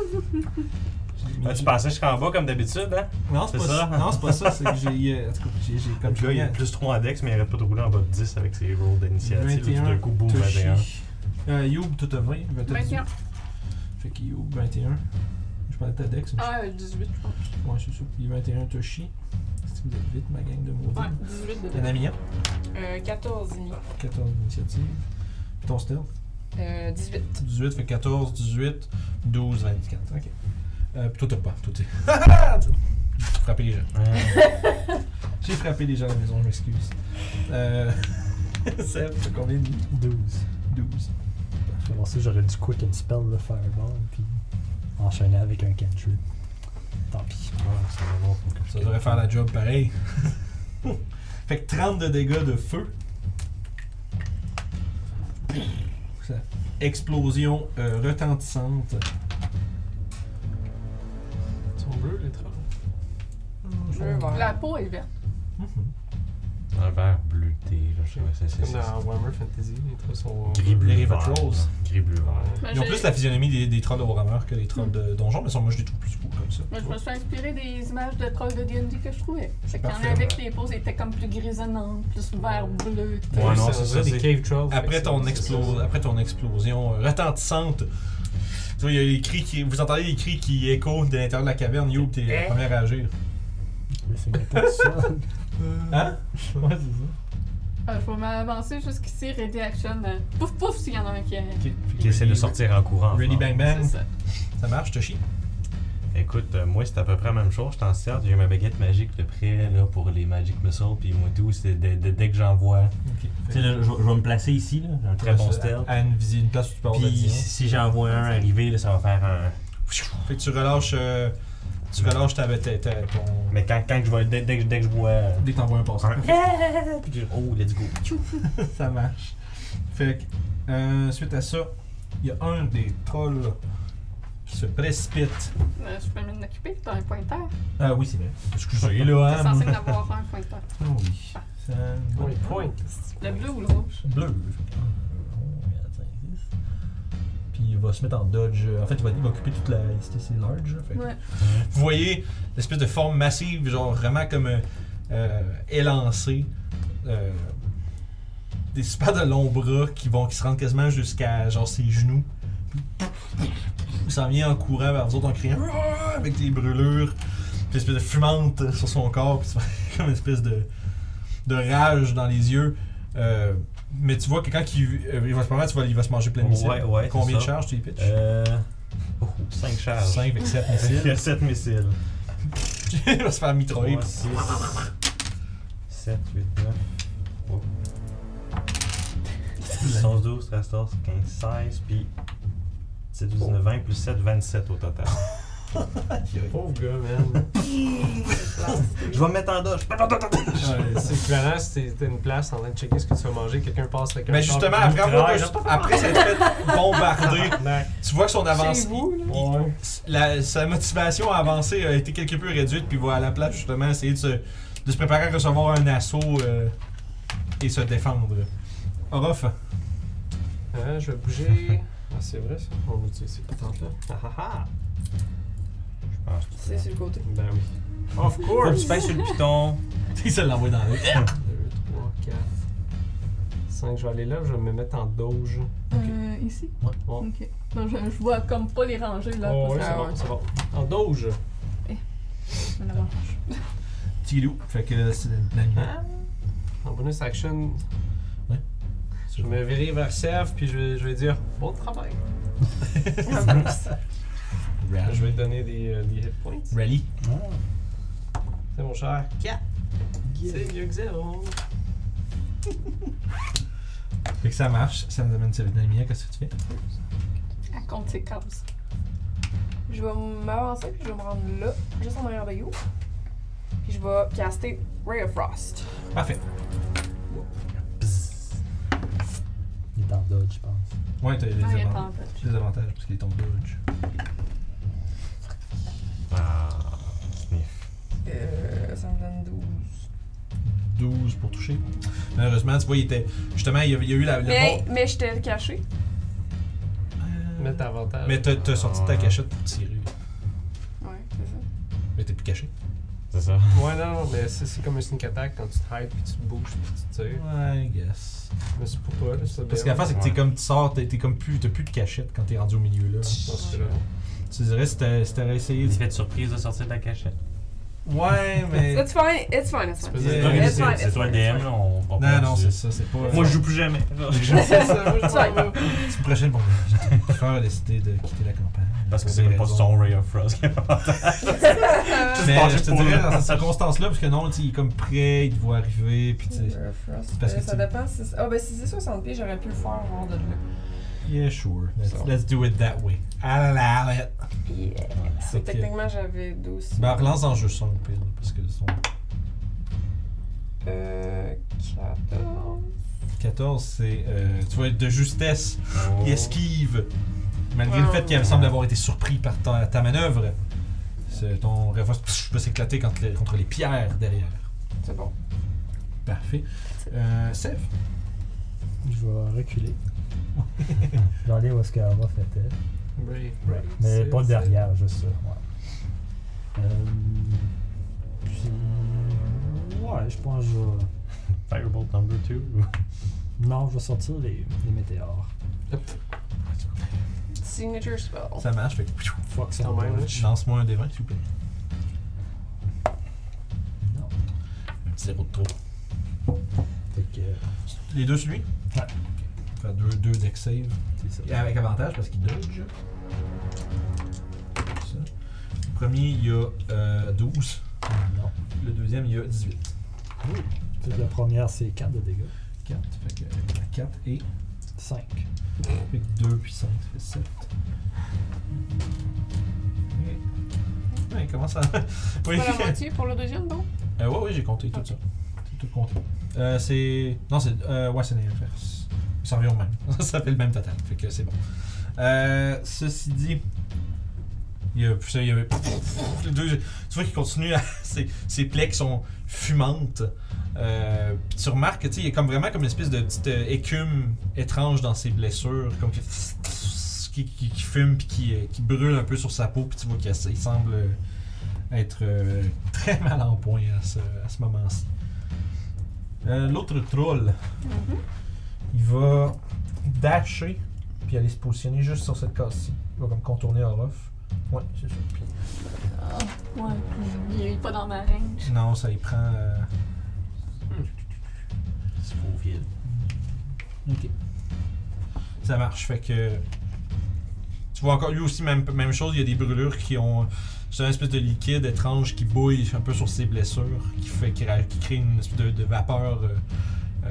Ah, tu pensais jusqu'en bas comme d'habitude, hein?
Non, c'est,
C'est
pas ça.
ça?
Non, c'est pas ça. C'est que j'ai. euh, en tout cas, j'ai, j'ai comme
Comme là, il a plus 3 en dex, mais il arrête pas de rouler en bas de 10 avec ses rolls d'initiative. Tout
21.
d'un coup, boum, 21.
Toshi. Euh, Youb, tout à 20.
21.
Fait que Youb, 21. Je parlais de ta dex. mais
Ah, euh, 18, je pense.
je- Ouais, c'est ça. Puis 21, Toshi. Si vous êtes vite, ma gang de maudits.
Ouais, 18 de
Yanamiya,
Euh, 14 et demi.
14 d'initiative. Puis ton stealth.
Euh, 18.
18 fait 14, 18, 12, 24. Ok. Euh, puis toi, t'as pas. Toi, t'es. Frapper les gens.
Ouais.
J'ai frappé les gens à la maison, je m'excuse. Euh. Seb, t'as combien de
12.
12.
J'ai pensé j'aurais du quick and spell le fireball, puis enchaîner avec un cantrip. Tant pis.
Ouais, c'est vraiment cool.
Ça devrait faire la job pareil. fait que 30 de dégâts de feu. Ça- Explosion euh, retentissante.
ils sont bleus, les trains.
La peau est verte.
Mhm.
Un verre bleuté, là, je sais pas, c'est- c'est-
Comme
c'est-
dans Warhammer Fantasy, les trains sont. euh,
Gris bleu.
Les River
vert,
Trolls.
là. Gris bleu vert.
Mais
Ils ont
j'ai-
plus la physionomie des, des trolls de Warhammer que les trolls
Hmm.
de donjon, mais sont, moi je les trouve plus cool comme ça.
Moi, je me suis inspirée des images de trolls de D&D que je trouvais. Fait qu'il y en
Parfait.
avait que les poses étaient comme plus grisonnantes, plus vert-bleu.
Ouais, non,
Eux,
c'est
on
ça,
dirait
c'est-
Des cave trolls.
Après
fait que
ton,
c'est- c'est-
explo- après ton explosion euh, retentissante, tu vois, il y a les cris qui, vous entendez les cris qui échoent de l'intérieur de la caverne. Yo, t'es
Eh?
la première à agir.
Mais c'est même pas ça.
Hmm.
Hein? Ouais, c'est ça.
Euh, je vais m'avancer jusqu'ici, ready action. euh, pouf pouf s'il y en a un qui est...
Ok. Fait que
Qui essaie de
ready-
sortir en courant.
Ready
fort.
bang
C'est
bang.
ça.
Ça marche, Toshi.
Écoute, euh, moi c'est à peu près la même chose, je t'en sers, j'ai ma baguette magique de près là, pour les Magic Missiles, puis moi tout, c'est dès- dès- dès que j'en vois.
Ok.
Tu sais, là, je, je vais me placer ici, là, j'ai un très bon stealth.
À une, visi- une place où tu peux avoir de la
Puis
vision.
si, si j'en vois un arriver, là, ça va faire un.
Fait que tu relâches, euh, tu relâches ta, ta- ta- ton.
Mais quand, quand je vois, dès, dès que, dès que je vois euh,
Dès que t'envoies un passant.
un. Ah! Puis je- oh, let's go.
ça marche. Fait que, euh, suite à ça, il y a un des trolls là, qui se précipite.
Euh, je peux m'en occuper, t'as un pointeur.
Ah oui, c'est vrai. Excusez, là,
T'es censé en avoir un pointeur.
Ah oui. Ça...
Ouais, les points.
Le bleu ou le rouge?
Bleu. Puis il va se mettre en dodge. En fait, il va, il va occuper toute la STC large. là. Fait que-
Ouais.
Vous voyez l'espèce de forme massive, genre vraiment comme euh, euh, élancée. euh, des super de longs bras qui vont qui se rendent quasiment jusqu'à genre ses genoux. Il s'en vient en courant vers vous autres en criant Roar avec des brûlures, puis une espèce de fumante sur son corps, puis ça fait comme une espèce de, de rage dans les yeux. Euh, mais tu vois que quand il, euh, il va se permettre, tu vas- il va se manger plein de
Ouais,
missiles.
ouais, c'est
Combien de
ça.
charges tu y pitches
Euh. 5 charges.
5 avec 7
Il y
missiles.
a 7 missiles.
il va se faire mitrailler.
3, 6, 7, 8, 9. 11, 12, 13, 14, 15, 16, puis 17, 19, 20, plus 7, 27 au total.
Pauvre gars, man.
Je vais me mettre en doge.
Ouais,
C'est équivalent si t'es- t'es une place en train de checker ce que tu vas manger, quelqu'un passe avec un.
Mais
char
justement,
qui
après, avoir,
mitraille.
après s'être fait bombarder,
Tabarnak.
tu vois que son avance,
Chez vous, là.
Ouais.
la- sa motivation à avancer a été quelque peu réduite, puis va à la place justement essayer de se, de se préparer à recevoir un assaut euh, et se défendre. Orof,
Ah, je vais bouger. Ah, c'est vrai, ça. On va utiliser ces patentes-là. Ah ah ah.
C'est sur le côté.
Ben oui.
Of course! Tu pèses sur le piton.
il se l'envoie dans le
2, 3, 4, 5. Je vais aller là, je vais me mettre en doge.
Euh, ici?
Ouais.
Ouais.
Ok. Moi, je, je vois comme pas les
Ah
ranger là.
oh, ouais,
parce
c'est
Ah
bon,
ouais.
c'est bon. En doge.
que je me la mange.
petit loup. Fait que là, c'est la nuit.
En bonus action,
Ouais.
je me virer vers Serve, puis je vais, je vais dire bon travail. Là, Ah, je vais te donner des, euh, des hit points.
Rally.
Ah,
C'est mon cher.
yeah.
C'est mieux que zéro.
Fait que ça marche. Ça nous amène sur le dynamique. Qu'est-ce que tu fais?
À conséquence.
Je vais m'avancer puis je vais me rendre là, juste en arrière de You. Puis je vais caster Ray of Frost.
Parfait.
Il est en dodge, je pense.
Ouais, t'as des
Ah, il est en
avantages.
dodge.
Des avantages parce qu'il est ton dodge.
Ah,
Euh, ça me donne 12.
12 pour toucher. Malheureusement, tu vois, il était. Justement, il y a, il y a eu la. le
Mais,
bon-
mais je t'ai caché.
Euh,
Mettre avantage.
Mais t'as t'as sorti de ta cachette pour tirer.
Ouais, c'est ça.
Mais t'es plus caché.
c'est ça.
Ouais, non, mais c'est c'est comme un sneak attack quand tu te hides, puis tu te bouges, puis tu te tires.
Ouais, I guess.
Mais c'est pour toi, là, c'est
Parce que la fin, c'est que t'es
Ouais.
comme tu sors, t'es t'es comme plus, t'as plus de cachette quand t'es rendu au milieu là. Tu dirais si t'as- si t'aurais essayé.
Il
de-
fait de surprise de sortir de la cachette.
Ouais, mais.
It's fine, it's fine, it's fine.
peux
C'est
Yeah. Yeah.
toi, qui
It's
décides,
fine,
c'est
it's
toi le
fine, it's
DM,
fine.
là, on on
Non,
pas
non, c'est
dessus.
ça, c'est pas.
Moi, je joue plus jamais.
C'est ça, moi, je
It's fine.
m'en vais.
C'est le prochain bon. Mon frère a décidé de quitter la campagne.
Parce que
Pour
c'est
des
même pas
raisons.
son Ray of Frost qui a
Mais
penché
je te
pour
dirais
lui.
dans cette circonstance-là, parce que non, tu sais, il est comme prêt, il te voit arriver, puis tu sais.
Ray of Frost.
Parce
euh,
que
ça
tu-
dépend si. Ah, ben si c'est 60 pieds, j'aurais pu le faire hors de là.
Yeah, sure. Let's,
Ça.
let's do it that way. Allow it.
Yeah.
Fait que-
euh, Techniquement, j'avais 12.
Ben, relance en jeu son, au pire, là, parce que son
Euh. 14.
14, c'est. euh, tu vois, de justesse. Il esquive. Malgré le
Ouais.
fait qu'il semble avoir été surpris par ta, ta manœuvre, c'est- ton reverse psh, peut s'éclater contre les, contre les pierres derrière.
C'est bon.
Parfait. Euh, Sèvres.
Je vais reculer. je vais aller où est-ce qu'Ava fait
Brave,
Right.
Mais
C'est-
pas
c'est-
derrière, juste ça. Ouais. Euh, puis- Ouais, je pense que je vais.
Firebolt number 2.
Non, je vais sortir les, les météores.
Signature spell.
Ça marche, fait que
Fuck ça.
Quand même, hein.
lance-moi un des 20, s'il vous plaît.
Non.
Un petit zéro de trop.
Fait que. euh,
Les deux sur lui
Ouais.
Ok. Faire deux, deux deck save.
C'est ça.
Et avec avantage parce qu'il dodge. Ça. Le premier, il y a euh, 12.
Non.
Le deuxième, il y a 18.
Fait que la première, c'est 4 de dégâts.
4. Fait que 4 et
5.
Fait que 2 puis 5, ça fait 7. Ouais, comment ça? Oui.
Pas la moitié pour le deuxième, donc?
Euh, ouais, ouais, j'ai compté tout ça. C'est tout compté. Euh, c'est. Non, c'est. Euh, ouais, c'est l'inverse. Ça revient au même. ça fait le même total. Fait que c'est bon. Euh, ceci dit. Il y a. ça, il y a- les deux- tu vois qu'il continue à. Ses, ses plaies qui sont fumantes. Euh, puis tu remarques que, tu sais, il y a comme vraiment comme une espèce de petite euh, écume étrange dans ses blessures. Comme que- qui, qui, qui fume puis qui, euh, qui brûle un peu sur sa peau. Puis tu vois qu'il il semble. euh, être euh, très mal en point à ce, à ce moment-ci. Euh, L'autre troll,
Mhm.
il va dasher puis aller se positionner juste sur cette case-ci. Il va comme contourner Orof. Ouais, c'est ça. Puis-
Ouais, il est pas dans ma range.
non, ça y prend. euh,
C'est faux, vide.
Ça marche. Fait que. Tu vois encore, lui aussi, même, même chose, il y a des brûlures qui ont. C'est un espèce de liquide étrange qui bouille un peu sur ses blessures, qui fait qui, ra- qui crée une espèce de, de vapeur. euh, euh,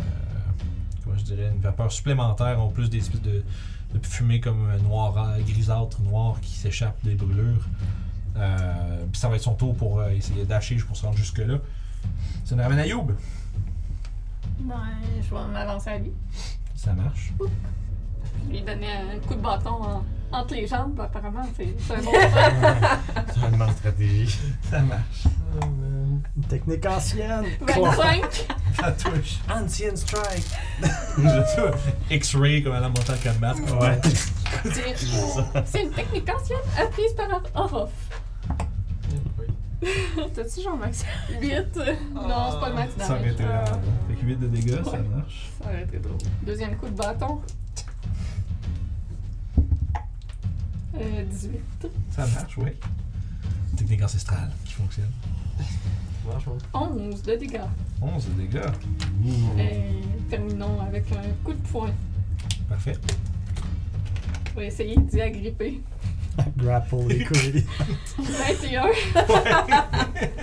comment je dirais Une vapeur supplémentaire, en plus des espèces de, de fumée comme euh, noire, euh, grisâtre, noire qui s'échappe des brûlures. Euh, Puis ça va être son tour pour euh, essayer d'acheter pour se rendre jusque-là. Ça nous ramène à Youb.
Ben, je vais m'avancer à lui.
Ça marche.
Je lui donner un coup de bâton en- entre les jambes. Apparemment, c'est c'est un bon plan.
C'est une bonne stratégie.
Ça marche.
Ah, man.
Une technique ancienne.
25!
Ça touche. Ancien strike. X-ray comme à la montagne comme masque.
Ouais.
C'est une technique ancienne apprise par Orof.
T'as-tu genre max?
8. Non, c'est pas le max
Ça aurait
damage.
été là. Fait que 8 de dégâts, ça marche.
Ça aurait été drôle. Deuxième coup de bâton. Euh, 18. Euh,
Ça marche, oui. Technique ancestrale qui fonctionne.
Bonjour.
11 de dégâts.
11 de dégâts.
Et terminons avec un coup de poing.
Parfait.
On va essayer d'y agripper.
Grapple les couilles.
21.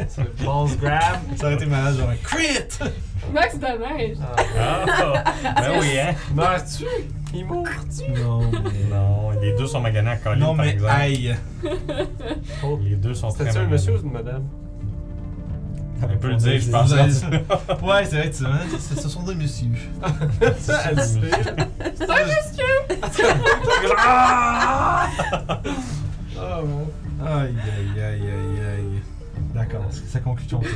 C'est le balls grab.
Ça aurait été malade, genre un crit!
Max damage.
Ah,
Ah! ben oui, hein!
Meurs-tu? Il meurt.
Non, mais.
Non, les deux sont maganés à coller,
Non,
par
mais
exemple.
aïe!
Les deux sont très
C'était-tu un
maganés.
monsieur ou une madame?
On peut le dire, je pense.
Vous avez- Ouais, c'est vrai, tu vois, c'est- ce sont des messieurs.
Ça, elle se fait.
C'est un monsieur!
Ah, ouais.
Aïe, aïe, aïe, aïe, aïe. D'accord, c'est- ça conclut ton tour.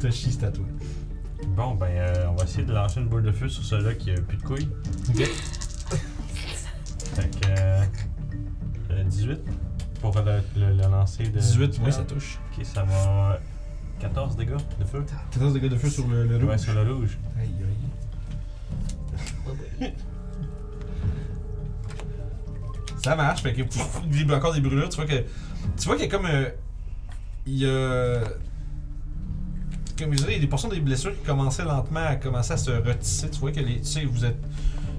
Toshi, c'est à toi.
Bon, ben, euh, on va essayer de lancer une boule de feu sur celui-là qui a plus de couilles.
Ok.
Fait que. euh, euh, 18 pour le, le- le lancer de.
18, oui, ça touche.
Ok, ça va. 14 dégâts de feu.
14 dégâts de feu sur le, le
Ouais,
rouge.
sur le rouge.
Aïe, aïe. Ça marche, fait que pff, il vibre encore des brûlures. Tu vois que. Tu vois qu'il y a comme. euh, il y a. Comme je disais, il y a des portions des blessures qui commençaient lentement à commencer à se retisser. Tu vois que les. Tu sais, vous êtes.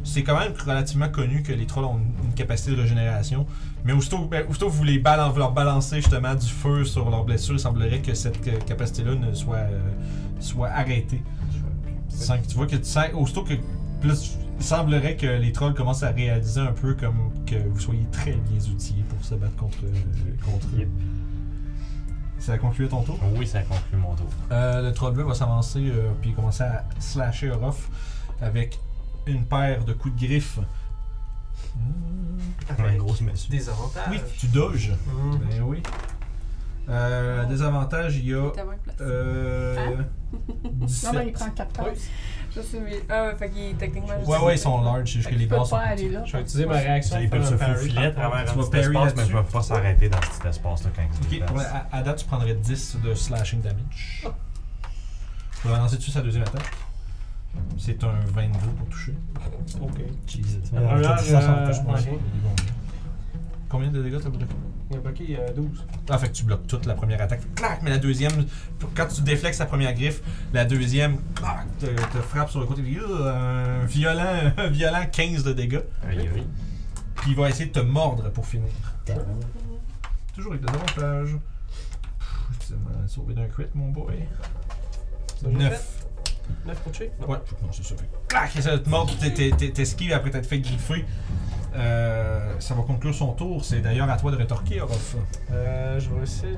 C'est quand même relativement connu que les trolls ont une une capacité de régénération. Mais aussitôt, ben, aussitôt que vous les balan- vous leur balancez justement du feu sur leurs blessures, il semblerait que cette euh, capacité-là ne soit, euh, soit arrêtée. Tu sens que- tu vois que tu sens, aussitôt que plus, il semblerait que les trolls commencent à réaliser un peu comme que vous soyez très bien outillés pour se battre contre, euh, contre eux.
Yep.
Ça conclut ton tour.
Oui, ça conclut mon tour.
Euh, le troll bleu va s'avancer euh, puis commencer à slasher Orof avec une paire de coups de griffes.
Hmm.
Ah, ben,
Un gros massue.
Des avantages.
Oui, tu doges.
Mhm.
Ben oui. Euh, désavantage, il y a
Il est à 20 places.
euh, 17.
Hein? Non, mais il prend 4 cases.
Je suis. Ah, fait qu'il est techniquement. juste-
Ouais, ouais, ils sont large, c'est juste que
Fait qu'il
les
peut
barres sont
pas aller là.
Je vais utiliser ma réaction.
Ça, ils
pour
peuvent se
faire un parry,
faufiler à
par contre.
travers
Tu
un
vas
petit
parry
espace, mais ils
là-dessus.
peuvent pas s'arrêter dans cet espace-là quand ils se
Ok,
déplacent.
ouais, à, à date, tu prendrais 10 de slashing damage.
Oh.
Tu vas lancer dessus sa deuxième attaque. C'est un 22 pour toucher.
Ok.
Jesus.
Alors là,
Ça, ça me touche
euh,
pas.
ok.
Combien de dégâts t'as bloqué
Il y a un euh, paquet, il y a 12.
Ah, fait que tu bloques toute la première attaque. Clac, mais la deuxième, quand tu déflectes sa première griffe, la deuxième, clac, te, te frappe sur le côté. puis, euh, Un violent, un violent 15 de dégâts.
Aïe, aïe.
Puis il va essayer de te mordre pour finir. Toujours avec des avantages. Pff, Tu m'as sauvé d'un crit, mon boy. 9.
9 pour tuer? Non.
Ouais, non, c'est ça. Fait. que Clac, il essaie de te mordre, puis t'es- t'es- t'es- t'esquives, après t'as te fait griffer. Euh, ça va conclure son tour. C'est d'ailleurs à toi de rétorquer, Orof.
Euh, je vais essayer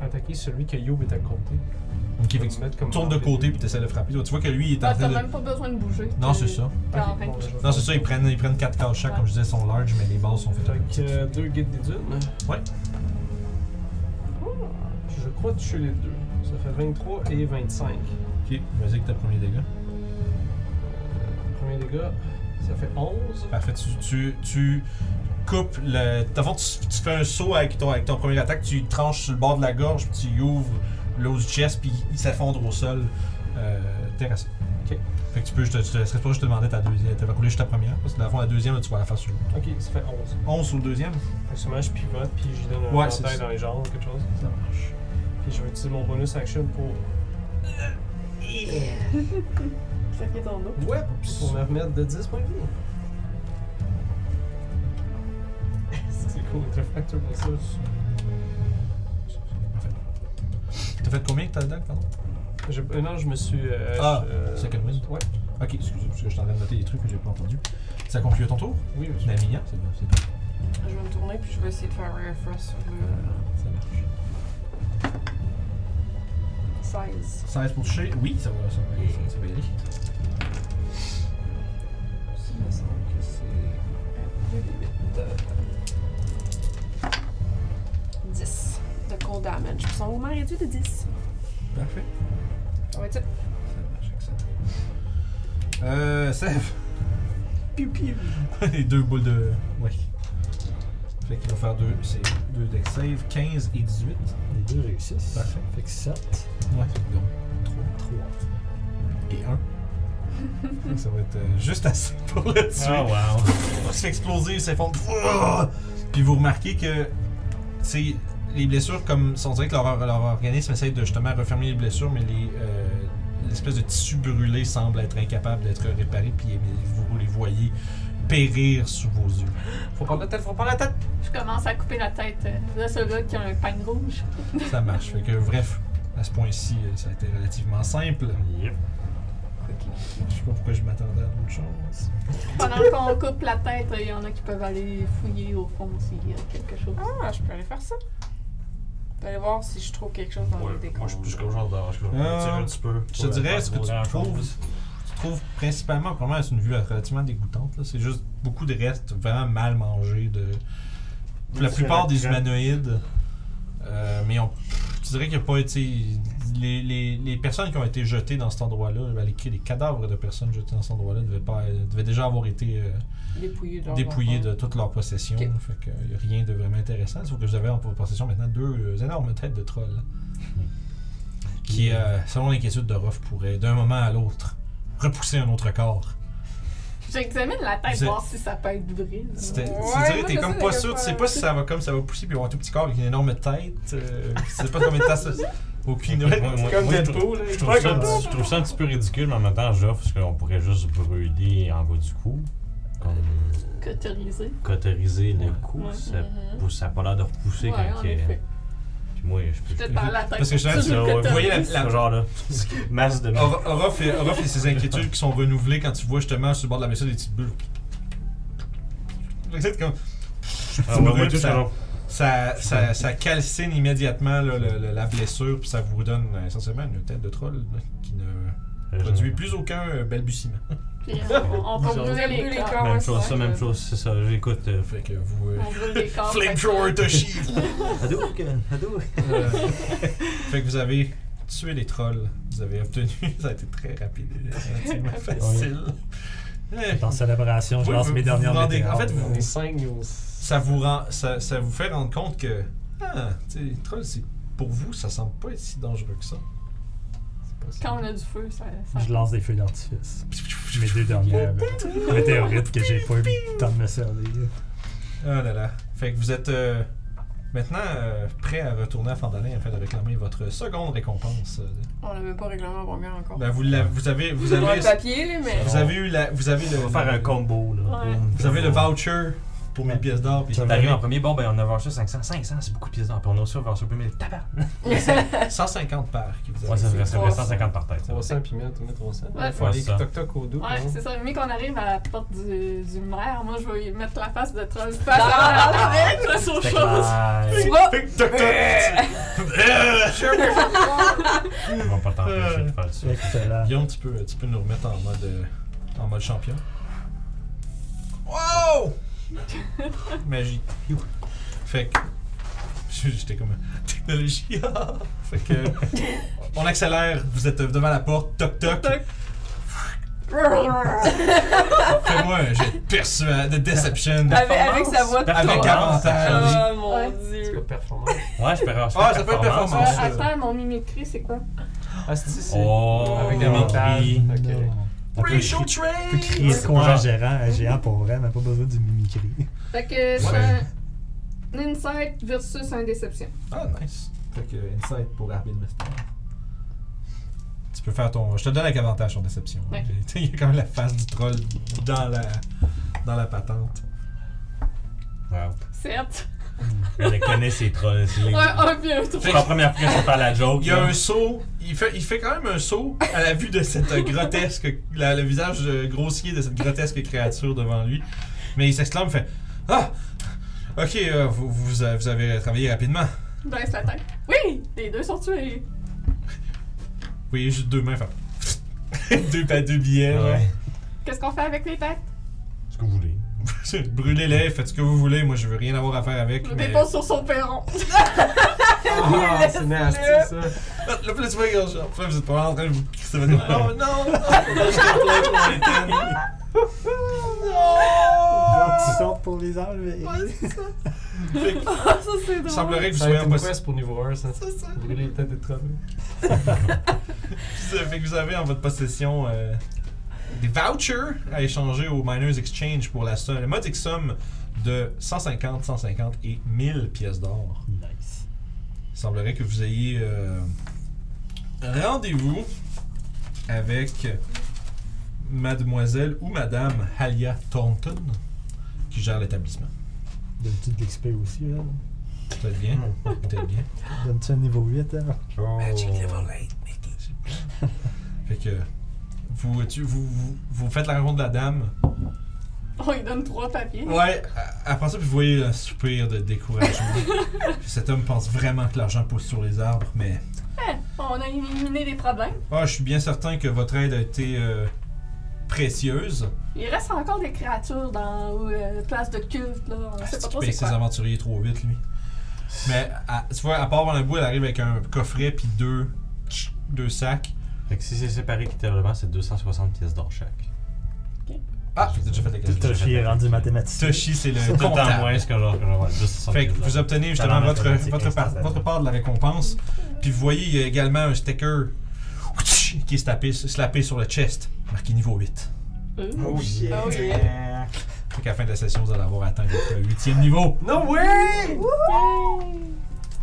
d'attaquer celui que Youb est à
Donc,
côté. Je vais me
effectivement,
mettre comme
tourne de côté, puis t'essaies de le frapper. Tu vois que lui, il est en
Ah, T'as
train de.
même pas besoin de bouger.
Non, c'est ça.
T'es en
Ok,
range.
bon, ben, je vais
Non,
faire
c'est ça, ils
ça.
prennent, ils prennent 4 cases chaque, comme je disais, ils sont large, mais les bases sont faites
Fait que
avec.
euh, deux guides des dunes.
Ouais.
Je crois toucher les deux. Ça fait 23 et 25.
Ok, vas-y avec tes premiers dégâts.
Premier dégât, ça fait 11.
Parfait, tu, tu, tu coupes le. Dans le fond, tu, tu fais un saut avec ton, avec ton premier attaque, tu tranches sur le bord de la gorge, puis tu y ouvres l'os du chest, puis il s'effondre au sol, euh, terrassé.
Ok.
Fait que tu peux, je te, je te laisserai pas juste te demander ta deuxième. T'avais roulé juste ta première, parce que dans le fond, la deuxième, là, tu vas la faire sur l'autre.
Ok, ça fait 11.
11 sur le deuxième
Fait que sûrement, je pivote puis j'y donne un
Ouais,
avantage
c'est ça.
dans les jambes ou quelque chose.
Ça marche.
Puis je vais utiliser mon bonus action pour,
Claquer ton dos.
Ouais,
pour me remettre de 10 points de vie. C'est cool, très facteur pour ça.
Parfait. T'as fait combien que t'as d'attaque, pardon
Je- euh, non, je me suis. euh,
Ah,
je- euh,
second wind.
Ouais,
Ok, excusez, parce que je suis en train de noter des trucs que j'ai pas entendu. Ça conclut ton tour
oui, monsieur.
Namiya, c'est bon, c'est bon.
Je vais me tourner puis je vais essayer de faire un frost sur le
Ça marche.
16.
16 pour toucher Oui, ça va, ça va, ça- ça va y aller.
Il me semble que c'est un 2 10 de cold damage. Puis son mouvement réduit de 10.
Parfait.
Ça va être ça.
Ça marche, excellent. Euh, Sèvres. Piu piu. Les deux boules de. Ouais. Fait qu'il va faire deux, c'est deux deck save, 15 et 18.
Les deux réussissent.
Parfait.
Fait que 7,
Ouais, donc
3.
et 1. ça va être euh, juste assez pour le tuer.
Ah, wow.
Il se fait exploser, il s'effondre. Puis vous remarquez que, tu sais, les blessures, comme on dirait que leur, leur organisme essaie de justement refermer les blessures, mais les, euh, l'espèce de tissu brûlé semble être incapable d'être réparé, puis vous les voyez périr sous vos yeux. Faut prendre la tête, faut prendre la tête!
Je commence à couper la tête euh, de ce gars qui a un pagne rouge.
Ça marche. Fait que bref, à ce point-ci, euh, ça a été relativement simple.
Yep.
Je sais pas pourquoi je m'attendais à d'autres choses.
Pendant qu'on coupe la tête, il y en a qui peuvent aller fouiller au fond s'il y a quelque chose.
Ah, je peux aller faire ça. Je peux aller voir si je trouve quelque chose dans
Ouais,
le décor.
moi, je suis plus comme genre d'âge. Je vais
Euh,
tirer un petit peu.
Je te dirais, ce que tu trouves, tu trouves principalement, vraiment, c'est une vue relativement dégoûtante. là. C'est juste beaucoup de restes vraiment mal mangés de la plupart des humanoïdes. Euh, mais on, tu dirais qu'il n'y a pas été. Les, les, les personnes qui ont été jetées dans cet endroit-là, ben, les, les cadavres de personnes jetées dans cet endroit-là devaient, pas, devaient déjà avoir été euh,
Dépouiller de leur
dépouillés
enfant.
de toute leur possession.
Ok.
Fait que, euh, y a rien de vraiment intéressant. Sauf que vous avez en possession maintenant deux euh, énormes têtes de trolls. Qui, euh, selon l'inquiétude de Ruff, pourraient, d'un moment à l'autre, repousser un autre corps.
J'examine la tête,
Vous êtes-
voir si ça peut être vrai. là.
C'était-
Ouais,
c'est
moi,
vrai, t'es
je
comme
sais,
pas
je
sûr, tu sais
sais.
pas si ça va comme ça va pousser, puis ils vont avoir un tout petit corps avec une énorme tête. euh, puis tu sais pas combien de temps ça. Aucune idée.
Moi, moi,
Comme
moi, je
Deadpool, là.
Je
il
trouve,
fait
ça,
comme ça.
je trouve ça un petit peu ridicule, mais en même temps, j'offre ce qu'on pourrait juste brûler en bas du cou. Comme
Cautérisé.
cauteriser le cou,
Ouais.
ça,
Mhm.
pousse- ça a pas l'air de repousser
Ouais,
quand
en
il
effet.
Puis moi, je peux.
Peut-être par la tête.
Parce que je-
Ça, je
tu-
le
ouais,
Vous voyez
cautérise.
la, la- Ah,
Ce genre là. Masse de.
Or- Aura fait, Aura fait ses inquiétudes qui sont renouvelées quand tu vois justement sur le bord de la messe des petites bulles. Vous êtes comme-
Ah, ouais, moi,
brûles,
tout
ça-
ça, genre,
Ça, ça, ça calcine immédiatement là, le- le- la blessure, puis ça vous redonne euh, essentiellement une tête de troll là, qui ne
euh,
produit
genre-
plus aucun euh, balbutiement.
Puis euh, on, on peut
Genre-
brûler les
Brûler les
corps.
corps.
Même chose,
ouais,
ça,
ouais.
même chose, Ah, c'est ça. J'écoute. euh,
Fait que vous. euh,
On brûle les Ah, corps.
Flamethrower
fait que-
Toshi!
Hadouken, Hadouken.
Euh, fait que vous avez tué les trolls. Vous avez obtenu. Ça a été très rapide et relativement facile. Eh,
En célébration, je
Oui,
lance
vous-
mes
vous
dernières
vous rendez-
météores.
en fait, vous-
Les cinq, ils ont-
ça vous rend. Ça, ça vous fait rendre compte que. Ah, tu sais, les trolls, c'est. Pour vous, ça semble pas être si dangereux que ça.
c'est pas ça.
Quand on a du feu, ça. ça-
Je lance des feux d'artifice. Mes deux dernières euh, météorites que j'ai pas eu le temps de me servir.
Oh là là. Fait que vous êtes euh, maintenant euh, prêt à retourner à Fandalin afin de réclamer votre seconde récompense. euh.
On l'a même pas réclamé la première encore.
Ben, vous, la- vous avez. Vous
Dans
avez,
le papier, là, mais.
vous avez eu la. Vous avez le.
On va faire un combo là.
Ouais.
Boum.
Vous avez le voucher pour 1000 pièces d'or. puis-
T'arrives en premier, bon ben on a vendu ça 500, 500, c'est beaucoup de pièces d'or. Puis on a aussi vendu ça 1000, tabac!
150 par qui vous a
Ouais, ça
laissé.
serait ça ferait 150 par tête. ça.
300 puis merde, on est 300.
Ouais.
Il faut aller
Ouais, ça.
toc-toc au dos.
Ouais,
hein.
c'est ça. Mais qu'on arrive à la porte du, du maire, moi je vais y mettre la face de troll face
Ah,
à la
avec!
face aux
Fait que,
choses.
euh,
Tu vas!
Ils vont pas
Euh.
t'empêcher de faire ça.
Excellent.
Guillaume, tu peux, tu peux nous remettre en mode, euh, en mode champion. Wow! Magie. Fait que. J'étais comme. Technologie. ah! fait que. On accélère, vous êtes devant la porte, toc toc. Fais-moi un jet de persuade, de deception.
Avec, avec sa voix de
Avec
troll.
avantage.
Oh mon
Ouais.
C'est quoi,
dieu.
performance?
Ouais, je peux faire
Ah, ça peut être
Euh,
performance.
attends, mon mimicry, c'est quoi?
Ah, c'est ici.
Oh,
Avec
la
la mental.
menterie.
Ok.
Ah, On peut,
Ratio
cri- on peut
train!
crier ce qu'on a
Genre-
un gérant, un géant pour vrai, mais pas besoin du mimicry.
Fait que c'est
Ouais.
un insight versus un déception.
Ah, nice. Fait que Insight pour Arbid Mustard. Tu peux faire ton. Je te le donne avec avantage sur déception. hein.
Ouais.
Il y a quand même la face du troll dans la, dans la patente.
Wow.
7.
Elle connaît ses trolls. C'est les-
Ouais, un puis un trois.
C'est la première fois qu'elle fait la joke.
Il y a
là.
un saut. Il fait, il fait quand même un saut à la vue de cette grotesque. la- le visage euh, grossier de cette grotesque créature devant lui. Mais il s'exclame, fait Ah Ok, euh, vous, vous, a- vous avez travaillé rapidement.
Je Baisse la tête. Oui! Les deux sont tués.
Vous voyez juste deux mains faire. deux, pa- deux billets, genre.
Ouais.
Qu'est-ce qu'on fait avec les têtes?
Ce que vous voulez.
Brûlez-les, faites ce que vous voulez, moi je veux rien avoir à faire avec.
Je le
mais-
dépose sur son perron.
Ah, c'est nasty, ça.
Le plus tu vois, genre, genre, après, vous êtes pas en train de vous crisser votre Non, non, non! Là, je te plains pour les thèmes.
Donc, tu sors pour les enlever.
Fait que,
Ah, ça c'est
Il
drôle.
semblerait que vous
Ça a
soyez
été
en
une
possession.
quest pour niveau 1, ça. Brûler les têtes des trolls.
Fait que vous avez en votre possession euh, des vouchers à échanger au Miners Exchange pour la somme, la modique somme de 150, 150 et 1000 pièces d'or.
Nice.
Il semblerait que vous ayez euh, rendez-vous avec mademoiselle ou madame Halia Thornton qui gère l'établissement.
Donne-tu de l'XP aussi, là?
Peut-être bien. Peut-être bien.
Donne-tu un niveau 8, hein?
Magic level 8, Fait que vous, tu- vous, vous, vous faites la rencontre de la dame.
On lui donne trois papiers.
Ouais, à- après ça, puis vous voyez un soupir de découragement. Puis cet homme pense vraiment que l'argent pousse sur les arbres, mais.
Eh, on a éliminé les problèmes.
Ah, je suis bien certain que votre aide a été euh, précieuse.
Il reste encore des créatures dans la place de culte, là. On
Ah, c'est
sait pas
qu'il
trop
paye
c'est
ses
quoi.
aventuriers trop vite, lui. Mais à- tu vois, à part un bout, elle arrive avec un coffret puis deux, deux sacs.
Fait que si c'est séparé littéralement, c'est 260 pièces d'or chaque.
Ah, j'ai déjà fait la question.
Toshi est rendu mathématicien.
Toshi, c'est le
Tout en
comptable.
moins, ce que genre, que genre, ouais, 260
Fait que
pièces
vous
d'or.
obtenez justement
Talent
votre,
mathématique
votre, part,
instantané.
votre part de la récompense. Puis vous voyez, il y a également un sticker qui est tapé, slappé sur le chest, marqué niveau 8.
Oh, yeah.
Fait qu'à la fin de la session, vous allez avoir atteint votre huitième niveau.
No way!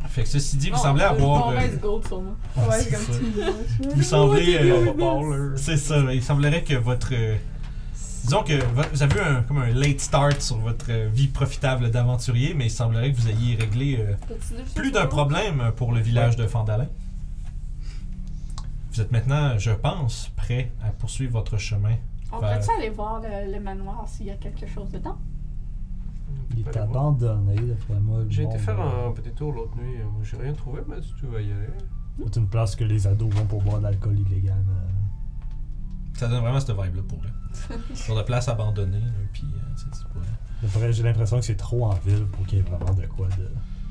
Fait que ceci dit, vous
Non,
semblez
euh,
avoir...
on
euh,
reste gold sur nous.
Ouais,
Ouais, comme
ça.
tu dis.
vous semblez... euh,
Baller.
C'est ça, mais il semblerait que votre... euh, disons que votre- vous avez eu un, comme un late start sur votre euh, vie profitable d'aventurier, mais il semblerait que vous ayez réglé... euh,
T'as-tu déjà fait
plus
ça?
d'un problème pour le village de Fandalin. Vous êtes maintenant, je pense, prêt à poursuivre votre chemin.
On
Bah,
pourrait-tu aller voir le, le manoir s'il y a quelque chose dedans?
Il est abandonné, d'après moi. le
J'ai été
monde,
faire
euh,
un petit tour l'autre nuit. euh, J'ai rien trouvé, mais si tu veux y aller.
C'est une place que les ados vont pour boire de l'alcool illégal. euh. mais-
Ça donne vraiment cette vibe-là pour eux. Sur la place abandonnée, là, puis euh, tu sais, c'est pas-
D'après, j'ai l'impression que c'est trop en ville pour qu'il y ait vraiment de quoi de.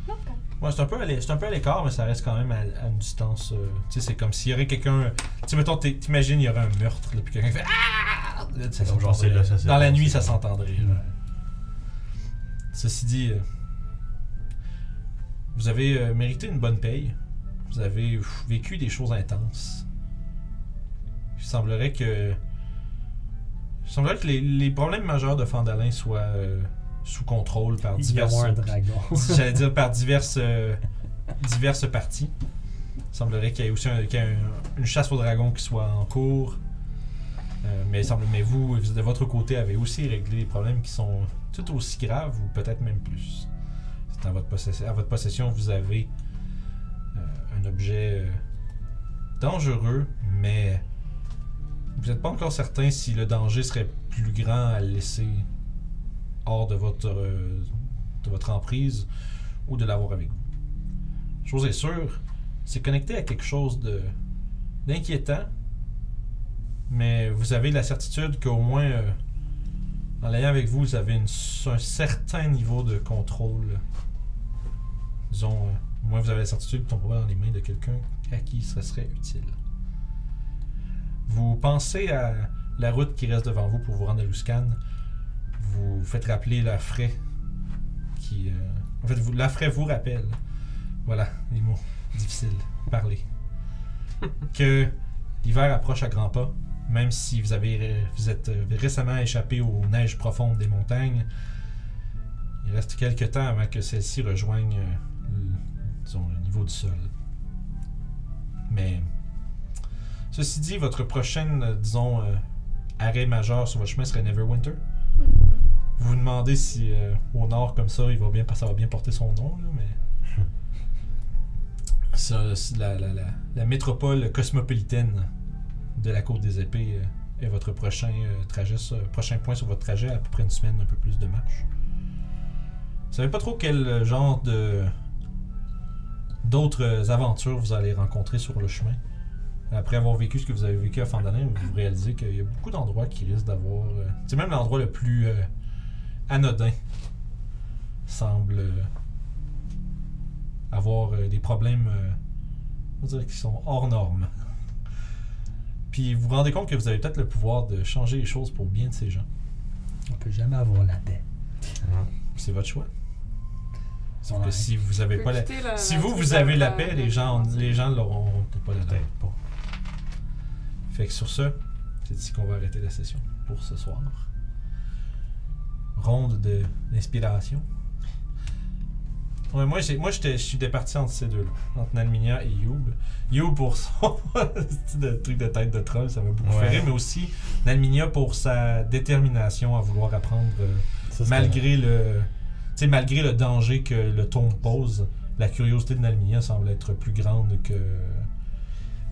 Non, quand même.
Ouais, c'est un peu à l'é- c'est un peu à l'écart, mais ça reste quand même à, à une distance. euh, tu sais, c'est comme s'il y aurait quelqu'un. Tu sais, mettons, t'es- t'imagines, il y aurait un meurtre, là, puis quelqu'un qui fait Ah! Là, tu sais, ça
Comme genre,
s'entendrait.
c'est là, ça, c'est
Dans la
là,
nuit,
c'est
ça
là.
s'entendrait. là. Ceci dit, euh, vous avez euh, mérité une bonne paye. Vous avez pff, vécu des choses intenses. Il semblerait que. Il semblerait que les, les problèmes majeurs de Fandalin soient euh, sous contrôle par
Il y a
diverses.
un dragon.
J'allais dire par diverses. euh, diverses parties. Il semblerait qu'il y ait aussi un- qu'il y ait un- une chasse au dragon qui soit en cours. Euh, mais, il semble, mais vous, de votre côté, avez aussi réglé des problèmes qui sont tout aussi graves ou peut-être même plus. C'est en votre possession. À votre possession, vous avez euh, un objet euh, dangereux, mais vous n'êtes pas encore certain si le danger serait plus grand à le laisser hors de votre, euh, de votre emprise ou de l'avoir avec vous. Chose est sûre, c'est connecté à quelque chose de d'inquiétant, mais vous avez la certitude qu'au moins, euh, en l'ayant avec vous, vous avez une s- un certain niveau de contrôle. Disons, euh, au moins vous avez la certitude qu'on tombe pas dans les mains de quelqu'un à qui ce serait utile. Vous pensez à la route qui reste devant vous pour vous rendre à Luscan. Vous faites rappeler la frais qui. euh, en fait, vous, la frais vous rappelle. Voilà, les mots difficiles. Parler. que l'hiver approche à grands pas, même si vous, avez, ré- vous êtes euh, récemment échappé aux neiges profondes des montagnes. Il reste quelques temps avant que celles-ci rejoignent euh, le- disons, le niveau du sol. Mais Ceci dit, votre prochaine, euh, disons, euh, arrêt majeur sur votre chemin serait Neverwinter. Vous vous demandez si euh, au nord comme ça, il va bien, ça va bien porter son nom, là, mais ça, c'est la, la- la- la métropole cosmopolitaine de la côte des épées euh, est votre prochain euh, trajet, sur- prochain point sur votre trajet à peu près une semaine, un peu plus de marche. Vous savez pas trop quel euh, genre de d'autres euh, aventures vous allez rencontrer sur le chemin. Après avoir vécu ce que vous avez vécu à Fandalin, vous réalisez qu'il y a beaucoup d'endroits qui risquent d'avoir. euh, c'est même l'endroit le plus euh, anodin semble euh, avoir euh, des problèmes, euh, on va dire, qui sont hors normes. Puis vous vous rendez compte que vous avez peut-être le pouvoir de changer les choses pour bien de ces gens.
On peut jamais avoir la paix.
C'est votre choix. Sauf
Ouais.
que si vous avez pas la,
Quitter la-
si
la-
vous
la-
vous avez la
la-
paix,
la-
les gens
euh,
les gens l'auront peut-être pas la paix.
Peut-être pas.
Fait que sur ce, c'est ici qu'on va arrêter la session pour ce soir. Ronde de l'inspiration. Ouais, moi, j'ai, moi j'étais- je suis départi entre ces deux-là, entre Nalminia et Youb. Youb pour son petit de- truc de tête de troll, ça m'a beaucoup
Ouais.
fait rire, mais aussi Nalminia pour sa détermination à vouloir apprendre euh,
Ça, c'est-
malgré le, tu sais, malgré le danger que le tombe pose. La curiosité de Nalminia semble être plus grande que,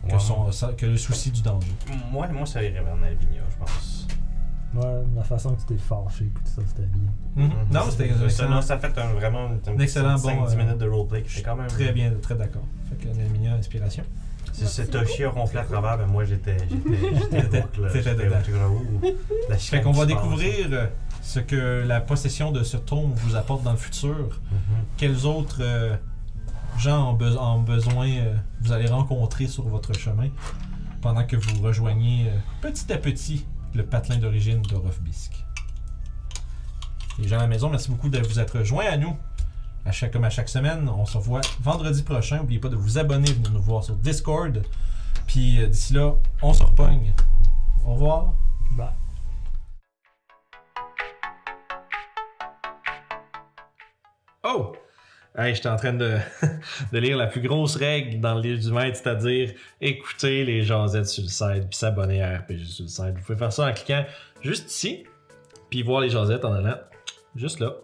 que,
Ouais.
son, que le souci du danger.
Moi, moi, ça irait vers Nalvinia, je pense.
Mm-hmm.
Ouais, la façon que tu t'es fâché puis tout ça, c'était bien.
Mhm. Non, c'était un
Ça-
excellent-
non, ça a fait un, vraiment un
excellent bon,
5-10
euh,
minutes de roleplay. J'étais quand même.
Très bien, très d'accord. Fait que Nalminia, inspiration.
Si c'est Toshi a ronflé à travers, ben moi j'étais. J'étais.
T'étais-
J'étais. woke, là.
t'étais
J'étais
dedans.
woke, là, ouh, la
Fait
chicane
qu'on va
qui se passe.
découvrir euh, ce que la possession de ce tombe vous apporte dans le futur.
Mm-hmm.
Mhm.
Quels autres euh, gens en, be- en besoin euh, vous allez rencontrer sur votre chemin pendant que vous rejoignez euh, petit à petit le patelin d'origine de Rofbisk. Les gens à la maison, merci beaucoup de vous être joints à nous. À chaque, comme à chaque semaine, on se revoit vendredi prochain. N'oubliez pas de vous abonner, venez nous voir sur Discord. Puis euh, d'ici là, on se repogne. Au revoir.
Bah.
Oh! Hey, j'étais en train de, de lire la plus grosse règle dans le livre du maître, c'est-à-dire écouter les jasettes sur le site puis s'abonner à RPG sur le site. Vous pouvez faire ça en cliquant juste ici, puis voir les jasettes en allant juste là.